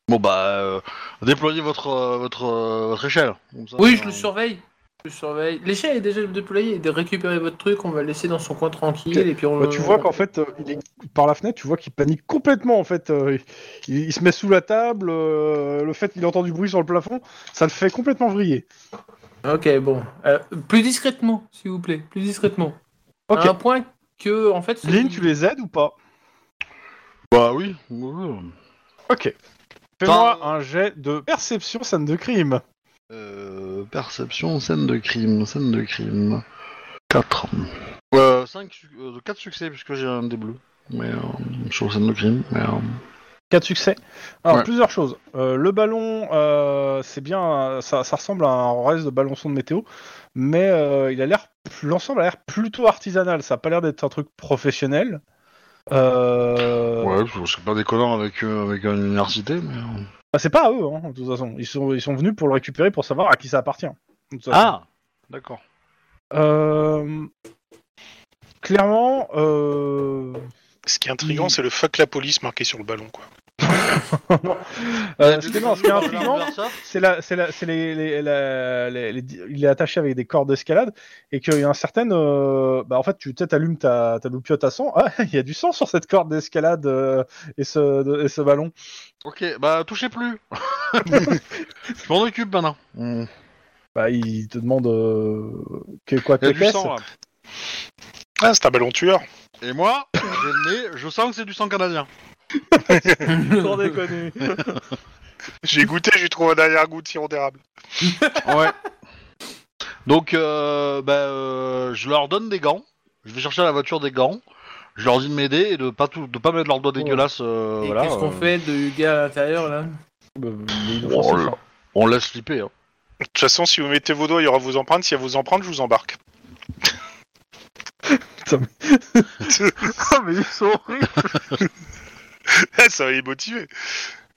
[SPEAKER 4] Bon bah, euh, déployez votre, euh, votre, euh, votre échelle. Comme ça,
[SPEAKER 3] Oui,
[SPEAKER 4] euh,
[SPEAKER 3] je le surveille. Je le surveille. L'échelle est déjà déployée. De récupérer votre truc, on va le laisser dans son coin tranquille.
[SPEAKER 1] Ok.
[SPEAKER 3] Et puis on
[SPEAKER 1] Bah, tu vois qu'en fait, euh, il est... par la fenêtre, tu vois qu'il panique complètement, en fait. Euh, il, il se met sous la table, euh, le fait qu'il entend du bruit sur le plafond, ça le fait complètement vriller.
[SPEAKER 3] Ok, bon. Euh, plus discrètement, s'il vous plaît. Plus discrètement.
[SPEAKER 1] Ok.
[SPEAKER 3] À un point que, en fait.
[SPEAKER 1] Lynn, tu les aides ou pas
[SPEAKER 4] Bah oui. oui, oui.
[SPEAKER 1] Ok. Fais-moi
[SPEAKER 4] Enfin,
[SPEAKER 1] un jet de perception scène de crime.
[SPEAKER 4] Euh, perception, scène de crime, scène de crime. 4. Euh, 5, 4 succès euh, puisque j'ai un des bleus. mais, euh, sur scène de crime. Mais, euh,
[SPEAKER 1] Quatre succès. Alors,
[SPEAKER 4] Ouais.
[SPEAKER 1] plusieurs choses. Euh, le ballon, euh, c'est bien, euh, ça, ça ressemble à un reste de ballonçon de météo, mais euh, il a l'air, l'ensemble a l'air plutôt artisanal. Ça a pas l'air d'être un truc professionnel. Euh,
[SPEAKER 4] Ouais, je- c'est pas déconnant avec, euh, avec une université. Mais, euh,
[SPEAKER 1] bah, c'est pas à eux, hein, de toute façon. Ils sont, ils sont venus pour le récupérer pour savoir à qui ça appartient. de toute façon.
[SPEAKER 4] D'accord.
[SPEAKER 1] Euh, clairement, euh,
[SPEAKER 5] Ce qui est intriguant, c'est le fuck la police marqué sur le ballon, quoi.
[SPEAKER 1] euh, ce qui est- non, ce qui est intriguant, c'est la, c'est la, c'est les, les- la- les- les- il est attaché avec des cordes d'escalade et qu'il y a un certain, euh, bah en fait tu peut-être allumes ta, ta loupiote à sang, ah il y a du sang sur cette corde d'escalade euh, et ce, de- et ce ballon.
[SPEAKER 4] Ok, bah touchez plus. je m'en occupe maintenant. Mm.
[SPEAKER 1] Bah il te demande euh, que quoi
[SPEAKER 4] Il
[SPEAKER 1] que
[SPEAKER 4] y a du
[SPEAKER 1] qu'est-ce.
[SPEAKER 4] sang, là.
[SPEAKER 5] Ah, c'est un ballon tueur.
[SPEAKER 4] Et moi, j'ai le nez, je sens que c'est du sang canadien.
[SPEAKER 1] Sans déconner.
[SPEAKER 5] J'ai goûté, j'ai trouvé un arrière-goût de sirop d'érable.
[SPEAKER 4] Ouais. Donc, euh, bah, euh, je leur donne des gants. Je vais chercher à la voiture des gants. Je leur dis de m'aider et de pas tout, de pas mettre leurs doigts dégueulasses. euh,
[SPEAKER 3] Oh. Et
[SPEAKER 4] voilà,
[SPEAKER 3] qu'est-ce qu'on
[SPEAKER 4] euh,
[SPEAKER 3] fait du gars à l'intérieur là
[SPEAKER 1] Bah, il est
[SPEAKER 4] Oh,
[SPEAKER 1] offensif,
[SPEAKER 4] le-
[SPEAKER 1] hein.
[SPEAKER 4] On laisse flipper. hein.
[SPEAKER 5] De toute façon, si vous mettez vos doigts, il y aura vos empreintes. S'il y a vos empreintes, je vous embarque.
[SPEAKER 1] Ah, mais ils sont horribles.
[SPEAKER 5] Ça va les motiver.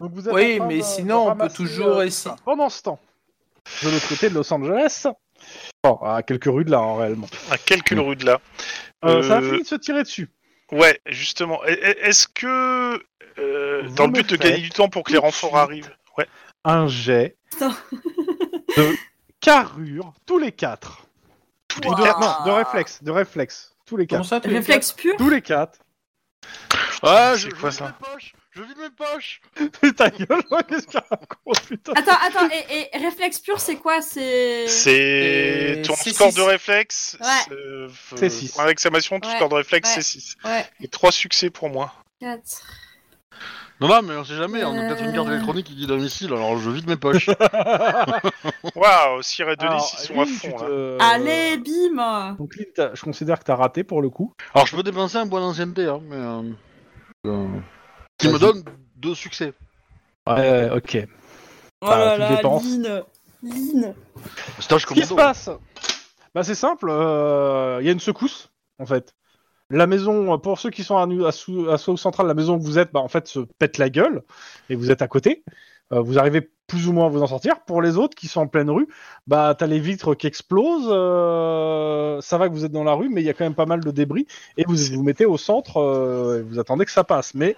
[SPEAKER 1] Donc, vous êtes
[SPEAKER 3] Oui,
[SPEAKER 1] en train
[SPEAKER 3] mais
[SPEAKER 1] de-
[SPEAKER 3] sinon,
[SPEAKER 1] de
[SPEAKER 3] on peut
[SPEAKER 1] ramasser,
[SPEAKER 3] toujours
[SPEAKER 1] euh,
[SPEAKER 3] essayer-
[SPEAKER 1] Pendant ce temps, de l'autre côté de Los Angeles, bon, à quelques rues de là, hein, réellement,
[SPEAKER 5] Un calcul rude là.
[SPEAKER 1] euh, ça a
[SPEAKER 5] Euh,
[SPEAKER 1] fini de se tirer dessus.
[SPEAKER 5] Ouais, justement. E- e- Est-ce que, euh,
[SPEAKER 1] Vous
[SPEAKER 5] dans le
[SPEAKER 1] me
[SPEAKER 5] but de
[SPEAKER 1] faites
[SPEAKER 5] gagner du temps pour que les
[SPEAKER 1] tout de
[SPEAKER 5] renforts
[SPEAKER 1] suite.
[SPEAKER 5] arrivent, ouais,
[SPEAKER 1] un jet
[SPEAKER 2] Putain.
[SPEAKER 1] de carrure tous les quatre.
[SPEAKER 5] tous les
[SPEAKER 1] Ou de,
[SPEAKER 5] quatre.
[SPEAKER 1] non, de réflexe, de réflexe, tous les
[SPEAKER 3] Comment
[SPEAKER 1] quatre.
[SPEAKER 3] ça tu
[SPEAKER 2] Réflexe pur.
[SPEAKER 1] Tous les quatre.
[SPEAKER 4] Ah,
[SPEAKER 5] c'est
[SPEAKER 4] je,
[SPEAKER 5] quoi,
[SPEAKER 4] je vide
[SPEAKER 5] ça
[SPEAKER 4] mes poches. Je vide mes poches.
[SPEAKER 1] Mais ta gueule, moi, qu'est-ce qu'il raconte, putain.
[SPEAKER 2] Attends, attends, et, et réflexe pur, c'est quoi
[SPEAKER 1] Euh,
[SPEAKER 2] C'est.
[SPEAKER 5] C'est
[SPEAKER 3] Et
[SPEAKER 5] ton
[SPEAKER 3] c'est
[SPEAKER 5] score
[SPEAKER 3] six.
[SPEAKER 5] de réflexe.
[SPEAKER 2] Ouais.
[SPEAKER 5] euh, f-
[SPEAKER 1] C'est six.
[SPEAKER 5] Point d'exclamation, ton
[SPEAKER 2] Ouais,
[SPEAKER 5] score de réflexe,
[SPEAKER 2] ouais.
[SPEAKER 5] c'est 6.
[SPEAKER 2] Ouais,
[SPEAKER 5] Et 3 succès pour moi.
[SPEAKER 2] 4.
[SPEAKER 4] Non, non, mais on sait jamais. hein. On a peut-être une carte
[SPEAKER 2] Euh.
[SPEAKER 4] électronique qui dit domicile, alors je vide mes poches.
[SPEAKER 5] Waouh, Sierra et Ah, Denis,
[SPEAKER 1] Alors,
[SPEAKER 5] ils sont à
[SPEAKER 1] Lynn, tu
[SPEAKER 5] fond hein. là.
[SPEAKER 1] te-
[SPEAKER 2] Allez, bim
[SPEAKER 1] Donc, Lynn, t'as- je considère que t'as raté pour le coup.
[SPEAKER 4] alors je peux dépenser un point d'ancienneté, hein, mais. euh, euh, qui me
[SPEAKER 1] Vas-y.
[SPEAKER 4] donne deux succès.
[SPEAKER 1] Ouais, ok.
[SPEAKER 2] Oh
[SPEAKER 1] Bah,
[SPEAKER 2] là
[SPEAKER 1] tu
[SPEAKER 2] là,
[SPEAKER 1] dépenses.
[SPEAKER 2] Lynn Lynn
[SPEAKER 4] Stage
[SPEAKER 1] Ce qui se
[SPEAKER 4] commando.
[SPEAKER 1] passe Bah, c'est simple, euh, il y a une secousse, en fait. La maison, euh, pour ceux qui sont à, Nu- à, Sou- à South Central, la maison où vous êtes, bah, en fait, se pète la gueule, et vous êtes à côté. Euh, vous arrivez plus ou moins à vous en sortir. Pour les autres qui sont en pleine rue, bah, t'as les vitres qui explosent. euh, ça va que vous êtes dans la rue, mais il y a quand même pas mal de débris. Et vous vous mettez au centre, euh, et vous attendez que ça passe. Mais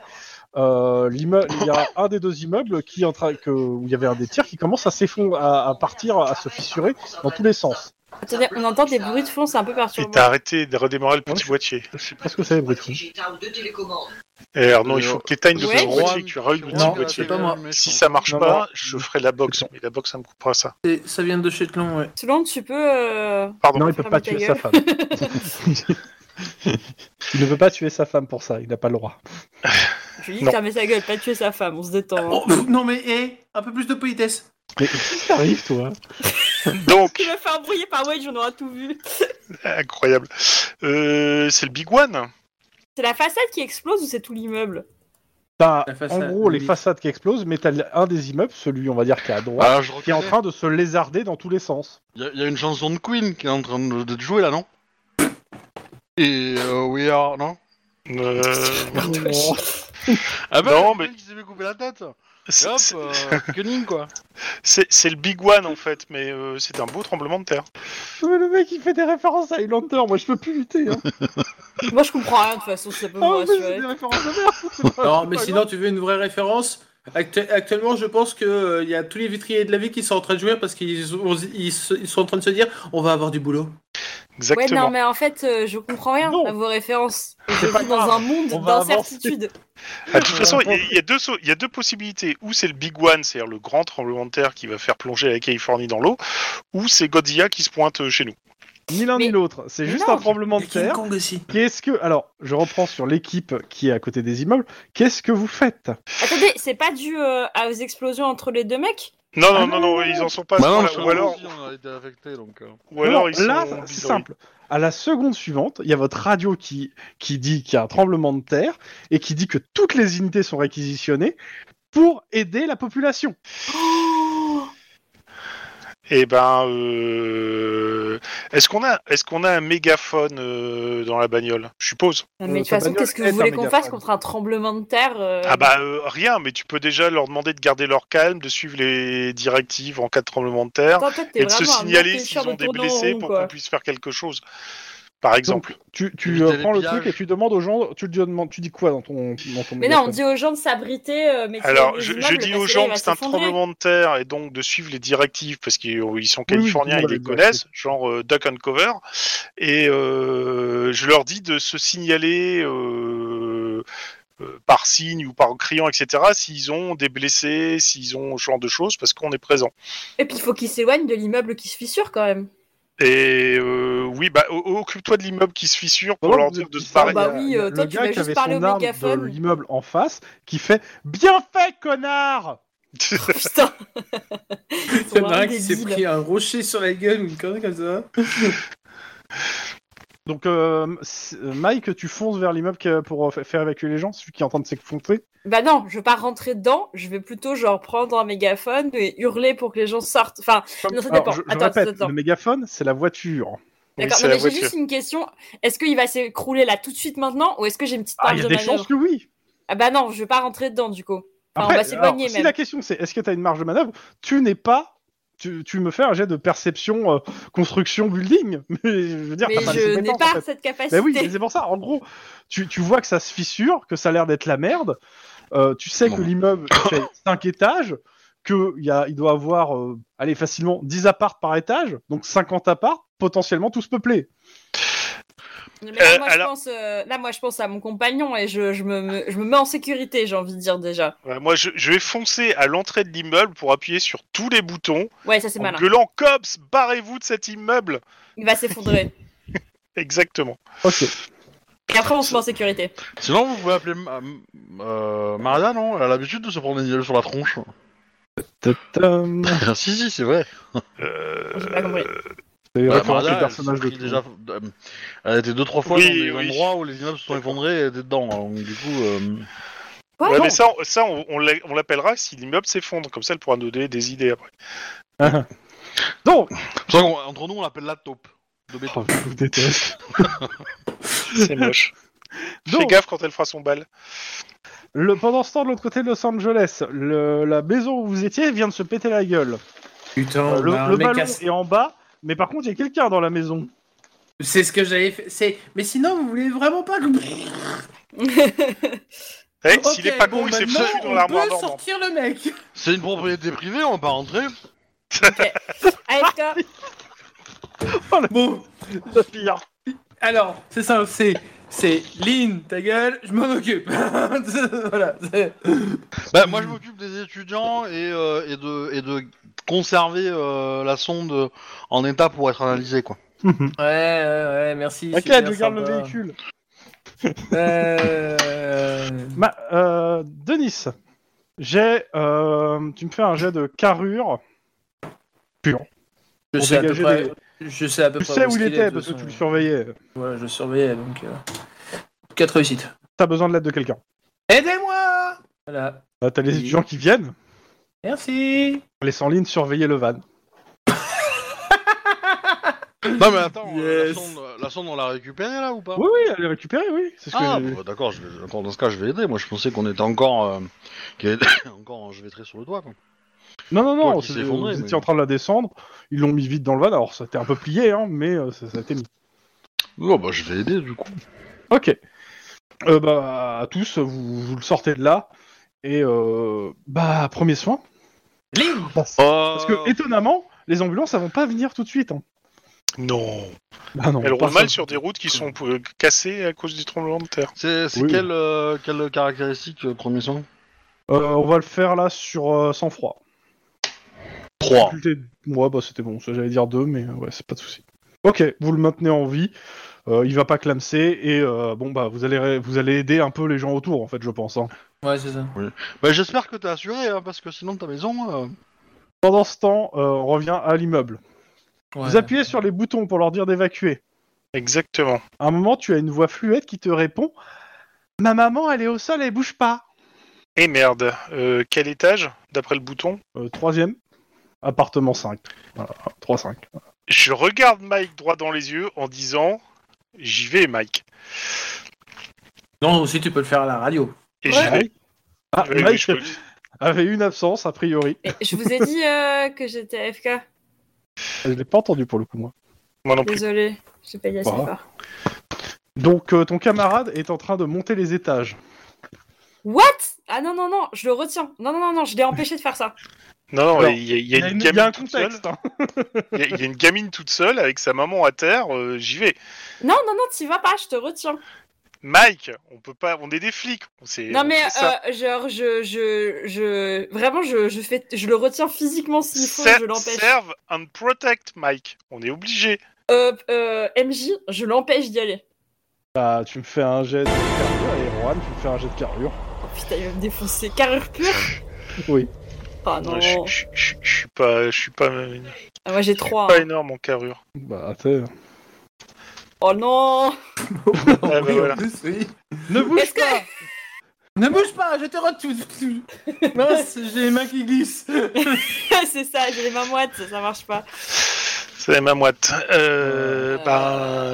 [SPEAKER 1] euh, l'immeu- il y a un des deux immeubles qui est en train- que, où il y avait un des tirs qui commence à s'effondrer, à, à partir, à se fissurer dans tous les sens.
[SPEAKER 2] Attendez, on entend des bruits de fond, c'est un peu
[SPEAKER 5] Et t'as
[SPEAKER 2] perturbant.
[SPEAKER 5] arrêté de redémarrer le petit boîtier.
[SPEAKER 1] Je sais pas ce que c'est les bruits de fond.
[SPEAKER 5] Et alors non, il faut
[SPEAKER 4] Euh,
[SPEAKER 5] que t'éteignes le
[SPEAKER 2] ouais.
[SPEAKER 5] petit boîtier et que tu rallumes le petit
[SPEAKER 3] Non,
[SPEAKER 5] boîtier.
[SPEAKER 3] c'est pas moi.
[SPEAKER 5] Si ça marche
[SPEAKER 1] Non,
[SPEAKER 5] pas,
[SPEAKER 1] non.
[SPEAKER 5] je ferai la boxe. Mais la boxe, ça me coupera ça.
[SPEAKER 3] C'est- Ça vient de Chetland, ouais.
[SPEAKER 2] Selon, tu peux. euh,
[SPEAKER 5] Pardon.
[SPEAKER 1] Non, il peut
[SPEAKER 2] Ferme
[SPEAKER 1] pas
[SPEAKER 2] ta
[SPEAKER 1] tuer sa
[SPEAKER 2] gueule.
[SPEAKER 1] femme. il ne peut pas tuer sa femme pour ça, il n'a pas le droit.
[SPEAKER 2] Je lui dis,
[SPEAKER 5] Non.
[SPEAKER 2] fermez sa gueule, pas tuer sa femme, on se détend. hein.
[SPEAKER 3] Oh, pff, non mais hé, un peu plus de politesse.
[SPEAKER 1] Mais qu'est-ce qui t'arrive, toi hein? Oh,
[SPEAKER 5] Donc,
[SPEAKER 2] Tu vas faire embrouiller par Wedge, on aura tout vu.
[SPEAKER 5] incroyable. Euh, c'est le Big One.
[SPEAKER 2] C'est la façade qui explose ou c'est tout l'immeuble
[SPEAKER 1] T'as
[SPEAKER 3] La
[SPEAKER 1] en
[SPEAKER 3] façade,
[SPEAKER 1] gros les
[SPEAKER 3] oui.
[SPEAKER 1] façades qui explosent, mais t'as un des immeubles, celui on va dire qui est à droite,
[SPEAKER 4] Ah, je
[SPEAKER 1] qui est en
[SPEAKER 4] reconnais.
[SPEAKER 1] train de se lézarder dans tous les sens.
[SPEAKER 4] Il y, a- il y a une chanson de Queen qui est en train de, de jouer là, non Et euh, We Are, non
[SPEAKER 5] Euh,
[SPEAKER 1] Oh.
[SPEAKER 4] Ah bah,
[SPEAKER 5] Non,
[SPEAKER 4] le
[SPEAKER 5] mais-
[SPEAKER 4] mec qui s'est fait couper la tête. Et
[SPEAKER 5] c'est-
[SPEAKER 4] hop,
[SPEAKER 5] c'est-
[SPEAKER 4] euh, Gunning quoi.
[SPEAKER 5] c'est c'est le Big One en fait, mais euh, c'est un beau tremblement de terre.
[SPEAKER 1] Mais le mec il fait des références à Highlander, moi je peux plus lutter. Hein.
[SPEAKER 2] Moi, je comprends rien de toute façon, ça peut me
[SPEAKER 1] Ah, mais c'est
[SPEAKER 2] rassurer.
[SPEAKER 1] des références de merde. Ah, c'est pas-
[SPEAKER 3] Non
[SPEAKER 1] c'est
[SPEAKER 3] mais
[SPEAKER 1] pas
[SPEAKER 3] sinon tu veux une vraie référence Actu- Actuellement je pense que euh, il y a tous les vitriers de la ville qui sont en train de jouer parce qu'ils ont- ils se- ils sont en train de se dire on va avoir du boulot.
[SPEAKER 2] Ouais,
[SPEAKER 5] Exactement.
[SPEAKER 2] non, mais en fait, euh, je comprends rien
[SPEAKER 1] Non.
[SPEAKER 2] à vos références. Je
[SPEAKER 1] pas
[SPEAKER 2] vis dans
[SPEAKER 1] grave.
[SPEAKER 2] un monde
[SPEAKER 1] On va
[SPEAKER 2] d'incertitude.
[SPEAKER 5] Ah, de toute façon, il y a-
[SPEAKER 1] Ouais.
[SPEAKER 5] il y, a deux so- il y a deux possibilités. Ou c'est le Big One, c'est-à-dire le grand tremblement de terre qui va faire plonger la Californie dans l'eau, ou c'est Godzilla qui se pointe euh, chez nous.
[SPEAKER 1] Ni l'un
[SPEAKER 2] Mais-
[SPEAKER 1] ni l'autre, c'est
[SPEAKER 2] Mais
[SPEAKER 1] juste
[SPEAKER 2] non.
[SPEAKER 1] un tremblement
[SPEAKER 3] Il y
[SPEAKER 1] de
[SPEAKER 3] a King
[SPEAKER 1] terre.
[SPEAKER 3] Kong aussi.
[SPEAKER 1] Qu'est-ce que. Alors, je reprends sur l'équipe qui est à côté des immeubles. Qu'est-ce que vous faites
[SPEAKER 2] Attendez, c'est pas dû euh, à- aux explosions entre les deux mecs
[SPEAKER 5] Non, non,
[SPEAKER 1] Ah
[SPEAKER 5] non,
[SPEAKER 1] non,
[SPEAKER 5] non,
[SPEAKER 1] non,
[SPEAKER 5] ils
[SPEAKER 1] non.
[SPEAKER 5] en sont pas.
[SPEAKER 4] Bah non,
[SPEAKER 5] là,
[SPEAKER 4] parce que
[SPEAKER 5] ou alors,
[SPEAKER 4] nous aussi, on a été affectés, donc. euh.
[SPEAKER 5] ou alors ils
[SPEAKER 1] Alors, là,
[SPEAKER 5] sont
[SPEAKER 1] c'est
[SPEAKER 5] bidouillés.
[SPEAKER 1] simple. À la seconde suivante, il y a votre radio qui, qui dit qu'il y a un tremblement de terre et qui dit que toutes les unités sont réquisitionnées pour aider la population.
[SPEAKER 5] Eh ben, euh, est-ce qu'on a, est-ce qu'on a un mégaphone euh, dans la bagnole Je suppose.
[SPEAKER 2] Non,
[SPEAKER 1] Euh,
[SPEAKER 2] mais de toute
[SPEAKER 1] ta
[SPEAKER 2] façon,
[SPEAKER 1] bagnole
[SPEAKER 2] qu'est-ce que
[SPEAKER 1] est
[SPEAKER 2] vous voulez
[SPEAKER 1] un
[SPEAKER 2] qu'on
[SPEAKER 1] mégaphone.
[SPEAKER 2] fasse contre un tremblement de terre euh,
[SPEAKER 5] Ah bah euh, rien, mais tu peux déjà leur demander de garder leur calme, de suivre les directives en cas de tremblement de terre
[SPEAKER 2] Attends, toi, t'es
[SPEAKER 5] et de se
[SPEAKER 2] vraiment un
[SPEAKER 5] signaler
[SPEAKER 2] empêcheur
[SPEAKER 5] s'ils ont
[SPEAKER 2] de
[SPEAKER 5] des
[SPEAKER 2] tourner en
[SPEAKER 5] blessés
[SPEAKER 2] rond,
[SPEAKER 5] pour
[SPEAKER 2] quoi.
[SPEAKER 5] qu'on puisse faire quelque chose. Par exemple.
[SPEAKER 1] Donc, tu, tu
[SPEAKER 4] Éviter
[SPEAKER 1] euh,
[SPEAKER 4] les
[SPEAKER 1] prends le
[SPEAKER 4] pillages.
[SPEAKER 1] truc et tu demandes aux gens, tu, le demandes, tu dis quoi dans ton. Dans ton
[SPEAKER 2] Mais non, on
[SPEAKER 1] mégaphone
[SPEAKER 2] dit aux gens de s'abriter. euh, mais
[SPEAKER 5] Alors,
[SPEAKER 2] les
[SPEAKER 5] je, je
[SPEAKER 2] immeubles,
[SPEAKER 5] dis
[SPEAKER 2] parce que
[SPEAKER 5] aux
[SPEAKER 2] là, il
[SPEAKER 5] gens
[SPEAKER 2] va
[SPEAKER 5] que c'est un
[SPEAKER 2] s'effondrer.
[SPEAKER 5] tremblement de terre et donc de suivre les directives parce qu'ils ils sont
[SPEAKER 1] Oui, oui,
[SPEAKER 5] californiens,
[SPEAKER 1] tout le monde
[SPEAKER 5] ils
[SPEAKER 1] a
[SPEAKER 5] les
[SPEAKER 1] les
[SPEAKER 5] connaissent, genre euh, duck and cover. Et euh, je leur dis de se signaler euh, euh, par signe ou par criant, etc. S'ils ont des blessés, s'ils ont ce genre de choses, parce qu'on est présent.
[SPEAKER 2] Et puis, il faut qu'ils s'éloignent de l'immeuble qui se fissure quand même.
[SPEAKER 5] Et euh, oui, bah o- o- occupe-toi de l'immeuble qui se fissure pour
[SPEAKER 1] Pendant
[SPEAKER 5] leur
[SPEAKER 1] que
[SPEAKER 5] dire
[SPEAKER 1] vous
[SPEAKER 5] de
[SPEAKER 1] êtes
[SPEAKER 5] se barrer.
[SPEAKER 2] Ah bah
[SPEAKER 1] il y a-
[SPEAKER 2] oui,
[SPEAKER 1] il y a
[SPEAKER 2] euh, toi,
[SPEAKER 1] le
[SPEAKER 2] tu
[SPEAKER 1] gars
[SPEAKER 2] vas
[SPEAKER 1] qui
[SPEAKER 2] juste
[SPEAKER 1] avait
[SPEAKER 2] parler
[SPEAKER 1] son
[SPEAKER 2] au
[SPEAKER 1] arme
[SPEAKER 2] mégaphone.
[SPEAKER 1] de l'immeuble en face qui fait Bien fait, connard
[SPEAKER 2] Putain Ils sont
[SPEAKER 3] Il y en a
[SPEAKER 2] vraiment
[SPEAKER 3] un qui s'est
[SPEAKER 2] débiles.
[SPEAKER 3] pris un rocher sur la gueule ou une connerie comme ça.
[SPEAKER 1] Donc, euh, c'est- euh, Mike, tu fonces vers l'immeuble que- pour euh, fa- faire évacuer les gens, celui qui est en train de s'effondrer.
[SPEAKER 2] Bah non, je vais pas rentrer dedans, je vais plutôt genre prendre un mégaphone et hurler pour que les gens sortent. Enfin, non, ça
[SPEAKER 1] Alors,
[SPEAKER 2] dépend.
[SPEAKER 1] Je, je
[SPEAKER 2] attends,
[SPEAKER 1] répète,
[SPEAKER 2] attends, attends.
[SPEAKER 1] le mégaphone, c'est la voiture.
[SPEAKER 5] Oui,
[SPEAKER 2] D'accord,
[SPEAKER 5] c'est
[SPEAKER 2] non,
[SPEAKER 5] la
[SPEAKER 2] mais j'ai
[SPEAKER 5] voiture.
[SPEAKER 2] juste une question. Est-ce qu'il va s'écrouler là tout de suite maintenant ou est-ce que j'ai une petite
[SPEAKER 1] Ah,
[SPEAKER 2] marge
[SPEAKER 1] il y a
[SPEAKER 2] de
[SPEAKER 1] des
[SPEAKER 2] manœuvre
[SPEAKER 1] chances que oui
[SPEAKER 2] Ah bah non, je vais pas rentrer dedans du coup. Enfin, on
[SPEAKER 1] Après,
[SPEAKER 2] va s'éloigner
[SPEAKER 1] alors, Si
[SPEAKER 2] même.
[SPEAKER 1] la question c'est est-ce que tu as une marge de manœuvre, tu n'es pas. Tu, tu me fais un jet de perception euh, construction building, mais je veux dire,
[SPEAKER 2] Mais
[SPEAKER 1] t'as pas les
[SPEAKER 2] je n'ai
[SPEAKER 1] compétences,
[SPEAKER 2] pas
[SPEAKER 1] en fait.
[SPEAKER 2] cette capacité.
[SPEAKER 1] Bah oui, mais c'est pour ça. En gros, tu, tu vois que ça se fissure, que ça a l'air d'être la merde. Euh, tu sais que
[SPEAKER 4] Bon.
[SPEAKER 1] l'immeuble fait 5 étages, qu'il il doit avoir, euh, allez, facilement 10 apparts par étage, donc 50 apparts, potentiellement tous peuplés.
[SPEAKER 2] Mais là,
[SPEAKER 5] Euh,
[SPEAKER 2] moi,
[SPEAKER 5] alors-
[SPEAKER 2] je pense, euh, là, moi, je pense à mon compagnon et je, je me, me- je me mets en sécurité, j'ai envie de dire déjà.
[SPEAKER 5] Ouais, moi, je, je vais foncer à l'entrée de l'immeuble pour appuyer sur tous les boutons,
[SPEAKER 2] Ouais, ça c'est
[SPEAKER 5] en
[SPEAKER 2] malin.
[SPEAKER 5] gueulant « Cops, barrez-vous de cet immeuble
[SPEAKER 2] Il va s'effondrer. !»
[SPEAKER 5] Exactement.
[SPEAKER 1] Ok.
[SPEAKER 2] Et après, on se met en sécurité.
[SPEAKER 4] Sinon, vous pouvez appeler euh, euh, Maria, non Elle a l'habitude de se prendre des gueules sur la tronche.
[SPEAKER 1] Tadam.
[SPEAKER 4] si, si, c'est vrai.
[SPEAKER 5] Euh,
[SPEAKER 2] J'ai pas compris.
[SPEAKER 1] C'est
[SPEAKER 4] Bah,
[SPEAKER 1] référence
[SPEAKER 4] Maria,
[SPEAKER 1] au
[SPEAKER 4] elle
[SPEAKER 1] personnage
[SPEAKER 4] s'est
[SPEAKER 1] de hein.
[SPEAKER 4] pris déjà, euh, elle a été deux, trois fois
[SPEAKER 5] Oui,
[SPEAKER 4] dans des
[SPEAKER 5] oui.
[SPEAKER 4] endroits où les immeubles se sont effondrés et elle était dedans. hein. Donc, du coup, euh,
[SPEAKER 2] Quoi
[SPEAKER 5] Ouais,
[SPEAKER 2] Non.
[SPEAKER 5] mais ça, on- ça on, on l'a- on l'appellera si l'immeuble s'effondre. Comme ça, elle pourra nous donner des idées après.
[SPEAKER 1] Donc,
[SPEAKER 4] c'est vrai qu'on- entre nous, on l'appelle la taupe. De béton.
[SPEAKER 1] Oh, je vous déteste.
[SPEAKER 5] C'est moche. Fais
[SPEAKER 1] Donc,
[SPEAKER 5] gaffe quand elle fera son bal.
[SPEAKER 1] le, pendant ce temps, de l'autre côté de Los Angeles, le- la maison où vous étiez vient de se péter la gueule.
[SPEAKER 3] Putain,
[SPEAKER 4] Oh,
[SPEAKER 1] Euh, le
[SPEAKER 3] on
[SPEAKER 4] ben,
[SPEAKER 3] a un
[SPEAKER 1] le
[SPEAKER 3] mec
[SPEAKER 1] ballon
[SPEAKER 3] à-
[SPEAKER 1] est en bas, mais par contre, il y a quelqu'un dans la maison.
[SPEAKER 3] C'est ce que j'avais fait. c'est- Mais sinon, vous voulez vraiment pas que.
[SPEAKER 5] Eh,
[SPEAKER 3] Ok,
[SPEAKER 5] S'il est pas
[SPEAKER 3] bon,
[SPEAKER 5] con, il s'est
[SPEAKER 3] maintenant,
[SPEAKER 5] foutu dans
[SPEAKER 3] on
[SPEAKER 5] l'armoire
[SPEAKER 3] peut
[SPEAKER 5] normande.
[SPEAKER 3] sortir le mec.
[SPEAKER 4] C'est une propriété privée, on va pas rentrer.
[SPEAKER 2] Allez,
[SPEAKER 1] Ah,
[SPEAKER 2] toi,
[SPEAKER 3] Bon,
[SPEAKER 1] Le pire.
[SPEAKER 3] alors, c'est simple, c'est. C'est Lynn, ta gueule, je m'en occupe. voilà. c'est-
[SPEAKER 4] Bah, moi, je m'occupe des étudiants et, euh, et, de, et de conserver euh, la sonde en état pour être analysée, quoi.
[SPEAKER 3] Ouais, ouais, ouais, merci.
[SPEAKER 1] Ok,
[SPEAKER 3] super
[SPEAKER 1] je garde le
[SPEAKER 3] sympa.
[SPEAKER 1] véhicule.
[SPEAKER 3] Euh...
[SPEAKER 1] Ma, euh, Denis, j'ai, euh, tu me fais un jet de carrure.
[SPEAKER 3] Je
[SPEAKER 1] Pour
[SPEAKER 3] sais, à peu
[SPEAKER 1] dégager
[SPEAKER 3] près,
[SPEAKER 1] des-
[SPEAKER 3] je sais à peu
[SPEAKER 1] Tu
[SPEAKER 3] près
[SPEAKER 1] sais
[SPEAKER 3] où,
[SPEAKER 1] où il
[SPEAKER 3] est, de
[SPEAKER 1] était
[SPEAKER 3] toute
[SPEAKER 1] parce que
[SPEAKER 3] façon.
[SPEAKER 1] tu le surveillais.
[SPEAKER 3] Voilà, je surveillais donc. euh, Quatre réussites.
[SPEAKER 1] T'as besoin de l'aide de quelqu'un.
[SPEAKER 3] Aidez-moi Voilà.
[SPEAKER 1] Là, T'as les
[SPEAKER 3] Oui.
[SPEAKER 1] étudiants qui viennent,
[SPEAKER 3] Merci
[SPEAKER 1] on laisse en ligne surveiller le van.
[SPEAKER 4] Non, mais attends, euh,
[SPEAKER 3] Yes.
[SPEAKER 4] la, sonde, la sonde, on l'a récupérée, là, ou pas
[SPEAKER 1] Oui, oui, elle est récupérée, oui. C'est ce que-
[SPEAKER 4] Ah, bah, d'accord, je vais- encore dans ce cas, je vais aider. Moi, je pensais qu'on était encore. euh, qu'il y avait- encore, je vais très sur le doigt, quoi.
[SPEAKER 1] Non, non, non,
[SPEAKER 4] Toi qui
[SPEAKER 1] c'est-
[SPEAKER 4] s'est
[SPEAKER 1] vous
[SPEAKER 4] effondré,
[SPEAKER 1] étiez
[SPEAKER 4] mais-
[SPEAKER 1] en train de la descendre, ils l'ont mis vite dans le van, alors ça était un peu plié, hein, mais euh, ça, ça a été mis.
[SPEAKER 4] Non, bah, je vais aider, du coup.
[SPEAKER 1] Ok. Euh, bah, à tous, vous, vous le sortez de là, et euh, bah, premier soin. Bah,
[SPEAKER 3] Lynn
[SPEAKER 4] Euh,
[SPEAKER 1] Parce
[SPEAKER 5] Euh.
[SPEAKER 1] que, étonnamment, les ambulances, elles vont pas venir tout de suite. hein.
[SPEAKER 5] Non.
[SPEAKER 1] Bah non,
[SPEAKER 5] Elle
[SPEAKER 1] pas
[SPEAKER 5] roule
[SPEAKER 1] ça.
[SPEAKER 5] mal sur des routes qui sont euh, cassées à cause du tremblement de terre.
[SPEAKER 4] C'est c'est
[SPEAKER 1] Oui.
[SPEAKER 4] quelle, euh, quelle caractéristique, euh, premier soin
[SPEAKER 1] Euh, on va le faire là sur euh, sans froid.
[SPEAKER 4] 3.
[SPEAKER 1] Faculté- Ouais, bah c'était bon, ça, j'allais dire deux, mais euh, ouais, c'est pas de souci. Ok, vous le maintenez en vie, euh, il va pas clamser, et euh, bon, bah vous allez, ré- vous allez aider un peu les gens autour, en fait, je pense. hein.
[SPEAKER 3] Ouais, c'est ça.
[SPEAKER 4] Bah, j'espère que t'es assuré, hein, parce que sinon, ta maison. euh,
[SPEAKER 1] Pendant ce temps, euh, on revient à l'immeuble. Vous
[SPEAKER 3] Voilà.
[SPEAKER 1] appuyez sur les boutons pour leur dire d'évacuer.
[SPEAKER 5] Exactement.
[SPEAKER 1] À un moment, tu as une voix fluette qui te répond Ma maman, elle est au sol, elle bouge pas.
[SPEAKER 5] Et Eh, merde, euh, quel étage, d'après le bouton
[SPEAKER 1] Euh, troisième, appartement 5. Voilà, 3-5.
[SPEAKER 5] Je regarde Mike droit dans les yeux en disant J'y vais, Mike.
[SPEAKER 3] Non, aussi tu peux le faire à la radio.
[SPEAKER 5] Et
[SPEAKER 2] Ouais.
[SPEAKER 5] j'y vais.
[SPEAKER 1] Ah,
[SPEAKER 5] Oui, oui,
[SPEAKER 1] Mike
[SPEAKER 5] je
[SPEAKER 3] euh,
[SPEAKER 5] peux-
[SPEAKER 1] avait une absence, a priori.
[SPEAKER 2] Et je vous ai dit euh, que j'étais AFK.
[SPEAKER 1] Je l'ai pas entendu pour le coup, moi.
[SPEAKER 5] Moi non plus.
[SPEAKER 2] Désolée, j'ai pas dit assez
[SPEAKER 1] Bah.
[SPEAKER 2] fort.
[SPEAKER 1] Donc, euh, ton camarade est en train de monter les étages.
[SPEAKER 2] What Ah non, non, non, je le retiens. Non, non, non, non, je l'ai empêché de faire ça.
[SPEAKER 5] Non, non,
[SPEAKER 1] Alors,
[SPEAKER 5] il y, a- il y a une
[SPEAKER 1] il y a un
[SPEAKER 5] gamine toute seule.
[SPEAKER 1] contexte. hein.
[SPEAKER 5] Il y a- il y a une gamine toute seule avec sa maman à terre. euh, J'y vais.
[SPEAKER 2] Non, non, non, t'y vas pas, je te retiens.
[SPEAKER 5] Mike, on peut pas. On est des flics. On sait-
[SPEAKER 2] non,
[SPEAKER 5] on
[SPEAKER 2] mais
[SPEAKER 5] fait ça.
[SPEAKER 2] euh, genre, je, je, je. Vraiment, je, je, fais, je le retiens physiquement s'il faut,
[SPEAKER 5] Ser-
[SPEAKER 2] je l'empêche.
[SPEAKER 5] serve and protect, Mike. On est obligé.
[SPEAKER 2] Euh, euh, MJ, je l'empêche d'y aller.
[SPEAKER 1] Bah, tu me fais un jet de carrure, et Erwan, tu me fais un jet de carrure.
[SPEAKER 2] Oh, putain, il va me défoncer. Carrure pure
[SPEAKER 1] Oui.
[SPEAKER 2] Ah non.
[SPEAKER 5] Je je- je- je suis pas. Je suis pas.
[SPEAKER 2] Ah, moi, j'ai trois.
[SPEAKER 5] Pas
[SPEAKER 2] hein.
[SPEAKER 5] énorme en carrure.
[SPEAKER 1] Bah, t'es...
[SPEAKER 2] Oh non
[SPEAKER 5] bah
[SPEAKER 3] Oui, en
[SPEAKER 5] voilà.
[SPEAKER 3] plus, Ah, oui.
[SPEAKER 1] Ne bouge
[SPEAKER 2] Est-ce que-
[SPEAKER 1] pas
[SPEAKER 3] Ne bouge pas, je te retue. Mince, j'ai les mains qui glissent.
[SPEAKER 2] C'est ça, j'ai les mains moites, ça marche pas.
[SPEAKER 5] C'est ma moite.
[SPEAKER 2] Euh.
[SPEAKER 5] Euh,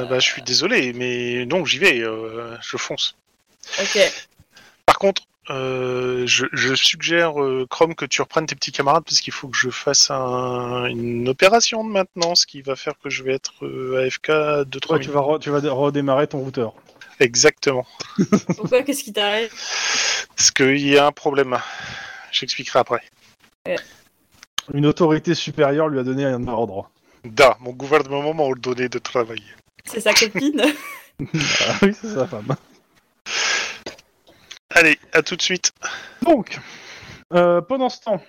[SPEAKER 5] Ben, ben, je suis désolé, mais non, j'y vais. euh, je fonce.
[SPEAKER 2] Ok.
[SPEAKER 5] Par contre, euh, je, je suggère, euh, Chrome, que tu reprennes tes petits camarades parce qu'il faut que je fasse un- une opération de maintenance qui va faire que je vais être euh, AFK 2-3
[SPEAKER 1] Ouais, tu vas, re- tu vas redémarrer ton routeur.
[SPEAKER 5] Exactement.
[SPEAKER 2] Pourquoi Qu'est-ce qui t'arrive
[SPEAKER 5] Parce qu'il y a un problème. J'expliquerai après.
[SPEAKER 1] Une autorité supérieure lui a donné un ordre.
[SPEAKER 5] Da, mon gouvernement m'a ordonné de travailler.
[SPEAKER 2] C'est sa copine
[SPEAKER 1] Ah oui, c'est sa femme.
[SPEAKER 5] Allez, à tout de suite.
[SPEAKER 1] Donc, euh, pendant ce temps,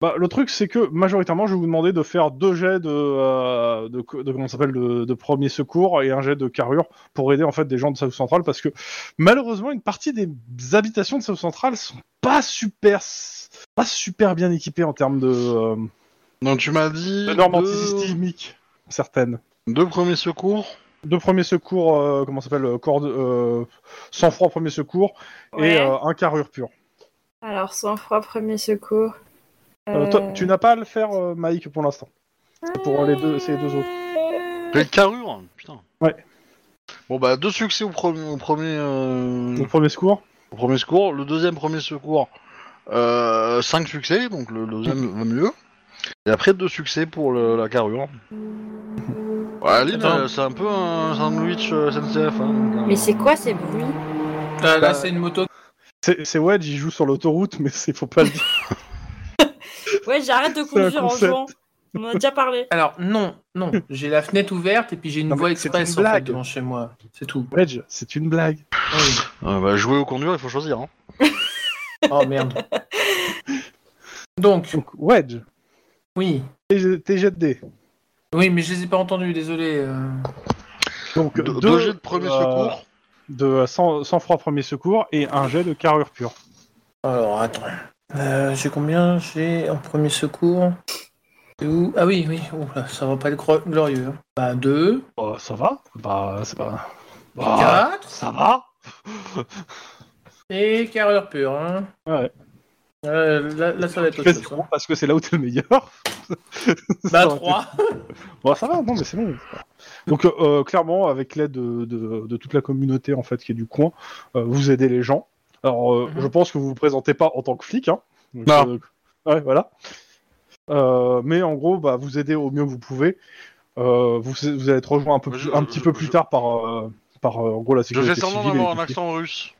[SPEAKER 1] bah, le truc c'est que majoritairement je vais vous demander de faire deux jets de, euh, de, co- de- comment ça s'appelle de, de premier secours et un jet de carrure pour aider en fait des gens de South Central parce que malheureusement une partie des habitations de South Central sont pas super pas super bien équipées en termes de, euh,
[SPEAKER 4] Donc tu m'as dit
[SPEAKER 1] de normes
[SPEAKER 4] deux...
[SPEAKER 1] antisismiques certaines.
[SPEAKER 4] deux premiers secours.
[SPEAKER 1] Deux premiers secours, euh, comment ça s'appelle, euh, corde, euh, sang-froid premier secours
[SPEAKER 2] Ouais.
[SPEAKER 1] et euh, un carrure pur.
[SPEAKER 2] Alors, soin froid, premier secours.
[SPEAKER 1] Euh, toi, tu n'as pas à le faire, euh, Mike, pour l'instant. pour les deux- ces deux
[SPEAKER 4] Quelle carrure Putain.
[SPEAKER 1] Ouais.
[SPEAKER 4] Bon bah deux succès au premier au premier, euh,
[SPEAKER 1] Le premier secours.
[SPEAKER 4] au premier secours. Le deuxième premier secours, euh, cinq succès, donc le deuxième va mieux. Et après deux succès pour le- la carrure. Ouais, Aline,
[SPEAKER 3] Attends.
[SPEAKER 4] euh, c'est un peu un sandwich euh, SNCF. hein, donc, euh,
[SPEAKER 2] Mais c'est quoi ces bruits
[SPEAKER 3] Ah, là, c'est une moto.
[SPEAKER 1] C'est c'est Wedge, il joue sur l'autoroute, mais c'est faut pas le dire.
[SPEAKER 2] Ouais, j'arrête de conduire en
[SPEAKER 1] concept.
[SPEAKER 2] jouant. On en a déjà parlé.
[SPEAKER 3] Alors, non, non, j'ai la fenêtre ouverte et puis j'ai une
[SPEAKER 1] Non, mais
[SPEAKER 3] voie
[SPEAKER 1] c'est
[SPEAKER 3] express
[SPEAKER 1] une
[SPEAKER 3] en fait,
[SPEAKER 1] blague.
[SPEAKER 3] devant chez moi. C'est tout.
[SPEAKER 1] Wedge, c'est une blague.
[SPEAKER 3] Ah oui.
[SPEAKER 4] euh, bah, jouer au conduire, il faut choisir. hein.
[SPEAKER 3] Oh merde. Donc,
[SPEAKER 1] Donc Wedge,
[SPEAKER 3] oui.
[SPEAKER 1] tes tes jets de dés.
[SPEAKER 3] Oui, mais je les ai pas entendus, désolé. euh.
[SPEAKER 1] Donc
[SPEAKER 4] Deux, deux jets de premier
[SPEAKER 1] euh,
[SPEAKER 4] secours.
[SPEAKER 1] De euh, sang, froid premier secours et un jet de carrure pure.
[SPEAKER 3] Alors, attends. Euh, j'ai combien J'ai en premier secours. C'est où Ah oui, oui. Ouh là, ça va pas être gro- glorieux. hein. Bah, 2,
[SPEAKER 1] Oh, ça va Bah, c'est pas.
[SPEAKER 4] Ah,
[SPEAKER 1] Bah,
[SPEAKER 3] 4
[SPEAKER 1] ça va
[SPEAKER 3] et carreur pure. Hein.
[SPEAKER 1] Ah Ouais.
[SPEAKER 3] Euh, là, là, ça va être
[SPEAKER 1] Fais
[SPEAKER 3] autre chose.
[SPEAKER 1] zéro, parce que c'est là où t'es le meilleur.
[SPEAKER 3] hein.
[SPEAKER 1] Ça
[SPEAKER 3] Bah,
[SPEAKER 1] aurait été-
[SPEAKER 3] 3.
[SPEAKER 1] Bon, ça va, non, mais c'est bon. Donc, euh, euh, clairement, avec l'aide de, de- de toute la communauté en fait qui est du coin, euh, vous aidez les gens. Alors, euh,
[SPEAKER 3] Mhm.
[SPEAKER 1] je pense que vous vous présentez pas en tant que flic. Hein. Donc,
[SPEAKER 4] Non.
[SPEAKER 1] euh, ouais, voilà. Euh, mais en gros, bah, vous aidez au mieux que vous pouvez. Euh, vous, vous allez être rejoint un, peu
[SPEAKER 4] Je-
[SPEAKER 1] plus- un
[SPEAKER 4] je-
[SPEAKER 1] petit peu
[SPEAKER 4] je-
[SPEAKER 1] plus
[SPEAKER 4] je-
[SPEAKER 1] tard par, euh, par euh, en gros, la
[SPEAKER 4] Je
[SPEAKER 1] sécurité
[SPEAKER 4] fais semblant
[SPEAKER 1] civile et-
[SPEAKER 4] d'avoir un accent russe.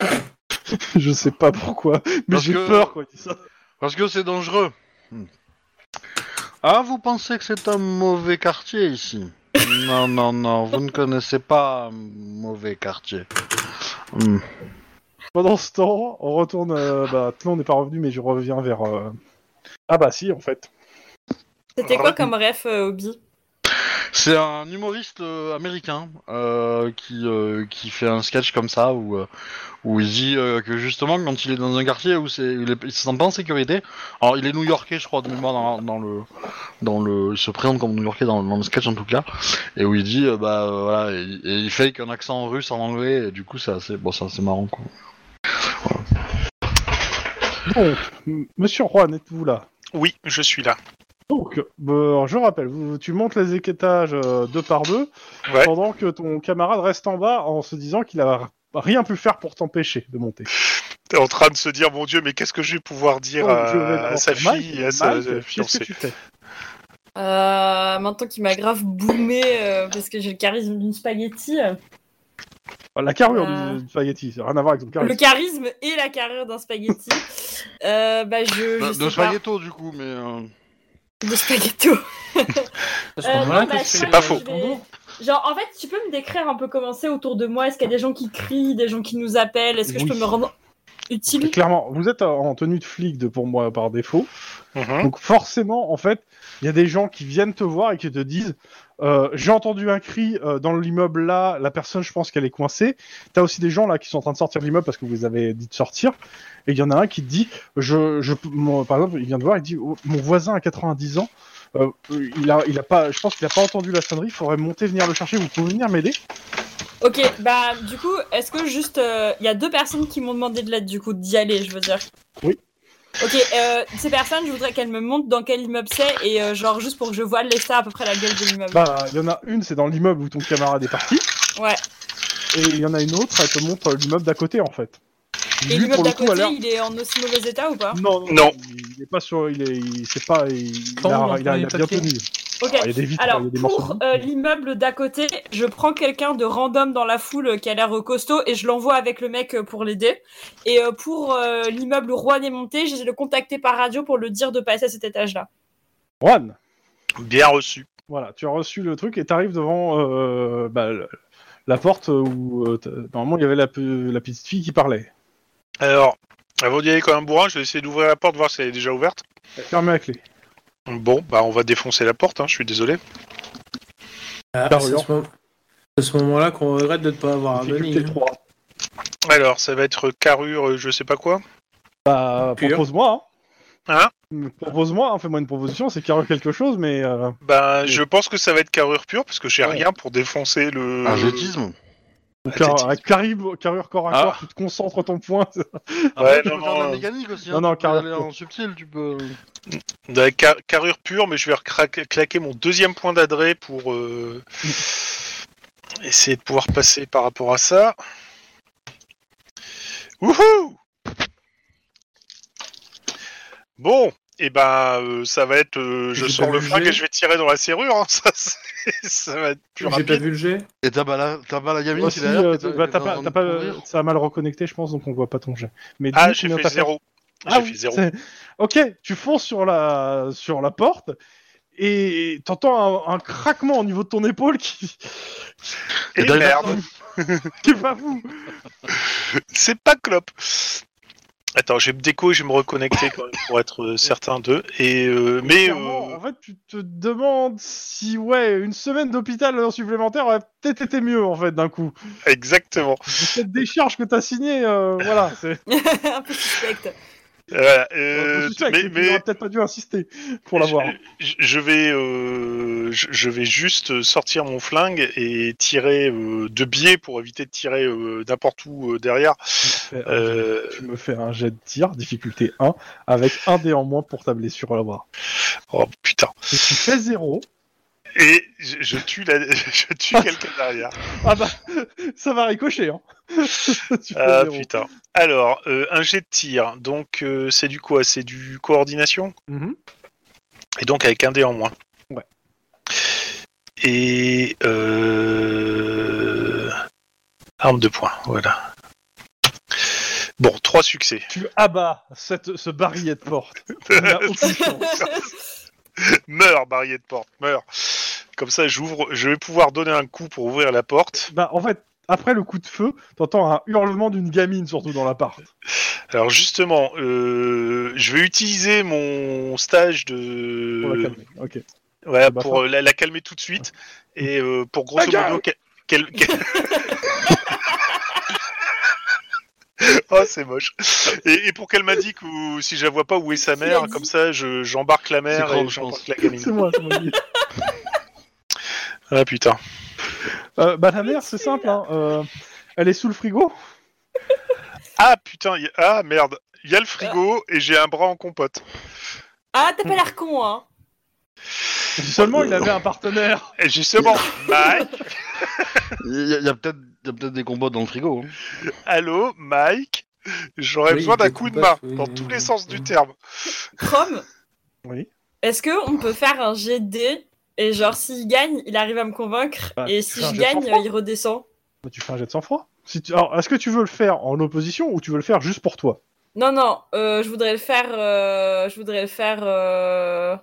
[SPEAKER 1] je sais pas pourquoi, mais
[SPEAKER 4] Parce
[SPEAKER 1] j'ai
[SPEAKER 4] que-
[SPEAKER 1] peur quand il dit ça.
[SPEAKER 4] Parce que c'est dangereux.
[SPEAKER 1] Hmm.
[SPEAKER 4] Ah, vous pensez que c'est un mauvais quartier ici Non, non, non, vous ne connaissez pas un mauvais quartier. Hmm.
[SPEAKER 1] Pendant ce temps, on retourne. euh, bah, Tlon n'est pas revenu, mais je reviens vers. euh, Ah bah si, en fait.
[SPEAKER 2] C'était quoi comme ref, euh, Obi
[SPEAKER 4] C'est un humoriste euh, américain euh, qui, euh, qui fait un sketch comme ça où, euh, où il dit euh, que justement quand il est dans un quartier où c'est, il, est- il se sent pas en sécurité. Alors il est New-Yorkais je crois de mémoire dans, dans le dans le il se présente comme New-Yorkais dans, dans le sketch en tout cas et où il dit euh, bah euh, voilà et, et il fait qu'un accent russe en anglais et du coup c'est assez bon ça c'est marrant quoi.
[SPEAKER 1] Donc, m- Monsieur Juan, êtes-vous là
[SPEAKER 5] Oui, je suis là.
[SPEAKER 1] Donc, bon, je rappelle, vous- tu montes les étages euh, deux par deux,
[SPEAKER 5] Ouais.
[SPEAKER 1] pendant que ton camarade reste en bas en se disant qu'il a rien pu faire pour t'empêcher de monter.
[SPEAKER 5] T'es en train de se dire, mon Dieu, mais qu'est-ce que je vais pouvoir dire
[SPEAKER 1] Donc,
[SPEAKER 5] à,
[SPEAKER 1] je vais
[SPEAKER 5] à
[SPEAKER 1] devoir
[SPEAKER 5] euh, sa
[SPEAKER 1] faire
[SPEAKER 5] fille,
[SPEAKER 1] Mike.
[SPEAKER 5] à sa
[SPEAKER 1] Mike,
[SPEAKER 5] euh,
[SPEAKER 1] Qu'est-ce que
[SPEAKER 5] fiancée
[SPEAKER 1] tu fais
[SPEAKER 2] Euh, maintenant qu'il m'a grave boomé euh, parce que j'ai le charisme d'une spaghetti. euh,
[SPEAKER 1] Ah, La carrure
[SPEAKER 2] Euh.
[SPEAKER 1] du, du spaghetti, ça n'a rien à voir avec ton
[SPEAKER 2] Le
[SPEAKER 1] charisme.
[SPEAKER 2] charisme et la carrure d'un spaghetti. Euh, bah je, je
[SPEAKER 4] De,
[SPEAKER 2] sais
[SPEAKER 4] de
[SPEAKER 2] pas.
[SPEAKER 4] spaghetto du coup mais euh,
[SPEAKER 2] De spaghetto.
[SPEAKER 3] À ce
[SPEAKER 2] Euh,
[SPEAKER 3] moment-là,
[SPEAKER 2] non, bah,
[SPEAKER 3] qu'est-ce que
[SPEAKER 2] je-
[SPEAKER 3] tu
[SPEAKER 5] c'est
[SPEAKER 3] fais
[SPEAKER 5] pas
[SPEAKER 3] dans
[SPEAKER 5] faux.
[SPEAKER 2] je
[SPEAKER 3] ton dos
[SPEAKER 2] vais- Genre, en fait, tu peux me décrire un peu comment c'est autour de moi Est-ce qu'il y a des gens qui crient, des gens qui nous appellent Est-ce que je
[SPEAKER 1] Oui.
[SPEAKER 2] peux me rendre utile
[SPEAKER 1] Clairement, vous êtes en en tenue de flic de, pour moi par défaut.
[SPEAKER 5] Mhm.
[SPEAKER 1] Donc forcément, en fait, il y a des gens qui viennent te voir et qui te disent euh, j'ai entendu un cri euh, dans l'immeuble là, la personne je pense qu'elle est coincée. T'as aussi des gens là qui sont en train de sortir de l'immeuble parce que vous les avez dit de sortir. Et il y en a un qui te dit je, je mon- par exemple, il vient de voir, il dit oh, mon voisin à 90 ans, euh, il a il a pas, je pense qu'il a pas entendu la sonnerie. Il faudrait monter venir le chercher. Vous pouvez venir m'aider
[SPEAKER 2] Ok, bah du coup, est-ce que juste. euh, Il y a deux personnes qui m'ont demandé de l'aide, du coup, d'y aller, je veux dire.
[SPEAKER 1] Oui.
[SPEAKER 2] Ok, euh, ces personnes, je voudrais qu'elles me montrent dans quel immeuble c'est et euh, genre juste pour que je voie l'état à peu près la gueule de l'immeuble.
[SPEAKER 1] Bah il y en a une, c'est dans l'immeuble où ton camarade est parti.
[SPEAKER 2] Ouais.
[SPEAKER 1] Et il y en a une autre, elle te montre l'immeuble d'à côté en fait.
[SPEAKER 2] et
[SPEAKER 1] Lui,
[SPEAKER 2] l'immeuble
[SPEAKER 1] pour le
[SPEAKER 2] d'à
[SPEAKER 1] coup, a
[SPEAKER 2] côté,
[SPEAKER 1] l'air-
[SPEAKER 2] il est en aussi mauvais état ou pas
[SPEAKER 1] Non, non,
[SPEAKER 5] Non.
[SPEAKER 1] Il est pas sur. Il est. il- C'est pas. Il, il
[SPEAKER 3] Tant,
[SPEAKER 1] a,
[SPEAKER 3] on
[SPEAKER 1] il a, il a
[SPEAKER 3] entend les
[SPEAKER 1] bien
[SPEAKER 3] papiers.
[SPEAKER 1] tenu.
[SPEAKER 2] Ok.
[SPEAKER 1] Alors, ah, il y a des vitres,
[SPEAKER 2] Alors,
[SPEAKER 1] il y a des morceaux.
[SPEAKER 2] pour
[SPEAKER 1] de
[SPEAKER 2] euh,
[SPEAKER 1] vitres.
[SPEAKER 2] l'immeuble d'à côté, je prends quelqu'un de random dans la foule euh, qui a l'air euh, costaud et je l'envoie avec le mec euh, pour l'aider. Et euh, pour euh, l'immeuble où Juan est monté, j'ai le contacté par radio pour le dire de passer à cet étage-là.
[SPEAKER 1] Juan,
[SPEAKER 5] Bien reçu.
[SPEAKER 1] voilà, tu as reçu le truc et t'arrives devant euh, bah, le- la porte où euh, t'as- normalement il y avait la, pe- la petite fille qui parlait.
[SPEAKER 5] Alors, avant d'y aller comme un bourrin, je vais essayer d'ouvrir la porte, voir si elle est déjà ouverte.
[SPEAKER 1] Fermez la clé.
[SPEAKER 5] Bon, bah on va défoncer la porte, hein, je suis désolé.
[SPEAKER 3] Ah,
[SPEAKER 1] Bah,
[SPEAKER 3] C'est à
[SPEAKER 1] regarde.
[SPEAKER 3] ce moment- c'est à ce moment-là qu'on regrette de ne pas avoir un hein.
[SPEAKER 1] Difficulté
[SPEAKER 3] Benny.
[SPEAKER 1] 3.
[SPEAKER 5] Alors, ça va être carrure, euh, je sais pas quoi.
[SPEAKER 1] Bah,
[SPEAKER 3] Pur.
[SPEAKER 1] propose-moi.
[SPEAKER 5] Hein
[SPEAKER 1] Mm, Propose-moi, hein, fais-moi une proposition, c'est qu'il y a quelque chose, mais. euh,
[SPEAKER 5] Bah,
[SPEAKER 1] Oui.
[SPEAKER 5] je pense que ça va être carrure pure, parce que j'ai
[SPEAKER 1] Ouais.
[SPEAKER 5] rien pour défoncer le...
[SPEAKER 3] Ah,
[SPEAKER 4] un gétisme.
[SPEAKER 5] Bah,
[SPEAKER 1] car- avec carib- carrure corps à
[SPEAKER 4] Ah.
[SPEAKER 1] corps, tu te concentres ton point.
[SPEAKER 4] Après, tu
[SPEAKER 5] non,
[SPEAKER 4] peux faire de la
[SPEAKER 5] non.
[SPEAKER 4] mécanique aussi.
[SPEAKER 1] Non,
[SPEAKER 4] hein,
[SPEAKER 1] non,
[SPEAKER 4] tu peux aller
[SPEAKER 1] carrément.
[SPEAKER 4] en subtil tu peux.
[SPEAKER 5] Ouais, ca- Bah, carrure pure, mais je vais recra- claquer mon deuxième point d'adresse pour euh, essayer de pouvoir passer par rapport à ça. Wouhou Bon, et ben euh, ça va être, euh, je
[SPEAKER 3] J'ai
[SPEAKER 5] sors
[SPEAKER 3] pas
[SPEAKER 5] le
[SPEAKER 3] vu le
[SPEAKER 5] flingue
[SPEAKER 3] jet.
[SPEAKER 5] et je vais tirer dans la serrure. hein, ça, c'est- ça va être plus
[SPEAKER 3] J'ai pas
[SPEAKER 5] rapide.
[SPEAKER 3] vu le jet.
[SPEAKER 4] Et t'as pas la, t'as pas la gamine
[SPEAKER 1] Aussi,
[SPEAKER 4] qui est derrière.
[SPEAKER 1] euh,
[SPEAKER 4] qui est-
[SPEAKER 1] bah,
[SPEAKER 4] qui est
[SPEAKER 1] t'as
[SPEAKER 4] en
[SPEAKER 1] pas,
[SPEAKER 4] train de
[SPEAKER 1] t'as pas, euh,
[SPEAKER 4] courir.
[SPEAKER 1] ça a mal reconnecté, je pense, donc on voit pas ton jet. Mais
[SPEAKER 5] Ah,
[SPEAKER 1] dis-nous
[SPEAKER 5] j'ai
[SPEAKER 1] combien
[SPEAKER 5] fait
[SPEAKER 1] t'as fait.
[SPEAKER 5] zéro.
[SPEAKER 1] Ah
[SPEAKER 5] J'ai
[SPEAKER 1] oui,
[SPEAKER 5] fait zéro.
[SPEAKER 1] c'est- Ok, tu fonces sur la sur la porte et t'entends un, un craquement au niveau de ton épaule qui
[SPEAKER 5] Et
[SPEAKER 4] Et derrière-
[SPEAKER 5] merde,
[SPEAKER 1] qui est pas fou.
[SPEAKER 5] c'est pas clope. Attends, je vais me déco et je vais me reconnecter quand même pour être euh, certain d'eux. Et euh, mais
[SPEAKER 1] Clairement,
[SPEAKER 5] euh,
[SPEAKER 1] En fait, tu te demandes si ouais une semaine d'hôpital supplémentaire aurait peut-être été mieux en fait d'un coup.
[SPEAKER 5] exactement.
[SPEAKER 1] Cette décharge que t'as signée, euh, voilà. c'est-
[SPEAKER 2] un peu suspecte.
[SPEAKER 5] Voilà, euh,
[SPEAKER 1] Tout de suite,
[SPEAKER 5] mais,
[SPEAKER 1] tu
[SPEAKER 5] mais
[SPEAKER 1] n'aurais peut-être pas dû insister pour l'avoir. hein.
[SPEAKER 5] je, je vais, euh, je, je vais juste sortir mon flingue et tirer euh, de biais pour éviter de tirer euh, n'importe où euh, derrière. Euh,
[SPEAKER 1] Tu me fais un jet de tir, difficulté 1, avec un dé en moins pour ta blessure à l'avoir.
[SPEAKER 5] oh putain
[SPEAKER 1] Si tu fais 0,
[SPEAKER 5] Et je, je tue, la, je tue quelqu'un derrière.
[SPEAKER 1] ah bah, ça va ricocher, hein. Tu fais
[SPEAKER 5] Ah
[SPEAKER 1] zéro.
[SPEAKER 5] Euh, putain. Alors, euh, un jet de tir. Donc, euh, c'est du quoi C'est du coordination
[SPEAKER 1] Mhm.
[SPEAKER 5] Et donc avec un dé en moins.
[SPEAKER 1] Ouais.
[SPEAKER 5] Et euh... arme de poing, voilà. Bon, trois succès.
[SPEAKER 1] Tu abats cette, ce barillet de porte. Il n'a aucune chance.
[SPEAKER 5] Meurs, barillet de porte, meurs. Comme ça, j'ouvre. Je vais pouvoir donner un coup pour ouvrir la porte.
[SPEAKER 1] Bah, en fait, après le coup de feu, t'entends un hurlement d'une gamine, surtout dans l'appart.
[SPEAKER 5] Alors justement, euh, je vais utiliser mon stage de
[SPEAKER 1] Pour la calmer. Ok.
[SPEAKER 5] Voilà,
[SPEAKER 1] bah,
[SPEAKER 5] pour euh, la, la calmer tout de suite et euh, pour grosso
[SPEAKER 1] Bagarre
[SPEAKER 5] modo qu'elle. qu'elle- qu'elle- oh, c'est moche. Et, et pour qu'elle m'indique où, si je la vois pas où est sa
[SPEAKER 2] Il a
[SPEAKER 5] mère,
[SPEAKER 2] dit.
[SPEAKER 5] comme ça je- j'embarque la mère
[SPEAKER 4] C'est Chrome,
[SPEAKER 5] et
[SPEAKER 4] je
[SPEAKER 5] j'embarque
[SPEAKER 4] pense.
[SPEAKER 5] la gamine.
[SPEAKER 1] moi, je me dis.
[SPEAKER 5] Ah putain.
[SPEAKER 1] Euh, bah, la mère, c'est simple. Hein. euh, elle est sous le frigo.
[SPEAKER 5] Ah putain, y- ah merde. Il y a le frigo et j'ai un bras en compote.
[SPEAKER 2] Ah, t'as pas l'air con, hein.
[SPEAKER 1] Si seulement il avait un partenaire.
[SPEAKER 5] Et justement, Mike,
[SPEAKER 4] Il y a, il y a peut-être il y a peut-être des compotes dans le frigo. hein.
[SPEAKER 5] allô, Mike, j'aurais
[SPEAKER 3] Oui,
[SPEAKER 5] besoin d'un
[SPEAKER 3] des
[SPEAKER 5] coup de main,
[SPEAKER 3] compotes, oui,
[SPEAKER 5] dans
[SPEAKER 3] oui,
[SPEAKER 5] tous
[SPEAKER 3] oui,
[SPEAKER 5] les
[SPEAKER 3] oui.
[SPEAKER 5] sens du terme.
[SPEAKER 2] Chrome,
[SPEAKER 1] Oui.
[SPEAKER 2] est-ce que on peut faire un GD et genre s'il gagne, il arrive à me convaincre
[SPEAKER 1] Bah,
[SPEAKER 2] et
[SPEAKER 1] tu
[SPEAKER 2] si
[SPEAKER 1] fais un jet
[SPEAKER 2] je
[SPEAKER 1] de
[SPEAKER 2] gagne,
[SPEAKER 1] sang-froid.
[SPEAKER 2] il redescend
[SPEAKER 1] Bah, tu fais un jet de sang-froid. Si tu- Alors, est-ce que tu veux le faire en opposition ou tu veux le faire juste pour toi
[SPEAKER 2] Non, non, euh, je voudrais le faire. euh, je voudrais le faire. euh,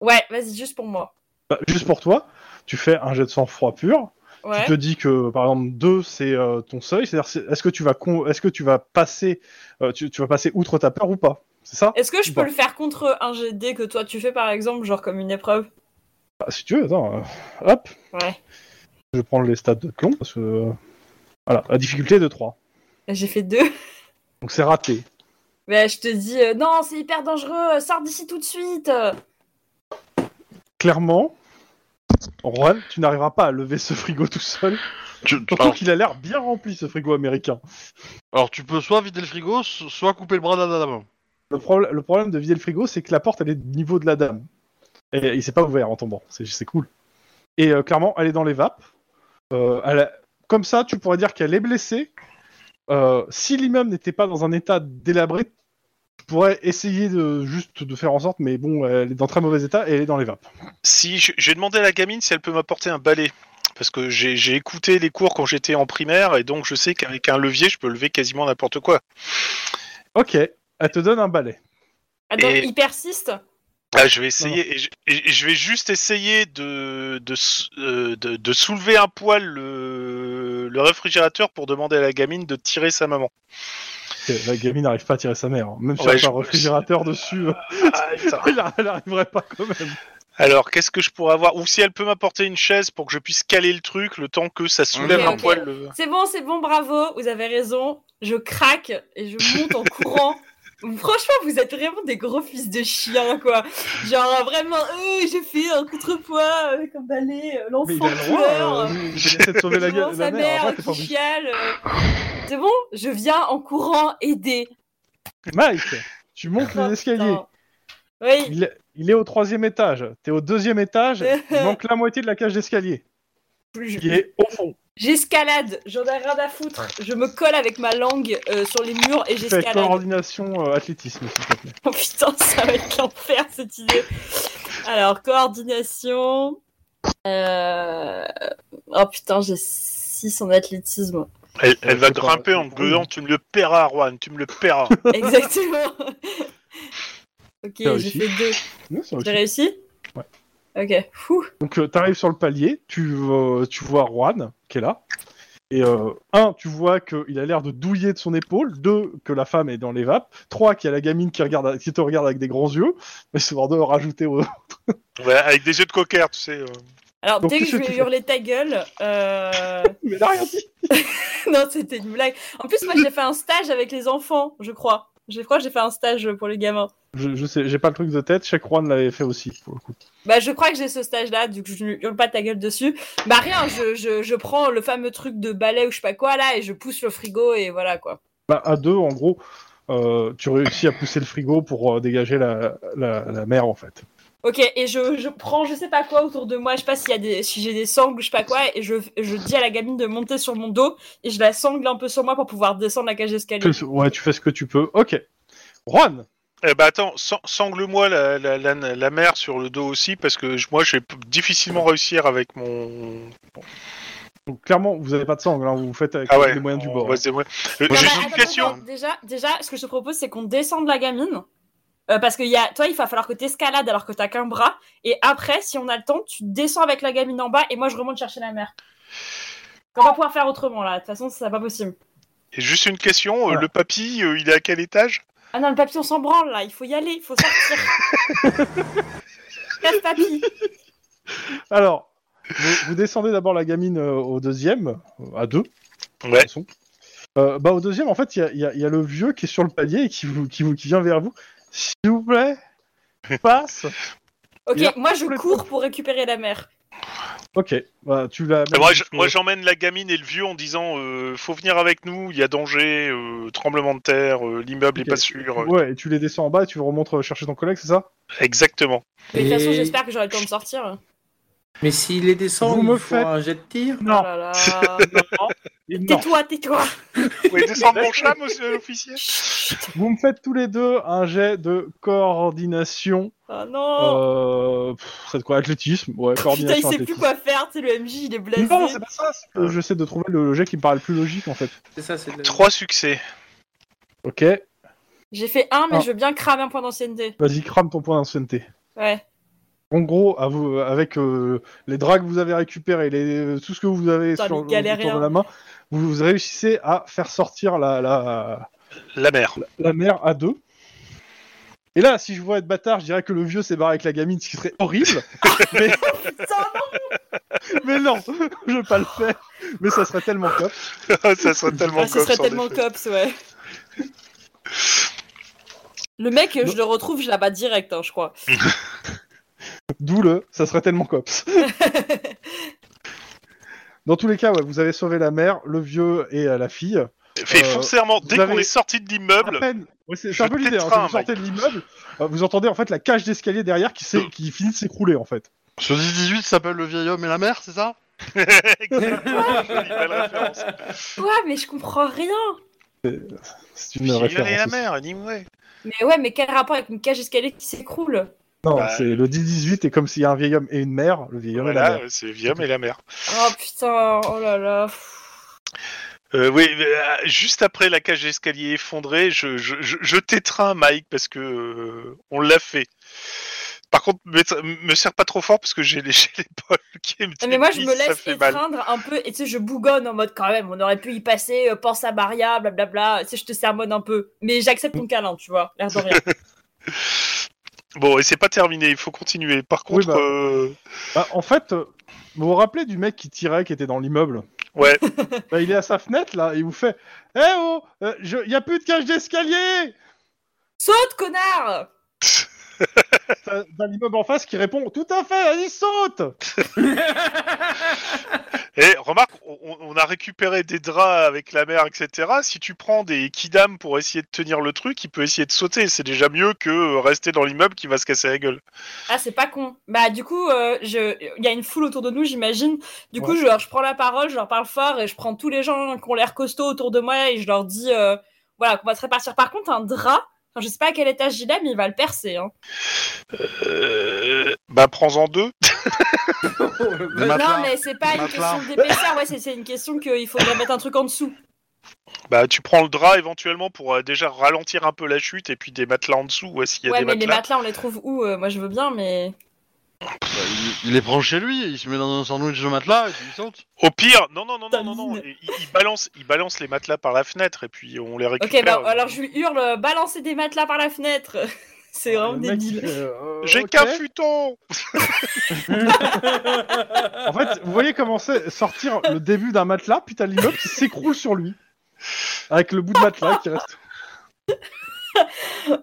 [SPEAKER 2] Ouais, vas-y, juste pour moi.
[SPEAKER 1] Bah, Juste pour toi, tu fais un jet de sang-froid pur.
[SPEAKER 2] Ouais.
[SPEAKER 1] Tu te dis que, par exemple, 2, c'est euh, ton seuil. C'est-à-dire, c'est- est-ce que tu vas, con- est-ce que tu vas passer, euh, tu, tu vas passer outre ta peur ou pas C'est ça
[SPEAKER 2] Est-ce que je peux
[SPEAKER 1] Bon.
[SPEAKER 2] le faire contre un GD que toi tu fais par exemple, genre comme une épreuve
[SPEAKER 1] Bah, Si tu veux, attends. euh, hop,
[SPEAKER 2] Ouais.
[SPEAKER 1] je prends les stats de Clon parce que euh, voilà, la difficulté est de 3.
[SPEAKER 2] J'ai fait deux.
[SPEAKER 1] Donc c'est raté.
[SPEAKER 2] Mais je te dis, euh, non, c'est hyper dangereux, euh, sors d'ici tout de suite. euh.
[SPEAKER 1] Clairement, Juan, tu n'arriveras pas à lever ce frigo tout seul.
[SPEAKER 4] Tu- tu-
[SPEAKER 1] Surtout
[SPEAKER 4] alors,
[SPEAKER 1] qu'il a l'air bien rempli ce frigo américain.
[SPEAKER 4] alors, tu peux soit vider le frigo, so- soit couper le bras de la dame.
[SPEAKER 1] Le, problème- le problème de vider le frigo, c'est que la porte, elle est du niveau de la dame. Et il s'est pas ouvert en tombant. C'est c'est cool. Et euh, clairement, elle est dans les vapes. Euh, elle a- Comme ça, tu pourrais dire qu'elle est blessée. Euh, si l'immeuble n'était pas dans un état délabré, tu pourrais essayer de juste de faire en sorte, mais bon, elle est dans très mauvais état et elle est dans les vapes.
[SPEAKER 5] Si je- j'ai demandé à la gamine si elle peut m'apporter un balai, parce que j'ai j'ai écouté les cours quand j'étais en primaire, et donc je sais qu'avec un levier, je peux lever quasiment n'importe quoi.
[SPEAKER 1] Ok, elle te donne un balai.
[SPEAKER 2] Ah, donc
[SPEAKER 5] Et-
[SPEAKER 2] il persiste
[SPEAKER 5] Ah, je vais essayer, et je, et je vais juste essayer de, de, s- euh, de, de soulever un poil le, le réfrigérateur pour demander à la gamine de tirer sa maman.
[SPEAKER 1] Ok, La gamine n'arrive pas à tirer sa mère. hein. Même si
[SPEAKER 5] Ouais,
[SPEAKER 1] elle a
[SPEAKER 5] je-
[SPEAKER 1] un réfrigérateur dessus, euh, elle n'arriverait pas quand même.
[SPEAKER 5] Ah, Alors, qu'est-ce que je pourrais avoir Ou si elle peut m'apporter une chaise pour que je puisse caler le truc le temps que ça soulève
[SPEAKER 2] Ok,
[SPEAKER 5] un
[SPEAKER 2] ok.
[SPEAKER 5] poil le...
[SPEAKER 2] C'est bon, c'est bon, bravo, vous avez raison. Je craque et je monte en courant. Franchement, vous êtes vraiment des gros fils de chien, quoi. Genre, vraiment, euh, j'ai fait un contrepoids euh, comme balai, euh,
[SPEAKER 1] Mais il
[SPEAKER 2] l'enfant
[SPEAKER 1] a le droit.
[SPEAKER 2] pleure.
[SPEAKER 1] euh, il essaie de sauver la
[SPEAKER 2] Devant
[SPEAKER 1] gueule.
[SPEAKER 2] sa
[SPEAKER 1] La mère,
[SPEAKER 2] mère
[SPEAKER 1] après, t'es pas
[SPEAKER 2] qui
[SPEAKER 1] obligé.
[SPEAKER 2] chiale. euh. C'est bon, je viens en courant aider.
[SPEAKER 1] Mike, tu montes
[SPEAKER 2] Oh,
[SPEAKER 1] les escaliers.
[SPEAKER 2] putain. Oui,
[SPEAKER 1] Il, il est au troisième étage. T'es au deuxième étage. Il manque la moitié de la cage d'escalier.
[SPEAKER 2] plus-
[SPEAKER 1] Il est au fond.
[SPEAKER 2] j'escalade, j'en ai rien à foutre. Je me colle avec ma langue euh, sur les murs et
[SPEAKER 1] Fais
[SPEAKER 2] j'escalade.
[SPEAKER 1] coordination euh, athlétisme, s'il te plaît.
[SPEAKER 2] Oh putain, ça va être l'enfer cette idée. Alors, coordination. Euh... Oh putain, j'ai 6 en athlétisme.
[SPEAKER 5] Elle, elle va
[SPEAKER 1] c'est pas-
[SPEAKER 5] grimper en
[SPEAKER 1] c'est pas-
[SPEAKER 5] gueulant, tu me le paieras, Juan, tu me le paieras.
[SPEAKER 2] Exactement. ok,
[SPEAKER 1] T'as
[SPEAKER 2] j'ai
[SPEAKER 1] réussi.
[SPEAKER 2] fait 2.
[SPEAKER 1] Non, c'est
[SPEAKER 2] J'ai
[SPEAKER 1] ok.
[SPEAKER 2] réussi
[SPEAKER 1] Ouais.
[SPEAKER 2] Ok. Fou.
[SPEAKER 1] Donc euh, t'arrives sur le palier. Tu, euh, tu vois Juan qui est là. Et euh, un, tu vois qu'il a l'air de douiller de son épaule. Deux, que la femme est dans les vapes. Trois, qu'il y a la gamine qui, regarde, à- qui te regarde avec des grands yeux. Histoire de rajouter au,
[SPEAKER 5] Ouais, avec des yeux de cocker, tu sais. euh.
[SPEAKER 2] Alors,
[SPEAKER 1] Donc,
[SPEAKER 2] dès que
[SPEAKER 1] qu'est-ce
[SPEAKER 2] je
[SPEAKER 1] que tu
[SPEAKER 2] vais
[SPEAKER 1] fais
[SPEAKER 2] hurler ta gueule, euh...
[SPEAKER 1] Mais elle a rien dit.
[SPEAKER 2] non, c'était une blague. En plus, moi, j'ai fait un stage avec les enfants, je crois. Je crois que j'ai fait un stage pour les gamins.
[SPEAKER 1] Je, je sais, j'ai pas le truc de tête. Chaque Juan l'avait fait aussi pour le coup.
[SPEAKER 2] Bah, je crois que j'ai ce stage-là, du coup, je ne hurle pas ta gueule dessus. Bah, rien, je, je, je prends le fameux truc de balai ou je sais pas quoi, là, et je pousse le frigo, et voilà, quoi.
[SPEAKER 1] Bah, à deux, en gros, euh, tu réussis à pousser le frigo pour euh, dégager la, la, la mer, en fait.
[SPEAKER 2] Ok, et je, je prends je sais pas quoi autour de moi, je sais pas s'il y a des, si j'ai des sangles ou je sais pas quoi, et je, je dis à la gamine de monter sur mon dos, et je la sangle un peu sur moi pour pouvoir descendre la cage d'escalier.
[SPEAKER 1] Ouais, tu fais ce que tu peux. Ok. Juan
[SPEAKER 5] Eh ben attends, san- sangle-moi la, la, la, la mère sur le dos aussi, parce que je- moi, je vais p- difficilement réussir avec mon...
[SPEAKER 1] Donc, clairement, vous avez pas de sangle, hein, vous vous faites avec
[SPEAKER 5] Ah ouais,
[SPEAKER 1] les moyens du
[SPEAKER 5] on
[SPEAKER 1] bord. hein.
[SPEAKER 5] va se débrouiller. Euh,
[SPEAKER 2] Non, bah,
[SPEAKER 5] J'ai juste une
[SPEAKER 2] attends,
[SPEAKER 5] question.
[SPEAKER 2] attends, déjà, déjà, ce que je te propose, c'est qu'on descende la gamine. euh, parce que y a, toi, il va falloir que tu escalades alors que t'as qu'un bras. Et après, si on a le temps, tu descends avec la gamine en bas et moi, je remonte chercher la mère. On va pouvoir faire autrement là. De toute façon, c'est pas possible.
[SPEAKER 5] Et Juste une question, euh,
[SPEAKER 1] Voilà.
[SPEAKER 5] le papy, euh, il est à quel étage
[SPEAKER 2] Ah non, le papillon s'en branle là. Il faut y aller, il faut sortir. Casse papy.
[SPEAKER 1] Alors, vous, vous descendez d'abord la gamine euh, au deuxième, euh, à deux, de
[SPEAKER 5] Ouais.
[SPEAKER 1] toute façon. Euh, bah, au deuxième, en fait, il y a, il y a- il y a le vieux qui est sur le palier et qui, vous, qui, vous, qui vient vers vous. S'il vous plaît, passe.
[SPEAKER 2] Ok,
[SPEAKER 1] Il a
[SPEAKER 2] moi je
[SPEAKER 1] complètement-
[SPEAKER 2] cours pour récupérer la mère.
[SPEAKER 1] Ok, bah, tu l'as.
[SPEAKER 5] Et Moi, je- moi, j'emmène la gamine et le vieux en disant euh, faut venir avec nous, il y a danger, euh, tremblement de terre, euh, l'immeuble
[SPEAKER 1] Ok.
[SPEAKER 5] est pas sûr. euh.
[SPEAKER 1] Ouais, et tu les descends en bas et tu remontes euh, chercher ton collègue, c'est ça
[SPEAKER 5] Exactement.
[SPEAKER 2] Mais De toute façon,
[SPEAKER 3] Et-
[SPEAKER 2] j'espère que j'aurai le temps de sortir.
[SPEAKER 3] Mais s'il les descend,
[SPEAKER 1] Vous
[SPEAKER 3] il
[SPEAKER 1] me
[SPEAKER 3] faut
[SPEAKER 1] faites-
[SPEAKER 3] un jet de tir.
[SPEAKER 2] Oh là là. Tais-toi, tais-toi.
[SPEAKER 5] Vous pouvez descendre mon chat, monsieur l'officier
[SPEAKER 2] Chut.
[SPEAKER 1] Vous me faites tous les deux un jet de coordination.
[SPEAKER 2] Oh non.
[SPEAKER 1] Euh, pff, c'est quoi Athlétisme Ouais,
[SPEAKER 2] Putain, il
[SPEAKER 1] coordination.
[SPEAKER 2] sait plus
[SPEAKER 1] athlétisme.
[SPEAKER 2] quoi faire, tu sais, le MJ, il est blasé.
[SPEAKER 1] Non, c'est pas ça. c'est que J'essaie de trouver le jet qui me paraît le plus logique en fait.
[SPEAKER 3] C'est ça, c'est de la-
[SPEAKER 5] Trois succès.
[SPEAKER 1] Ok,
[SPEAKER 2] J'ai fait un, mais
[SPEAKER 1] Ah.
[SPEAKER 2] je veux bien cramer un point d'ancienneté.
[SPEAKER 1] vas-y, crame ton point d'ancienneté.
[SPEAKER 2] Ouais.
[SPEAKER 1] En gros, à vous, avec euh, les draps que vous avez récupérés, les, tout ce que vous avez
[SPEAKER 2] Putain,
[SPEAKER 1] sur,
[SPEAKER 2] les galériens.
[SPEAKER 1] autour de la main, vous, vous réussissez à faire sortir la, la,
[SPEAKER 5] La mère.
[SPEAKER 1] la mère à deux. Et là, si je vois être bâtard, je dirais que le vieux s'est barré avec la gamine, ce qui serait horrible. mais,
[SPEAKER 2] Putain, non.
[SPEAKER 1] mais non, je vais pas le faire. Mais ça serait tellement top.
[SPEAKER 5] ça serait tellement
[SPEAKER 2] Ah, ce serait
[SPEAKER 5] cops, en
[SPEAKER 2] tellement
[SPEAKER 5] effet.
[SPEAKER 2] cops, ouais. Le mec,
[SPEAKER 1] Non.
[SPEAKER 2] je le retrouve, je la bats direct, hein, je crois.
[SPEAKER 1] D'où le, ça serait tellement cops. Dans tous les cas, ouais, vous avez sauvé la mère, le vieux et euh, la fille.
[SPEAKER 5] Fait
[SPEAKER 1] Euh,
[SPEAKER 5] foncièrement, dès
[SPEAKER 1] vous
[SPEAKER 5] qu'on
[SPEAKER 1] avez-
[SPEAKER 5] est sorti de
[SPEAKER 1] à
[SPEAKER 5] l'immeuble,
[SPEAKER 1] peine. Ouais, c'est
[SPEAKER 5] Je
[SPEAKER 1] c'est un peu l'idée. hein,
[SPEAKER 5] t'étreins,
[SPEAKER 1] c'est que Vous
[SPEAKER 5] mec.
[SPEAKER 1] sortez de l'immeuble, euh, vous entendez en fait la cage d'escalier derrière qui, s'est- qui finit de s'écrouler en fait.
[SPEAKER 4] Ce 10-18 s'appelle le vieil homme et la mère, c'est ça
[SPEAKER 5] Exactement, jolie, belle référence.
[SPEAKER 2] Ouais, mais je comprends rien.
[SPEAKER 1] C'est une
[SPEAKER 5] Il
[SPEAKER 1] référence.
[SPEAKER 5] est la
[SPEAKER 1] aussi.
[SPEAKER 5] mère, Nimue.
[SPEAKER 2] Mais ouais, mais quel rapport avec une cage escalier qui s'écroule
[SPEAKER 1] Non,
[SPEAKER 5] Bah,
[SPEAKER 1] c'est le 10-18 et comme s'il y a un vieil homme et une mère, le vieil homme et la
[SPEAKER 5] Voilà,
[SPEAKER 1] mère.
[SPEAKER 5] c'est Viam et la mère.
[SPEAKER 2] Oh putain, oh là là.
[SPEAKER 5] Euh, oui, mais, euh, juste après la cage d'escalier effondrée, je, je, je, je t'étreins, Mike, parce que euh, on l'a fait. Par contre, me, me serre pas trop fort parce que j'ai léché l'épaule qui me
[SPEAKER 2] Mais moi, je me
[SPEAKER 5] dévisse, ça
[SPEAKER 2] laisse
[SPEAKER 5] fait mal.
[SPEAKER 2] étreindre un peu, et tu sais, je bougonne en mode quand même, on aurait pu y passer, euh, pense à Maria, blablabla. Tu sais, je te sermonne un peu. Mais j'accepte ton câlin, tu vois, l'air de rien.
[SPEAKER 5] Bon, et c'est pas terminé, il faut continuer. Par
[SPEAKER 1] Oui,
[SPEAKER 5] contre,
[SPEAKER 1] bah.
[SPEAKER 5] euh,
[SPEAKER 1] Bah, en fait, euh, vous vous rappelez du mec qui tirait, qui était dans l'immeuble
[SPEAKER 5] Ouais.
[SPEAKER 1] Bah, il est à sa fenêtre là, il vous fait Eh oh euh, je- Il n'y a plus de cage d'escalier
[SPEAKER 2] Saute, connard
[SPEAKER 1] T'as t'as l'immeuble en face qui répond Tout à fait, vas-y, saute
[SPEAKER 5] eh, remarque, on, on a récupéré des draps avec la mer, etc. Si tu prends des kidam pour essayer de tenir le truc, il peut essayer de sauter. C'est déjà mieux que euh, rester dans l'immeuble qui va se casser la gueule.
[SPEAKER 2] Ah, c'est pas con. Bah, du coup, euh, je... il y a une foule autour de nous, j'imagine. Du coup, je, leur- je prends la parole, je leur parle fort et je prends tous les gens qui ont l'air costauds autour de moi et je leur dis, euh, voilà, qu'on va se répartir. Par contre, un drap, enfin, je sais pas à quel étage il est, mais il va le percer. Hein.
[SPEAKER 5] Euh, bah, prends-en deux.
[SPEAKER 4] Le matelas.
[SPEAKER 2] Non, mais c'est pas une
[SPEAKER 4] Matelas.
[SPEAKER 2] question d'épaisseur, ouais, c'est- c'est une question qu'il faudrait mettre un truc en dessous.
[SPEAKER 5] Bah, tu prends le drap éventuellement pour euh, déjà ralentir un peu la chute et puis des matelas en dessous, ouais, s'il y a
[SPEAKER 2] Ouais,
[SPEAKER 5] des
[SPEAKER 2] mais les
[SPEAKER 5] matelas.
[SPEAKER 2] matelas, on les trouve où Euh, Moi, je veux bien, mais.
[SPEAKER 4] Bah, il, il les prend chez lui, il se met dans un sandwich de matelas et puis il saute.
[SPEAKER 5] Au pire, non, non, non, non, non, non,
[SPEAKER 2] Tamine.
[SPEAKER 5] il, il balance, il balance les matelas par la fenêtre et puis on les récupère.
[SPEAKER 2] Ok, bah, alors je lui hurle, euh, balancez des matelas par la fenêtre. c'est vraiment
[SPEAKER 1] Le mec, il
[SPEAKER 2] débile.
[SPEAKER 1] fait, Euh,
[SPEAKER 5] J'ai
[SPEAKER 1] ok.
[SPEAKER 5] qu'un futon
[SPEAKER 1] En fait, vous voyez comment c'est sortir le début d'un matelas, puis t'as l'immeuble qui s'écroule sur lui. Avec le bout de matelas qui reste.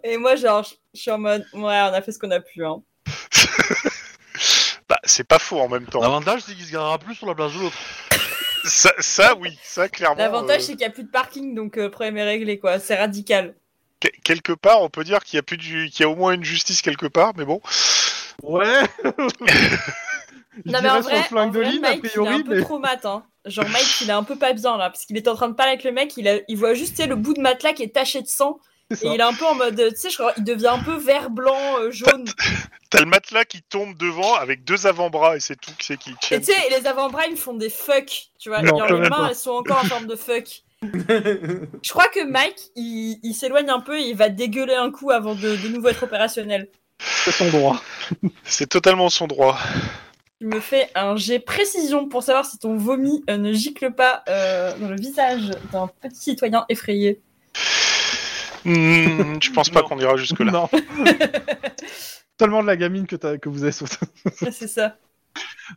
[SPEAKER 2] Et moi, genre, je je suis en mode, ouais, on a fait ce qu'on a pu, hein.
[SPEAKER 5] Bah, c'est pas faux en même temps.
[SPEAKER 4] L'avantage, c'est qu'il se garera plus sur la place de l'autre.
[SPEAKER 5] Ça, ça, oui, ça, clairement.
[SPEAKER 2] L'avantage,
[SPEAKER 5] euh,
[SPEAKER 2] c'est qu'il n'y a plus de parking, donc euh, le problème est réglé, quoi. C'est radical.
[SPEAKER 5] que- quelque part, on peut dire qu'il y a plus du, qu'il y a au moins une justice quelque part, mais bon.
[SPEAKER 1] Ouais Il
[SPEAKER 2] non, mais
[SPEAKER 1] dirait
[SPEAKER 2] en
[SPEAKER 1] sur
[SPEAKER 2] vrai,
[SPEAKER 1] le flingue
[SPEAKER 2] en
[SPEAKER 1] de
[SPEAKER 2] vrai,
[SPEAKER 1] Lynn, a
[SPEAKER 2] Mike, il est un
[SPEAKER 1] priori,
[SPEAKER 2] peu
[SPEAKER 1] mais...
[SPEAKER 2] trop mat, hein. Genre, Mike, il est un peu pas bien, là, parce qu'il est en train de parler avec le mec, il, a- il voit juste, tu sais, le bout de matelas qui est taché de sang,
[SPEAKER 1] c'est
[SPEAKER 2] et
[SPEAKER 1] ça.
[SPEAKER 2] il est un peu en mode, euh, tu sais, je crois, il devient un peu vert, blanc, euh, jaune.
[SPEAKER 5] T'as le matelas qui tombe devant avec deux avant-bras et c'est tout que c'est qui
[SPEAKER 2] Et
[SPEAKER 5] tienne.
[SPEAKER 2] tu sais, et les avant-bras, ils me font des fuck, tu vois.
[SPEAKER 1] Non,
[SPEAKER 2] Genre,
[SPEAKER 1] quand
[SPEAKER 2] les
[SPEAKER 1] même
[SPEAKER 2] mains,
[SPEAKER 1] pas.
[SPEAKER 2] elles sont encore en forme de fuck. Je crois que Mike, il, il s'éloigne un peu et il va dégueuler un coup avant de, de nouveau être opérationnel.
[SPEAKER 1] C'est son droit.
[SPEAKER 5] C'est totalement son droit.
[SPEAKER 2] Tu me fais un jet précision pour savoir si ton vomi euh, ne gicle pas euh, dans le visage d'un petit citoyen effrayé.
[SPEAKER 5] Hmm, je pense pas
[SPEAKER 1] Non.
[SPEAKER 5] qu'on ira jusque là.
[SPEAKER 1] Non. Totalement de la gamine que, t'as- que vous avez sauté.
[SPEAKER 2] C'est ça.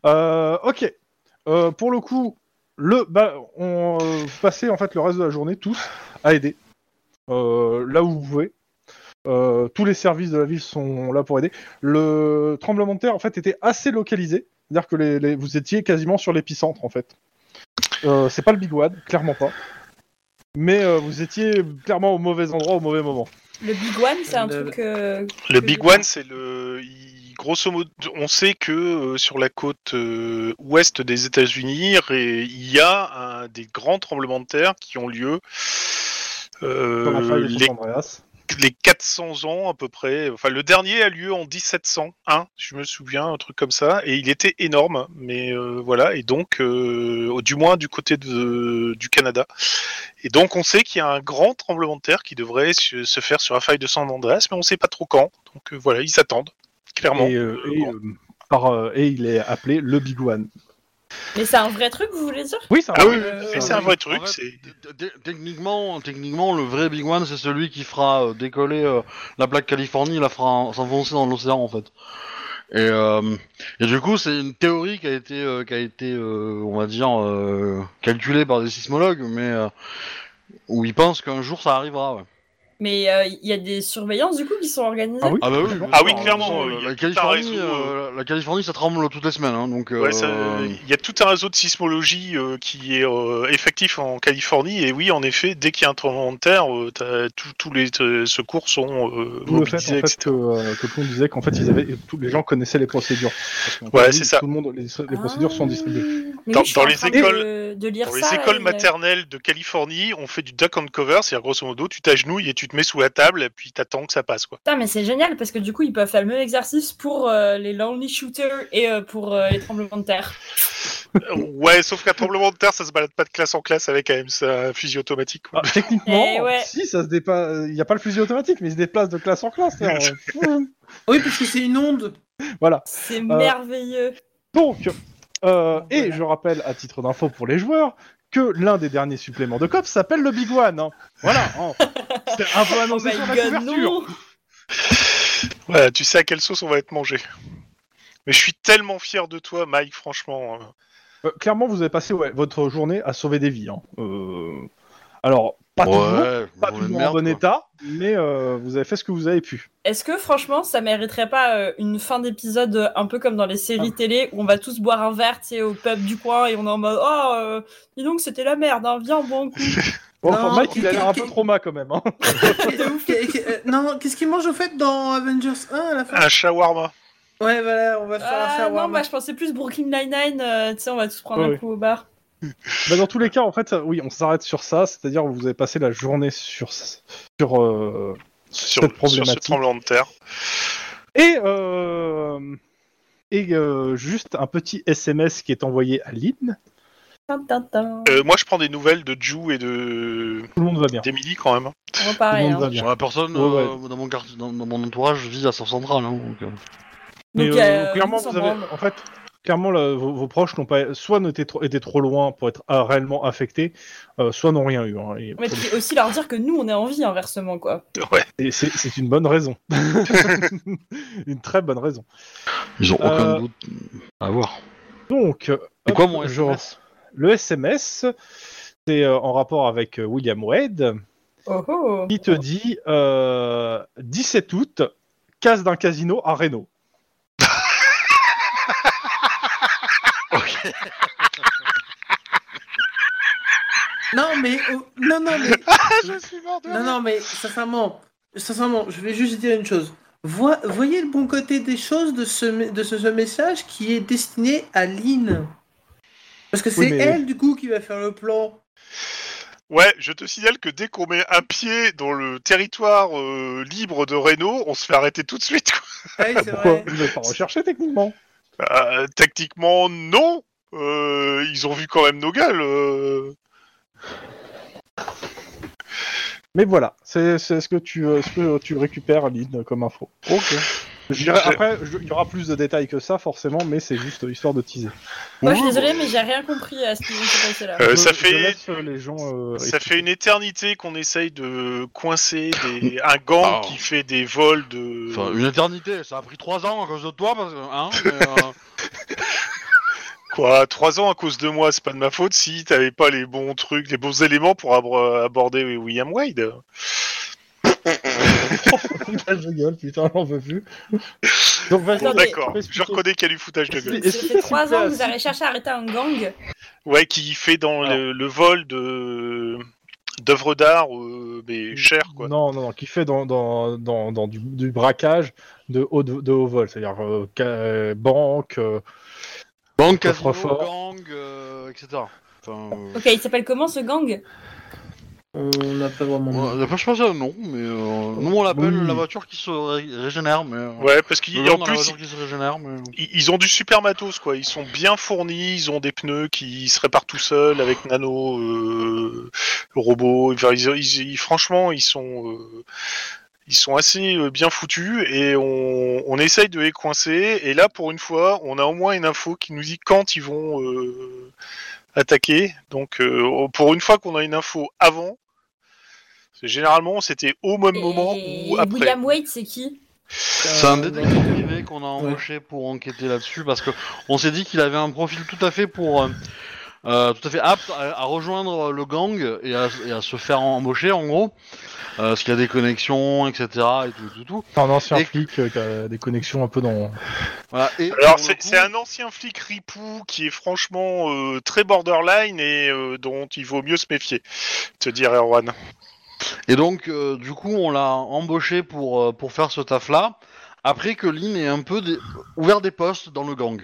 [SPEAKER 1] Euh, ok. Euh, pour le coup, le, bah, on euh, vous passez en fait le reste de la journée tous à aider euh, là où vous pouvez. Euh, tous les services de la ville sont là pour aider. Le tremblement de terre en fait était assez localisé, c'est-à-dire que les, les- vous étiez quasiment sur l'épicentre en fait. Euh, c'est pas le Big Wad, clairement pas. Mais euh, vous étiez clairement au mauvais endroit au mauvais moment.
[SPEAKER 2] Le Big One, c'est un
[SPEAKER 3] Le-
[SPEAKER 2] truc. euh,
[SPEAKER 5] Le
[SPEAKER 2] que-
[SPEAKER 5] Big One, c'est le. il- Grosso modo, on sait que euh, sur la côte euh, ouest des États-Unis, ré- il y a un- des grands tremblements de terre qui ont lieu euh,
[SPEAKER 1] Dans la faille de
[SPEAKER 5] les,
[SPEAKER 1] Saint-Andreas.
[SPEAKER 5] les 400 ans à peu près. Enfin, le dernier a lieu en 1701, je me souviens, un truc comme ça, et il était énorme. Mais euh, voilà, et donc, euh, au- du moins du côté de- du Canada. Et donc, on sait qu'il y a un grand tremblement de terre qui devrait se se faire sur la faille de San Andreas, mais on sait pas trop quand. Donc euh, voilà, ils s'attendent, clairement.
[SPEAKER 1] Et, euh,
[SPEAKER 5] Euh,
[SPEAKER 1] et,
[SPEAKER 5] bon.
[SPEAKER 1] euh, par, euh, et il est appelé le Big One.
[SPEAKER 2] Mais c'est un vrai truc, vous voulez dire
[SPEAKER 1] Oui, ça
[SPEAKER 5] Ah oui,
[SPEAKER 2] euh,
[SPEAKER 5] mais c'est
[SPEAKER 4] euh,
[SPEAKER 5] un vrai
[SPEAKER 4] en
[SPEAKER 5] truc.
[SPEAKER 4] fait,
[SPEAKER 5] c'est-
[SPEAKER 4] T- t- Techniquement, techniquement, le vrai Big One, c'est celui qui fera euh, décoller euh, la plaque Californie, la fera en- s'enfoncer dans l'océan en fait. Et, euh, et du coup, c'est une théorie qui a été, euh, qui a été, euh, on va dire, euh, calculée par des sismologues, mais euh, où ils pensent qu'un jour ça arrivera. ouais.
[SPEAKER 2] Mais euh, il y a des surveillances du coup qui sont organisées.
[SPEAKER 1] Ah oui
[SPEAKER 4] Ah bah oui.
[SPEAKER 1] complètement.
[SPEAKER 4] bien
[SPEAKER 5] Ah
[SPEAKER 4] sûr,
[SPEAKER 5] oui,
[SPEAKER 4] hein,
[SPEAKER 5] clairement,
[SPEAKER 4] euh,
[SPEAKER 5] il y a
[SPEAKER 4] La
[SPEAKER 5] tout un
[SPEAKER 4] Californie,
[SPEAKER 5] réseau, euh.
[SPEAKER 4] euh, la- la Californie, ça tremble toutes les semaines, hein, donc.
[SPEAKER 5] Ouais, ça-
[SPEAKER 4] euh,
[SPEAKER 5] Il y a tout un réseau de sismologie euh, qui est euh, effectif en Californie. Et oui, en effet, dès qu'il y a un tremblement de terre, euh, t'as- tous- tous les euh, secours sont euh,
[SPEAKER 1] D'où le fait, en
[SPEAKER 5] mobilisés,
[SPEAKER 1] fait
[SPEAKER 5] etc.
[SPEAKER 1] que, euh, que Plon disait qu'en fait ils avaient tous les gens connaissaient les procédures. Parce qu'en
[SPEAKER 5] Ouais,
[SPEAKER 1] fait,
[SPEAKER 5] c'est
[SPEAKER 1] oui,
[SPEAKER 5] ça.
[SPEAKER 1] Tout le monde les, les procédures sont distribuées.
[SPEAKER 2] Ah. Mais
[SPEAKER 5] Dans-
[SPEAKER 2] oui, je suis
[SPEAKER 5] dans
[SPEAKER 2] en
[SPEAKER 5] les
[SPEAKER 2] train
[SPEAKER 5] écoles-
[SPEAKER 2] de, de lire
[SPEAKER 5] Dans les
[SPEAKER 2] ça, euh,
[SPEAKER 5] écoles
[SPEAKER 2] et-
[SPEAKER 5] maternelles de Californie, on fait du duck and cover, c'est-à-dire grosso modo, tu t'agenouilles et tu te mets sous la table et puis t'attends que ça passe. quoi.
[SPEAKER 2] Putain, mais c'est génial parce que du coup, ils peuvent faire le même exercice pour euh, les lonely shooters et euh, pour euh, les tremblements de terre.
[SPEAKER 5] Euh, ouais, sauf qu'un tremblement de terre, ça se balade pas de classe en classe avec quand même un fusil automatique. quoi.
[SPEAKER 1] Ah, techniquement,
[SPEAKER 2] Eh ouais.
[SPEAKER 1] si ça se dépasse, il n'y a pas le fusil automatique, mais il se déplace de classe en classe. là. Hmm.
[SPEAKER 3] Oui, parce que c'est une onde.
[SPEAKER 1] voilà.
[SPEAKER 2] C'est merveilleux.
[SPEAKER 1] Donc, euh, et je rappelle à titre d'info pour les joueurs que l'un des derniers suppléments de COP s'appelle le Big One. hein. Voilà. hein. C'est un peu
[SPEAKER 2] Oh
[SPEAKER 1] annoncé
[SPEAKER 2] my
[SPEAKER 1] sur la
[SPEAKER 2] god,
[SPEAKER 1] couverture.
[SPEAKER 2] non
[SPEAKER 5] Voilà, tu sais à quelle sauce on va être mangé. Mais je suis tellement fier de toi, Mike, franchement. euh.
[SPEAKER 1] Euh, clairement, vous avez passé ouais, votre journée à sauver des vies. hein. Euh, Alors, pas toujours,
[SPEAKER 4] ouais,
[SPEAKER 1] pas
[SPEAKER 4] bon,
[SPEAKER 1] toujours en
[SPEAKER 4] merde,
[SPEAKER 1] bon
[SPEAKER 4] quoi.
[SPEAKER 1] état, mais euh, vous avez fait ce que vous avez pu.
[SPEAKER 2] Est-ce que franchement, ça mériterait pas euh, une fin d'épisode euh, un peu comme dans les séries
[SPEAKER 1] Ah.
[SPEAKER 2] télé où on va tous boire un verre, tu sais, au pub du coin et on est en mode oh, euh, dis donc c'était la merde, hein, viens bon coup.
[SPEAKER 1] Bon,
[SPEAKER 3] Non,
[SPEAKER 1] enfin, Mike, il a l'air un
[SPEAKER 3] qui-
[SPEAKER 1] peu trauma quand même. hein.
[SPEAKER 3] Qu'est- qu'est- euh, non, qu'est-ce qu'il mange au fait dans Avengers 1 à la fin
[SPEAKER 5] Un shawarma.
[SPEAKER 1] Ah.
[SPEAKER 3] Ouais, voilà, on va faire un
[SPEAKER 2] Ah, non,
[SPEAKER 3] shawarma.
[SPEAKER 2] moi je pensais plus Brooklyn Nine-Nine, euh, tu sais, on va tous prendre
[SPEAKER 1] Ouais.
[SPEAKER 2] un coup au bar.
[SPEAKER 1] Bah, dans tous les cas, en fait, euh, oui, on s'arrête sur ça, c'est-à-dire vous avez passé la journée sur, sur, euh,
[SPEAKER 5] Sur,
[SPEAKER 1] cette
[SPEAKER 5] sur ce
[SPEAKER 1] problématique.
[SPEAKER 5] tremblement de terre.
[SPEAKER 1] Et, euh, et euh, juste un petit SMS qui est envoyé à Lynn.
[SPEAKER 2] Tin, tin, tin.
[SPEAKER 5] Euh, moi, je prends des nouvelles de Ju et de
[SPEAKER 1] Tout le monde va bien.
[SPEAKER 5] d'Emily quand même.
[SPEAKER 2] On va
[SPEAKER 1] Tout le
[SPEAKER 2] pareil.
[SPEAKER 1] monde
[SPEAKER 2] hein.
[SPEAKER 1] va bien.
[SPEAKER 4] Ouais, personne
[SPEAKER 1] Ouais,
[SPEAKER 4] euh, dans mon quartier, dans, dans mon entourage vit à South Central, hein, donc. euh.
[SPEAKER 1] Mais,
[SPEAKER 2] Donc,
[SPEAKER 1] euh,
[SPEAKER 2] euh,
[SPEAKER 1] clairement,
[SPEAKER 2] on s'en
[SPEAKER 1] vous avez,
[SPEAKER 2] branle.
[SPEAKER 1] en fait, clairement, là, vos, vos proches n'ont pas, soit n'étaient trop, étaient trop loin pour être ah, réellement affectés, euh, soit n'ont rien eu. hein. Et-
[SPEAKER 2] Mais puis aussi leur dire que nous on est en vie inversement quoi.
[SPEAKER 5] Ouais.
[SPEAKER 1] et c'est c'est une bonne raison, une très bonne raison.
[SPEAKER 4] Ils ont aucun
[SPEAKER 1] Euh,
[SPEAKER 4] doute à voir.
[SPEAKER 1] Donc, euh,
[SPEAKER 4] C'est
[SPEAKER 1] hop,
[SPEAKER 4] quoi mon
[SPEAKER 1] je-
[SPEAKER 4] SMS
[SPEAKER 1] Le SMS, c'est euh, en rapport avec euh, William Wade,
[SPEAKER 2] Oh oh.
[SPEAKER 1] qui te dit euh, 17 août, casse d'un casino à Reno.
[SPEAKER 3] Non, mais. oh, non, non, mais.
[SPEAKER 5] Ah, je suis mort de
[SPEAKER 3] Non, non, mais sincèrement, sincèrement, je vais juste dire une chose. Voi- voyez le bon côté des choses de ce, me- de ce, ce message qui est destiné à Lynn. Parce que c'est
[SPEAKER 1] Oui, mais-
[SPEAKER 3] elle, du coup, qui va faire le plan.
[SPEAKER 5] Ouais, je te signale que dès qu'on met un pied dans le territoire euh, libre de Reno, on se fait arrêter tout de suite. quoi.
[SPEAKER 3] Ah oui, c'est
[SPEAKER 1] Pourquoi
[SPEAKER 3] vrai.
[SPEAKER 1] Vous n'avez pas recherché techniquement
[SPEAKER 5] Euh, tactiquement, non. Euh, ils ont vu quand même nos gueules. euh.
[SPEAKER 1] Mais voilà, c'est c'est ce, que tu, euh, ce que tu récupères, Lynn, comme info.
[SPEAKER 4] Ok.
[SPEAKER 1] Je dirais- après, je- il y aura plus de détails que ça, forcément, mais c'est juste histoire de teaser.
[SPEAKER 2] Moi, je
[SPEAKER 1] Oh.
[SPEAKER 2] suis désolée, mais j'ai rien compris à ce qui s'est passé là.
[SPEAKER 5] Euh,
[SPEAKER 1] Je-
[SPEAKER 5] ça
[SPEAKER 1] je
[SPEAKER 5] fait-
[SPEAKER 1] laisse, euh, les gens, euh,
[SPEAKER 5] Ça fait une éternité qu'on essaye de coincer des- un gang
[SPEAKER 4] Ah.
[SPEAKER 5] qui fait des vols de.
[SPEAKER 4] Enfin, une éternité, ça a pris 3 ans à cause de toi, parce que. Hein, mais, euh,
[SPEAKER 5] Quoi, trois ans à cause de moi, c'est pas de ma faute si t'avais pas les bons trucs, les bons éléments pour abro- aborder William Wade.
[SPEAKER 1] Bah, je gueule, putain, j'en veux plus. Donc vas-y,
[SPEAKER 2] Bon,
[SPEAKER 5] Bon,
[SPEAKER 2] mais-
[SPEAKER 5] d'accord, je reconnais qu'il y a du foutage de gueule.
[SPEAKER 1] Est-ce
[SPEAKER 2] Ça
[SPEAKER 1] qu'il
[SPEAKER 2] fait
[SPEAKER 1] s'est
[SPEAKER 2] trois ans que
[SPEAKER 1] placé-
[SPEAKER 2] vous avez cherché à arrêter un gang.
[SPEAKER 5] Ouais, qui fait dans
[SPEAKER 1] Alors.
[SPEAKER 5] le, le vol de d'œuvres d'art, euh, mais cher quoi.
[SPEAKER 1] Non, non, non, qui fait dans, dans, dans, dans du, du braquage de haut, de, de haut vol, c'est-à-dire euh, ca- euh, banque. euh,
[SPEAKER 4] Banque,
[SPEAKER 1] Coffre
[SPEAKER 4] casino,
[SPEAKER 1] fort.
[SPEAKER 4] gang, euh, etc. Enfin, euh,
[SPEAKER 2] Ok, il s'appelle comment ce gang
[SPEAKER 3] On n'a pas vraiment.
[SPEAKER 4] on n'a pas choisi un nom, mais. Euh, nous, on l'appelle
[SPEAKER 1] Oui.
[SPEAKER 4] la voiture qui se ré- régénère, mais. euh,
[SPEAKER 5] Ouais, parce qu'ils
[SPEAKER 4] le nom
[SPEAKER 5] en
[SPEAKER 4] dans la
[SPEAKER 5] plus
[SPEAKER 4] voiture qui se régénère, mais. euh,
[SPEAKER 5] ils, ils ont du super matos quoi. Ils sont bien fournis, ils ont des pneus qui se réparent tout seuls avec nano euh, robots. Enfin, ils, ils- ils- franchement, ils sont euh, ils sont assez euh, bien foutus et on, on essaye de les coincer. Et là, pour une fois, on a au moins une info qui nous dit quand ils vont euh, attaquer. Donc, euh, pour une fois qu'on a une info avant. parce que Généralement, c'était au même moment
[SPEAKER 2] Et
[SPEAKER 5] ou après.
[SPEAKER 2] William Wade, c'est qui
[SPEAKER 4] C'est un détective privé qu'on a embauché pour enquêter là-dessus parce que on s'est dit qu'il avait un profil tout à fait pour euh, euh, tout à fait apte à, à rejoindre le gang et à, et à se faire embaucher en gros Euh, parce qu'il y a des connexions etc et tout tout tout.
[SPEAKER 1] un ancien
[SPEAKER 4] Et-
[SPEAKER 1] flic euh, qui a des connexions un peu dans.
[SPEAKER 4] Voilà. Et
[SPEAKER 5] Alors
[SPEAKER 4] pour le
[SPEAKER 5] c'est
[SPEAKER 4] coup,
[SPEAKER 5] c'est un ancien flic ripou qui est franchement euh, très borderline et euh, dont il vaut mieux se méfier, te dire Erwan.
[SPEAKER 4] et donc euh, du coup on l'a embauché pour euh, pour faire ce taf là après que Lynn ait un peu dé- ouvert des postes dans le gang.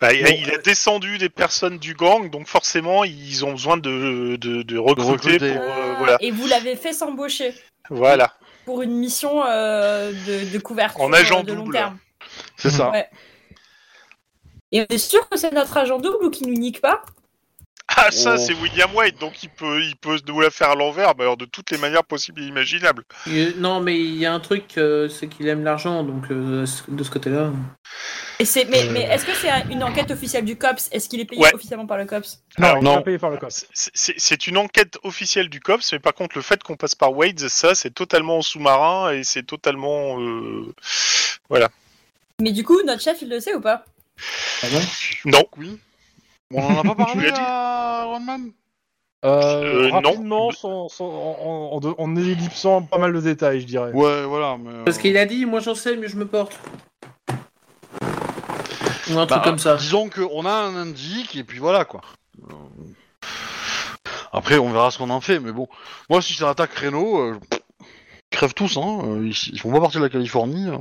[SPEAKER 5] Bah, il a-
[SPEAKER 1] Bon,
[SPEAKER 5] il a descendu des personnes du gang, donc forcément ils ont besoin de, de, de recruter,
[SPEAKER 4] recruter.
[SPEAKER 5] pour... euh,
[SPEAKER 2] Ah,
[SPEAKER 5] voilà.
[SPEAKER 2] Et vous l'avez fait s'embaucher
[SPEAKER 5] voilà.
[SPEAKER 2] pour une mission euh, de, de couverture
[SPEAKER 5] En agent
[SPEAKER 2] euh, de long
[SPEAKER 5] double.
[SPEAKER 2] terme.
[SPEAKER 4] C'est ça.
[SPEAKER 2] Ouais. Et on est sûr que c'est notre agent double ou qu'il nous nique pas
[SPEAKER 5] Ah ça
[SPEAKER 4] Oh.
[SPEAKER 5] c'est William White, donc il peut, il peut nous la faire à l'envers, mais alors de toutes les manières possibles et imaginables.
[SPEAKER 3] Il- Non, mais il y a un truc, euh, c'est qu'il aime l'argent, donc euh, de ce côté-là.
[SPEAKER 2] Et c'est mais,
[SPEAKER 4] Euh.
[SPEAKER 2] mais est-ce que c'est un- une enquête officielle du COPS Est-ce qu'il est payé
[SPEAKER 5] Ouais.
[SPEAKER 2] officiellement par le COPS
[SPEAKER 1] Non,
[SPEAKER 5] Alors,
[SPEAKER 1] non.
[SPEAKER 4] non.
[SPEAKER 1] payé par le cop.
[SPEAKER 5] C'est- C'est c'est une enquête officielle du COPS, mais par contre le fait qu'on passe par Wade, ça c'est totalement en sous-marin et c'est totalement... euh, Voilà.
[SPEAKER 2] Mais du coup, notre chef, il le sait ou pas
[SPEAKER 3] Ah bon
[SPEAKER 5] Non.
[SPEAKER 4] Oui. On en a pas
[SPEAKER 5] Tu
[SPEAKER 4] parlé
[SPEAKER 5] l'as dit.
[SPEAKER 4] à Iron Man
[SPEAKER 1] Euh,
[SPEAKER 5] Euh, non.
[SPEAKER 1] rapidement, sans- sans- en, en- en- en ellipsant pas mal de détails, je dirais.
[SPEAKER 4] Ouais voilà. Mais, euh,
[SPEAKER 3] Parce qu'il a dit, moi j'en sais, mais je me porte. Ou un
[SPEAKER 4] Bah,
[SPEAKER 3] truc comme ça.
[SPEAKER 4] Disons qu'on a un indice et puis voilà quoi. Euh, Après, on verra ce qu'on en fait, mais bon. Moi, si ça attaque Renault, euh, pff, ils crèvent tous, hein. euh, Ils, ils font pas partie de la Californie. euh.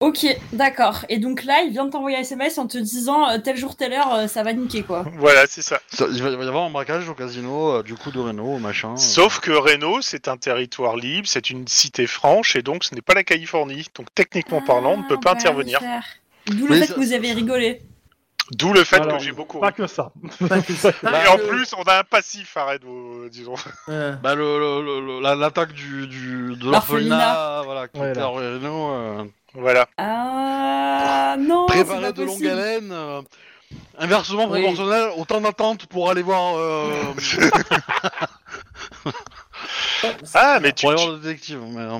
[SPEAKER 2] Ok, d'accord. Et donc là, il vient de t'envoyer un SMS en te disant euh, tel jour, telle heure, euh, ça va niquer quoi.
[SPEAKER 5] Voilà, c'est ça.
[SPEAKER 4] Ça- il, va, il va y avoir un braquage au casino, euh, du coup de Renault, machin. euh.
[SPEAKER 5] Sauf que Reno, c'est un territoire libre, c'est une cité franche, et donc ce n'est pas la Californie. Donc techniquement parlant, on ne peut pas
[SPEAKER 2] Ah,
[SPEAKER 5] intervenir.
[SPEAKER 2] voilà, super. D'où le
[SPEAKER 4] Oui,
[SPEAKER 2] fait
[SPEAKER 4] ça-
[SPEAKER 2] que vous avez rigolé.
[SPEAKER 5] D'où le fait
[SPEAKER 1] Alors,
[SPEAKER 5] que j'ai beaucoup.
[SPEAKER 1] Pas que ça.
[SPEAKER 5] Et en
[SPEAKER 3] Ah, le-
[SPEAKER 5] plus, on a un passif à Reno, euh, disons.
[SPEAKER 3] Ouais.
[SPEAKER 4] Bah, le- le- le- la- l'attaque du, du, de
[SPEAKER 2] L'orphelinat.
[SPEAKER 4] l'orphelinat, voilà, qui
[SPEAKER 1] Ouais,
[SPEAKER 4] était
[SPEAKER 1] là.
[SPEAKER 4] à Renault, euh,
[SPEAKER 5] Voilà.
[SPEAKER 2] Ah non, c'est
[SPEAKER 4] préparé
[SPEAKER 2] pas
[SPEAKER 4] de longue
[SPEAKER 2] possible.
[SPEAKER 4] haleine, euh, inversement
[SPEAKER 3] Oui.
[SPEAKER 4] proportionnel au temps d'attente pour aller voir, euh,
[SPEAKER 5] Ah, mais tu,
[SPEAKER 4] pour aller voir le détective. mais, euh,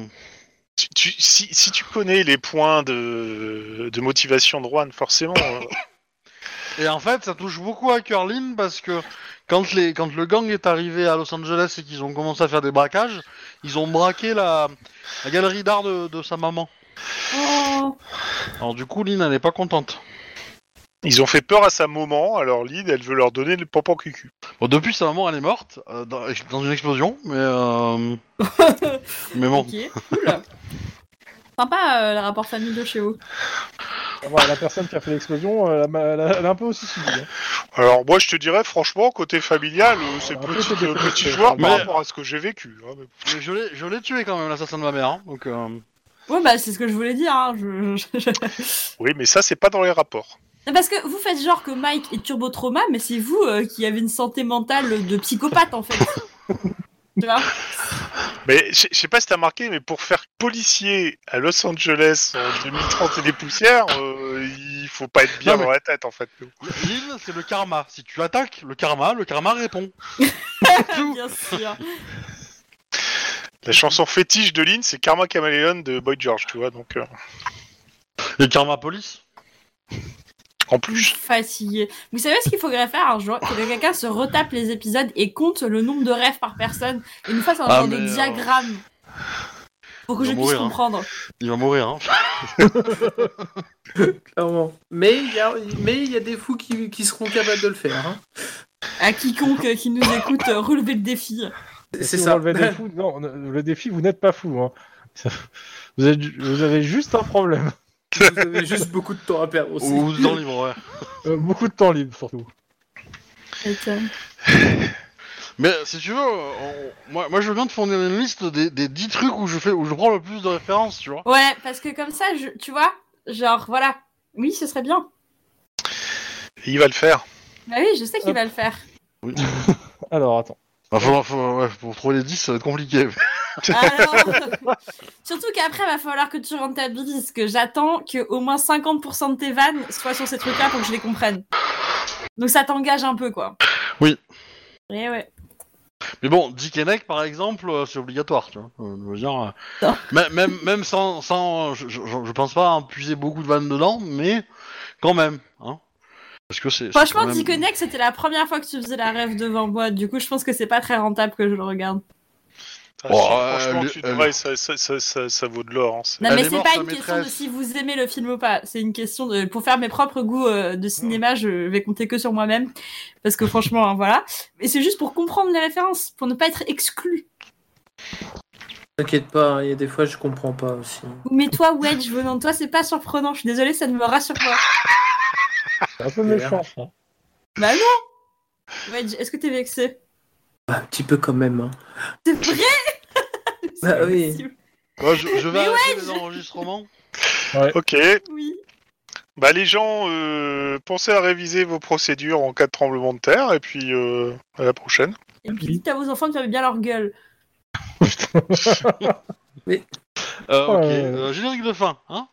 [SPEAKER 5] tu- tu- si, si tu connais les points de, de motivation de Juan, forcément. euh,
[SPEAKER 4] Et en fait, ça touche beaucoup à Curlin parce que quand, les, quand le gang est arrivé à Los Angeles et qu'ils ont commencé à faire des braquages, ils ont braqué la, la galerie d'art de, de sa maman.
[SPEAKER 2] Oh.
[SPEAKER 4] Alors du coup, Lynn, elle n'est pas contente.
[SPEAKER 5] ils ont fait peur à sa maman, alors Lynn, elle veut leur donner le pampan cucu.
[SPEAKER 4] Bon, depuis, sa maman, elle est morte euh, dans, dans une explosion, mais, euh, mais bon.
[SPEAKER 2] Ok, cool. Sympa euh, le rapport famille de chez vous.
[SPEAKER 1] Voilà, la personne qui a fait l'explosion, euh, elle, a- elle a- elle a un peu aussi subi. hein.
[SPEAKER 5] Alors, moi, je te dirais, franchement, côté familial, euh, c'est
[SPEAKER 1] Alors,
[SPEAKER 5] petit,
[SPEAKER 1] après,
[SPEAKER 5] euh,
[SPEAKER 1] c'est-
[SPEAKER 5] petit joueur
[SPEAKER 4] Mais-
[SPEAKER 5] par rapport à ce que j'ai vécu. hein, mais-
[SPEAKER 4] Mais je l'ai- je l'ai tué quand même, l'assassin de ma mère. hein, donc, euh,
[SPEAKER 2] Ouais, bah c'est ce que je voulais dire. hein, je- je- je-
[SPEAKER 5] Oui, mais ça, c'est pas dans les rapports.
[SPEAKER 2] Non, Parce que vous faites genre que Mike est turbo trauma, mais c'est vous euh, qui avez une santé mentale de psychopathe en fait. Tu vois
[SPEAKER 5] Mais je je sais pas si t'as marqué, mais pour faire policier à Los Angeles en 2030 et des poussières, euh, il faut pas être bien
[SPEAKER 4] Non, mais-
[SPEAKER 5] dans la tête en fait.
[SPEAKER 4] L'île, c'est le karma. Si tu attaques le karma, le karma répond.
[SPEAKER 2] Bien sûr.
[SPEAKER 5] La chanson fétiche de Lynn, c'est Karma Chameleon de Boy George, tu vois. Donc euh,
[SPEAKER 4] Le karma police
[SPEAKER 5] en
[SPEAKER 2] Je
[SPEAKER 5] plus,
[SPEAKER 2] suis fatiguée. Vous savez ce qu'il faudrait faire un jour Que quelqu'un se retape les épisodes et compte le nombre de rêves par personne et nous fasse un
[SPEAKER 4] Ah,
[SPEAKER 2] genre de
[SPEAKER 4] mais, euh,
[SPEAKER 2] diagramme. Pour que
[SPEAKER 4] on
[SPEAKER 2] je
[SPEAKER 4] va
[SPEAKER 2] puisse
[SPEAKER 4] mourir, hein.
[SPEAKER 2] comprendre.
[SPEAKER 4] Il va mourir, hein.
[SPEAKER 3] clairement. Mais il y, a- mais il y a des fous qui, qui seront capables de le faire. hein.
[SPEAKER 2] À quiconque euh, qui nous écoute, euh, relevez le défi.
[SPEAKER 3] C'est
[SPEAKER 1] Si vous
[SPEAKER 3] ça.
[SPEAKER 1] relevez le défi, non, ne- le défi, vous n'êtes pas fou. hein. Ça- Vous, êtes ju- vous avez juste un problème.
[SPEAKER 3] Vous avez juste beaucoup de temps à perdre aussi.
[SPEAKER 4] Ou dans le livre, ouais.
[SPEAKER 1] Euh, beaucoup de temps libre, surtout.
[SPEAKER 2] euh,
[SPEAKER 4] Mais si tu veux, on- moi, moi je veux bien te fournir une liste des, des 10 trucs où je, fais, où je prends le plus de références, tu vois.
[SPEAKER 2] Ouais, parce que comme ça, je- tu vois, genre voilà. Oui, ce serait bien.
[SPEAKER 5] il va le faire.
[SPEAKER 2] Bah oui, je sais qu'il va le faire.
[SPEAKER 1] Alors, attends.
[SPEAKER 4] Bah, faudra- faut- ouais, pour trouver les 10, ça va être compliqué.
[SPEAKER 2] Alors, surtout qu'après, va falloir que tu rentabilises, que j'attends que au moins 50% de tes vannes soient sur ces trucs-là pour que je les comprenne. Donc ça t'engage un peu, quoi.
[SPEAKER 4] Oui.
[SPEAKER 2] Et ouais.
[SPEAKER 4] Mais bon, Dick et Neck, par exemple, euh, c'est obligatoire, tu vois. Euh, je veux dire, euh,
[SPEAKER 2] Non.
[SPEAKER 4] mê- même, même sans... sans euh, je, je, je pense pas en puiser beaucoup de vannes dedans, mais quand même, hein. Parce que c'est...
[SPEAKER 2] Franchement,
[SPEAKER 4] c'est quand même-
[SPEAKER 2] Disconnect, c'était la première fois que tu faisais la rêve devant moi. Du coup, je pense que c'est pas très rentable que je le regarde.
[SPEAKER 5] Ah,
[SPEAKER 4] Oh,
[SPEAKER 5] si,
[SPEAKER 4] euh,
[SPEAKER 5] franchement,
[SPEAKER 4] le-
[SPEAKER 5] tu
[SPEAKER 4] euh,
[SPEAKER 5] devrais, ça, ça- ça- ça- ça vaut de l'or. hein, c'est-
[SPEAKER 2] Non,
[SPEAKER 4] Elle
[SPEAKER 2] mais
[SPEAKER 4] est
[SPEAKER 2] c'est
[SPEAKER 4] morte,
[SPEAKER 2] pas
[SPEAKER 4] la
[SPEAKER 2] une question de
[SPEAKER 4] maîtresse.
[SPEAKER 2] si vous aimez le film ou pas. C'est une question de. Pour faire mes propres goûts euh, de cinéma, je vais compter que sur moi-même. Parce que franchement, hein, voilà. Mais c'est juste pour comprendre les références, pour ne pas être exclu.
[SPEAKER 3] T'inquiète pas, hein, il y a des fois je comprends pas aussi.
[SPEAKER 2] Mais toi, Wedge, venant de toi, c'est pas surprenant. Je suis désolée, ça ne me rassure pas.
[SPEAKER 1] C'est un peu
[SPEAKER 3] C'est
[SPEAKER 1] méchant. ça.
[SPEAKER 2] Bah non Wedge, est-ce que t'es vexé
[SPEAKER 3] Bah, un petit peu quand même. hein.
[SPEAKER 2] C'est vrai C'est
[SPEAKER 3] Bah
[SPEAKER 2] pas
[SPEAKER 3] oui.
[SPEAKER 2] possible.
[SPEAKER 4] Moi, je, je vais
[SPEAKER 2] Mais
[SPEAKER 4] arrêter les enregistrements.
[SPEAKER 5] Ok,
[SPEAKER 2] Oui.
[SPEAKER 5] bah les gens, euh, pensez à réviser vos procédures en cas de tremblement de terre et puis euh, à la prochaine.
[SPEAKER 3] Ah
[SPEAKER 2] Et puis dites à vos enfants de fermer bien leur gueule.
[SPEAKER 4] Euh, ok,
[SPEAKER 1] Ouais.
[SPEAKER 4] euh, générique de fin, hein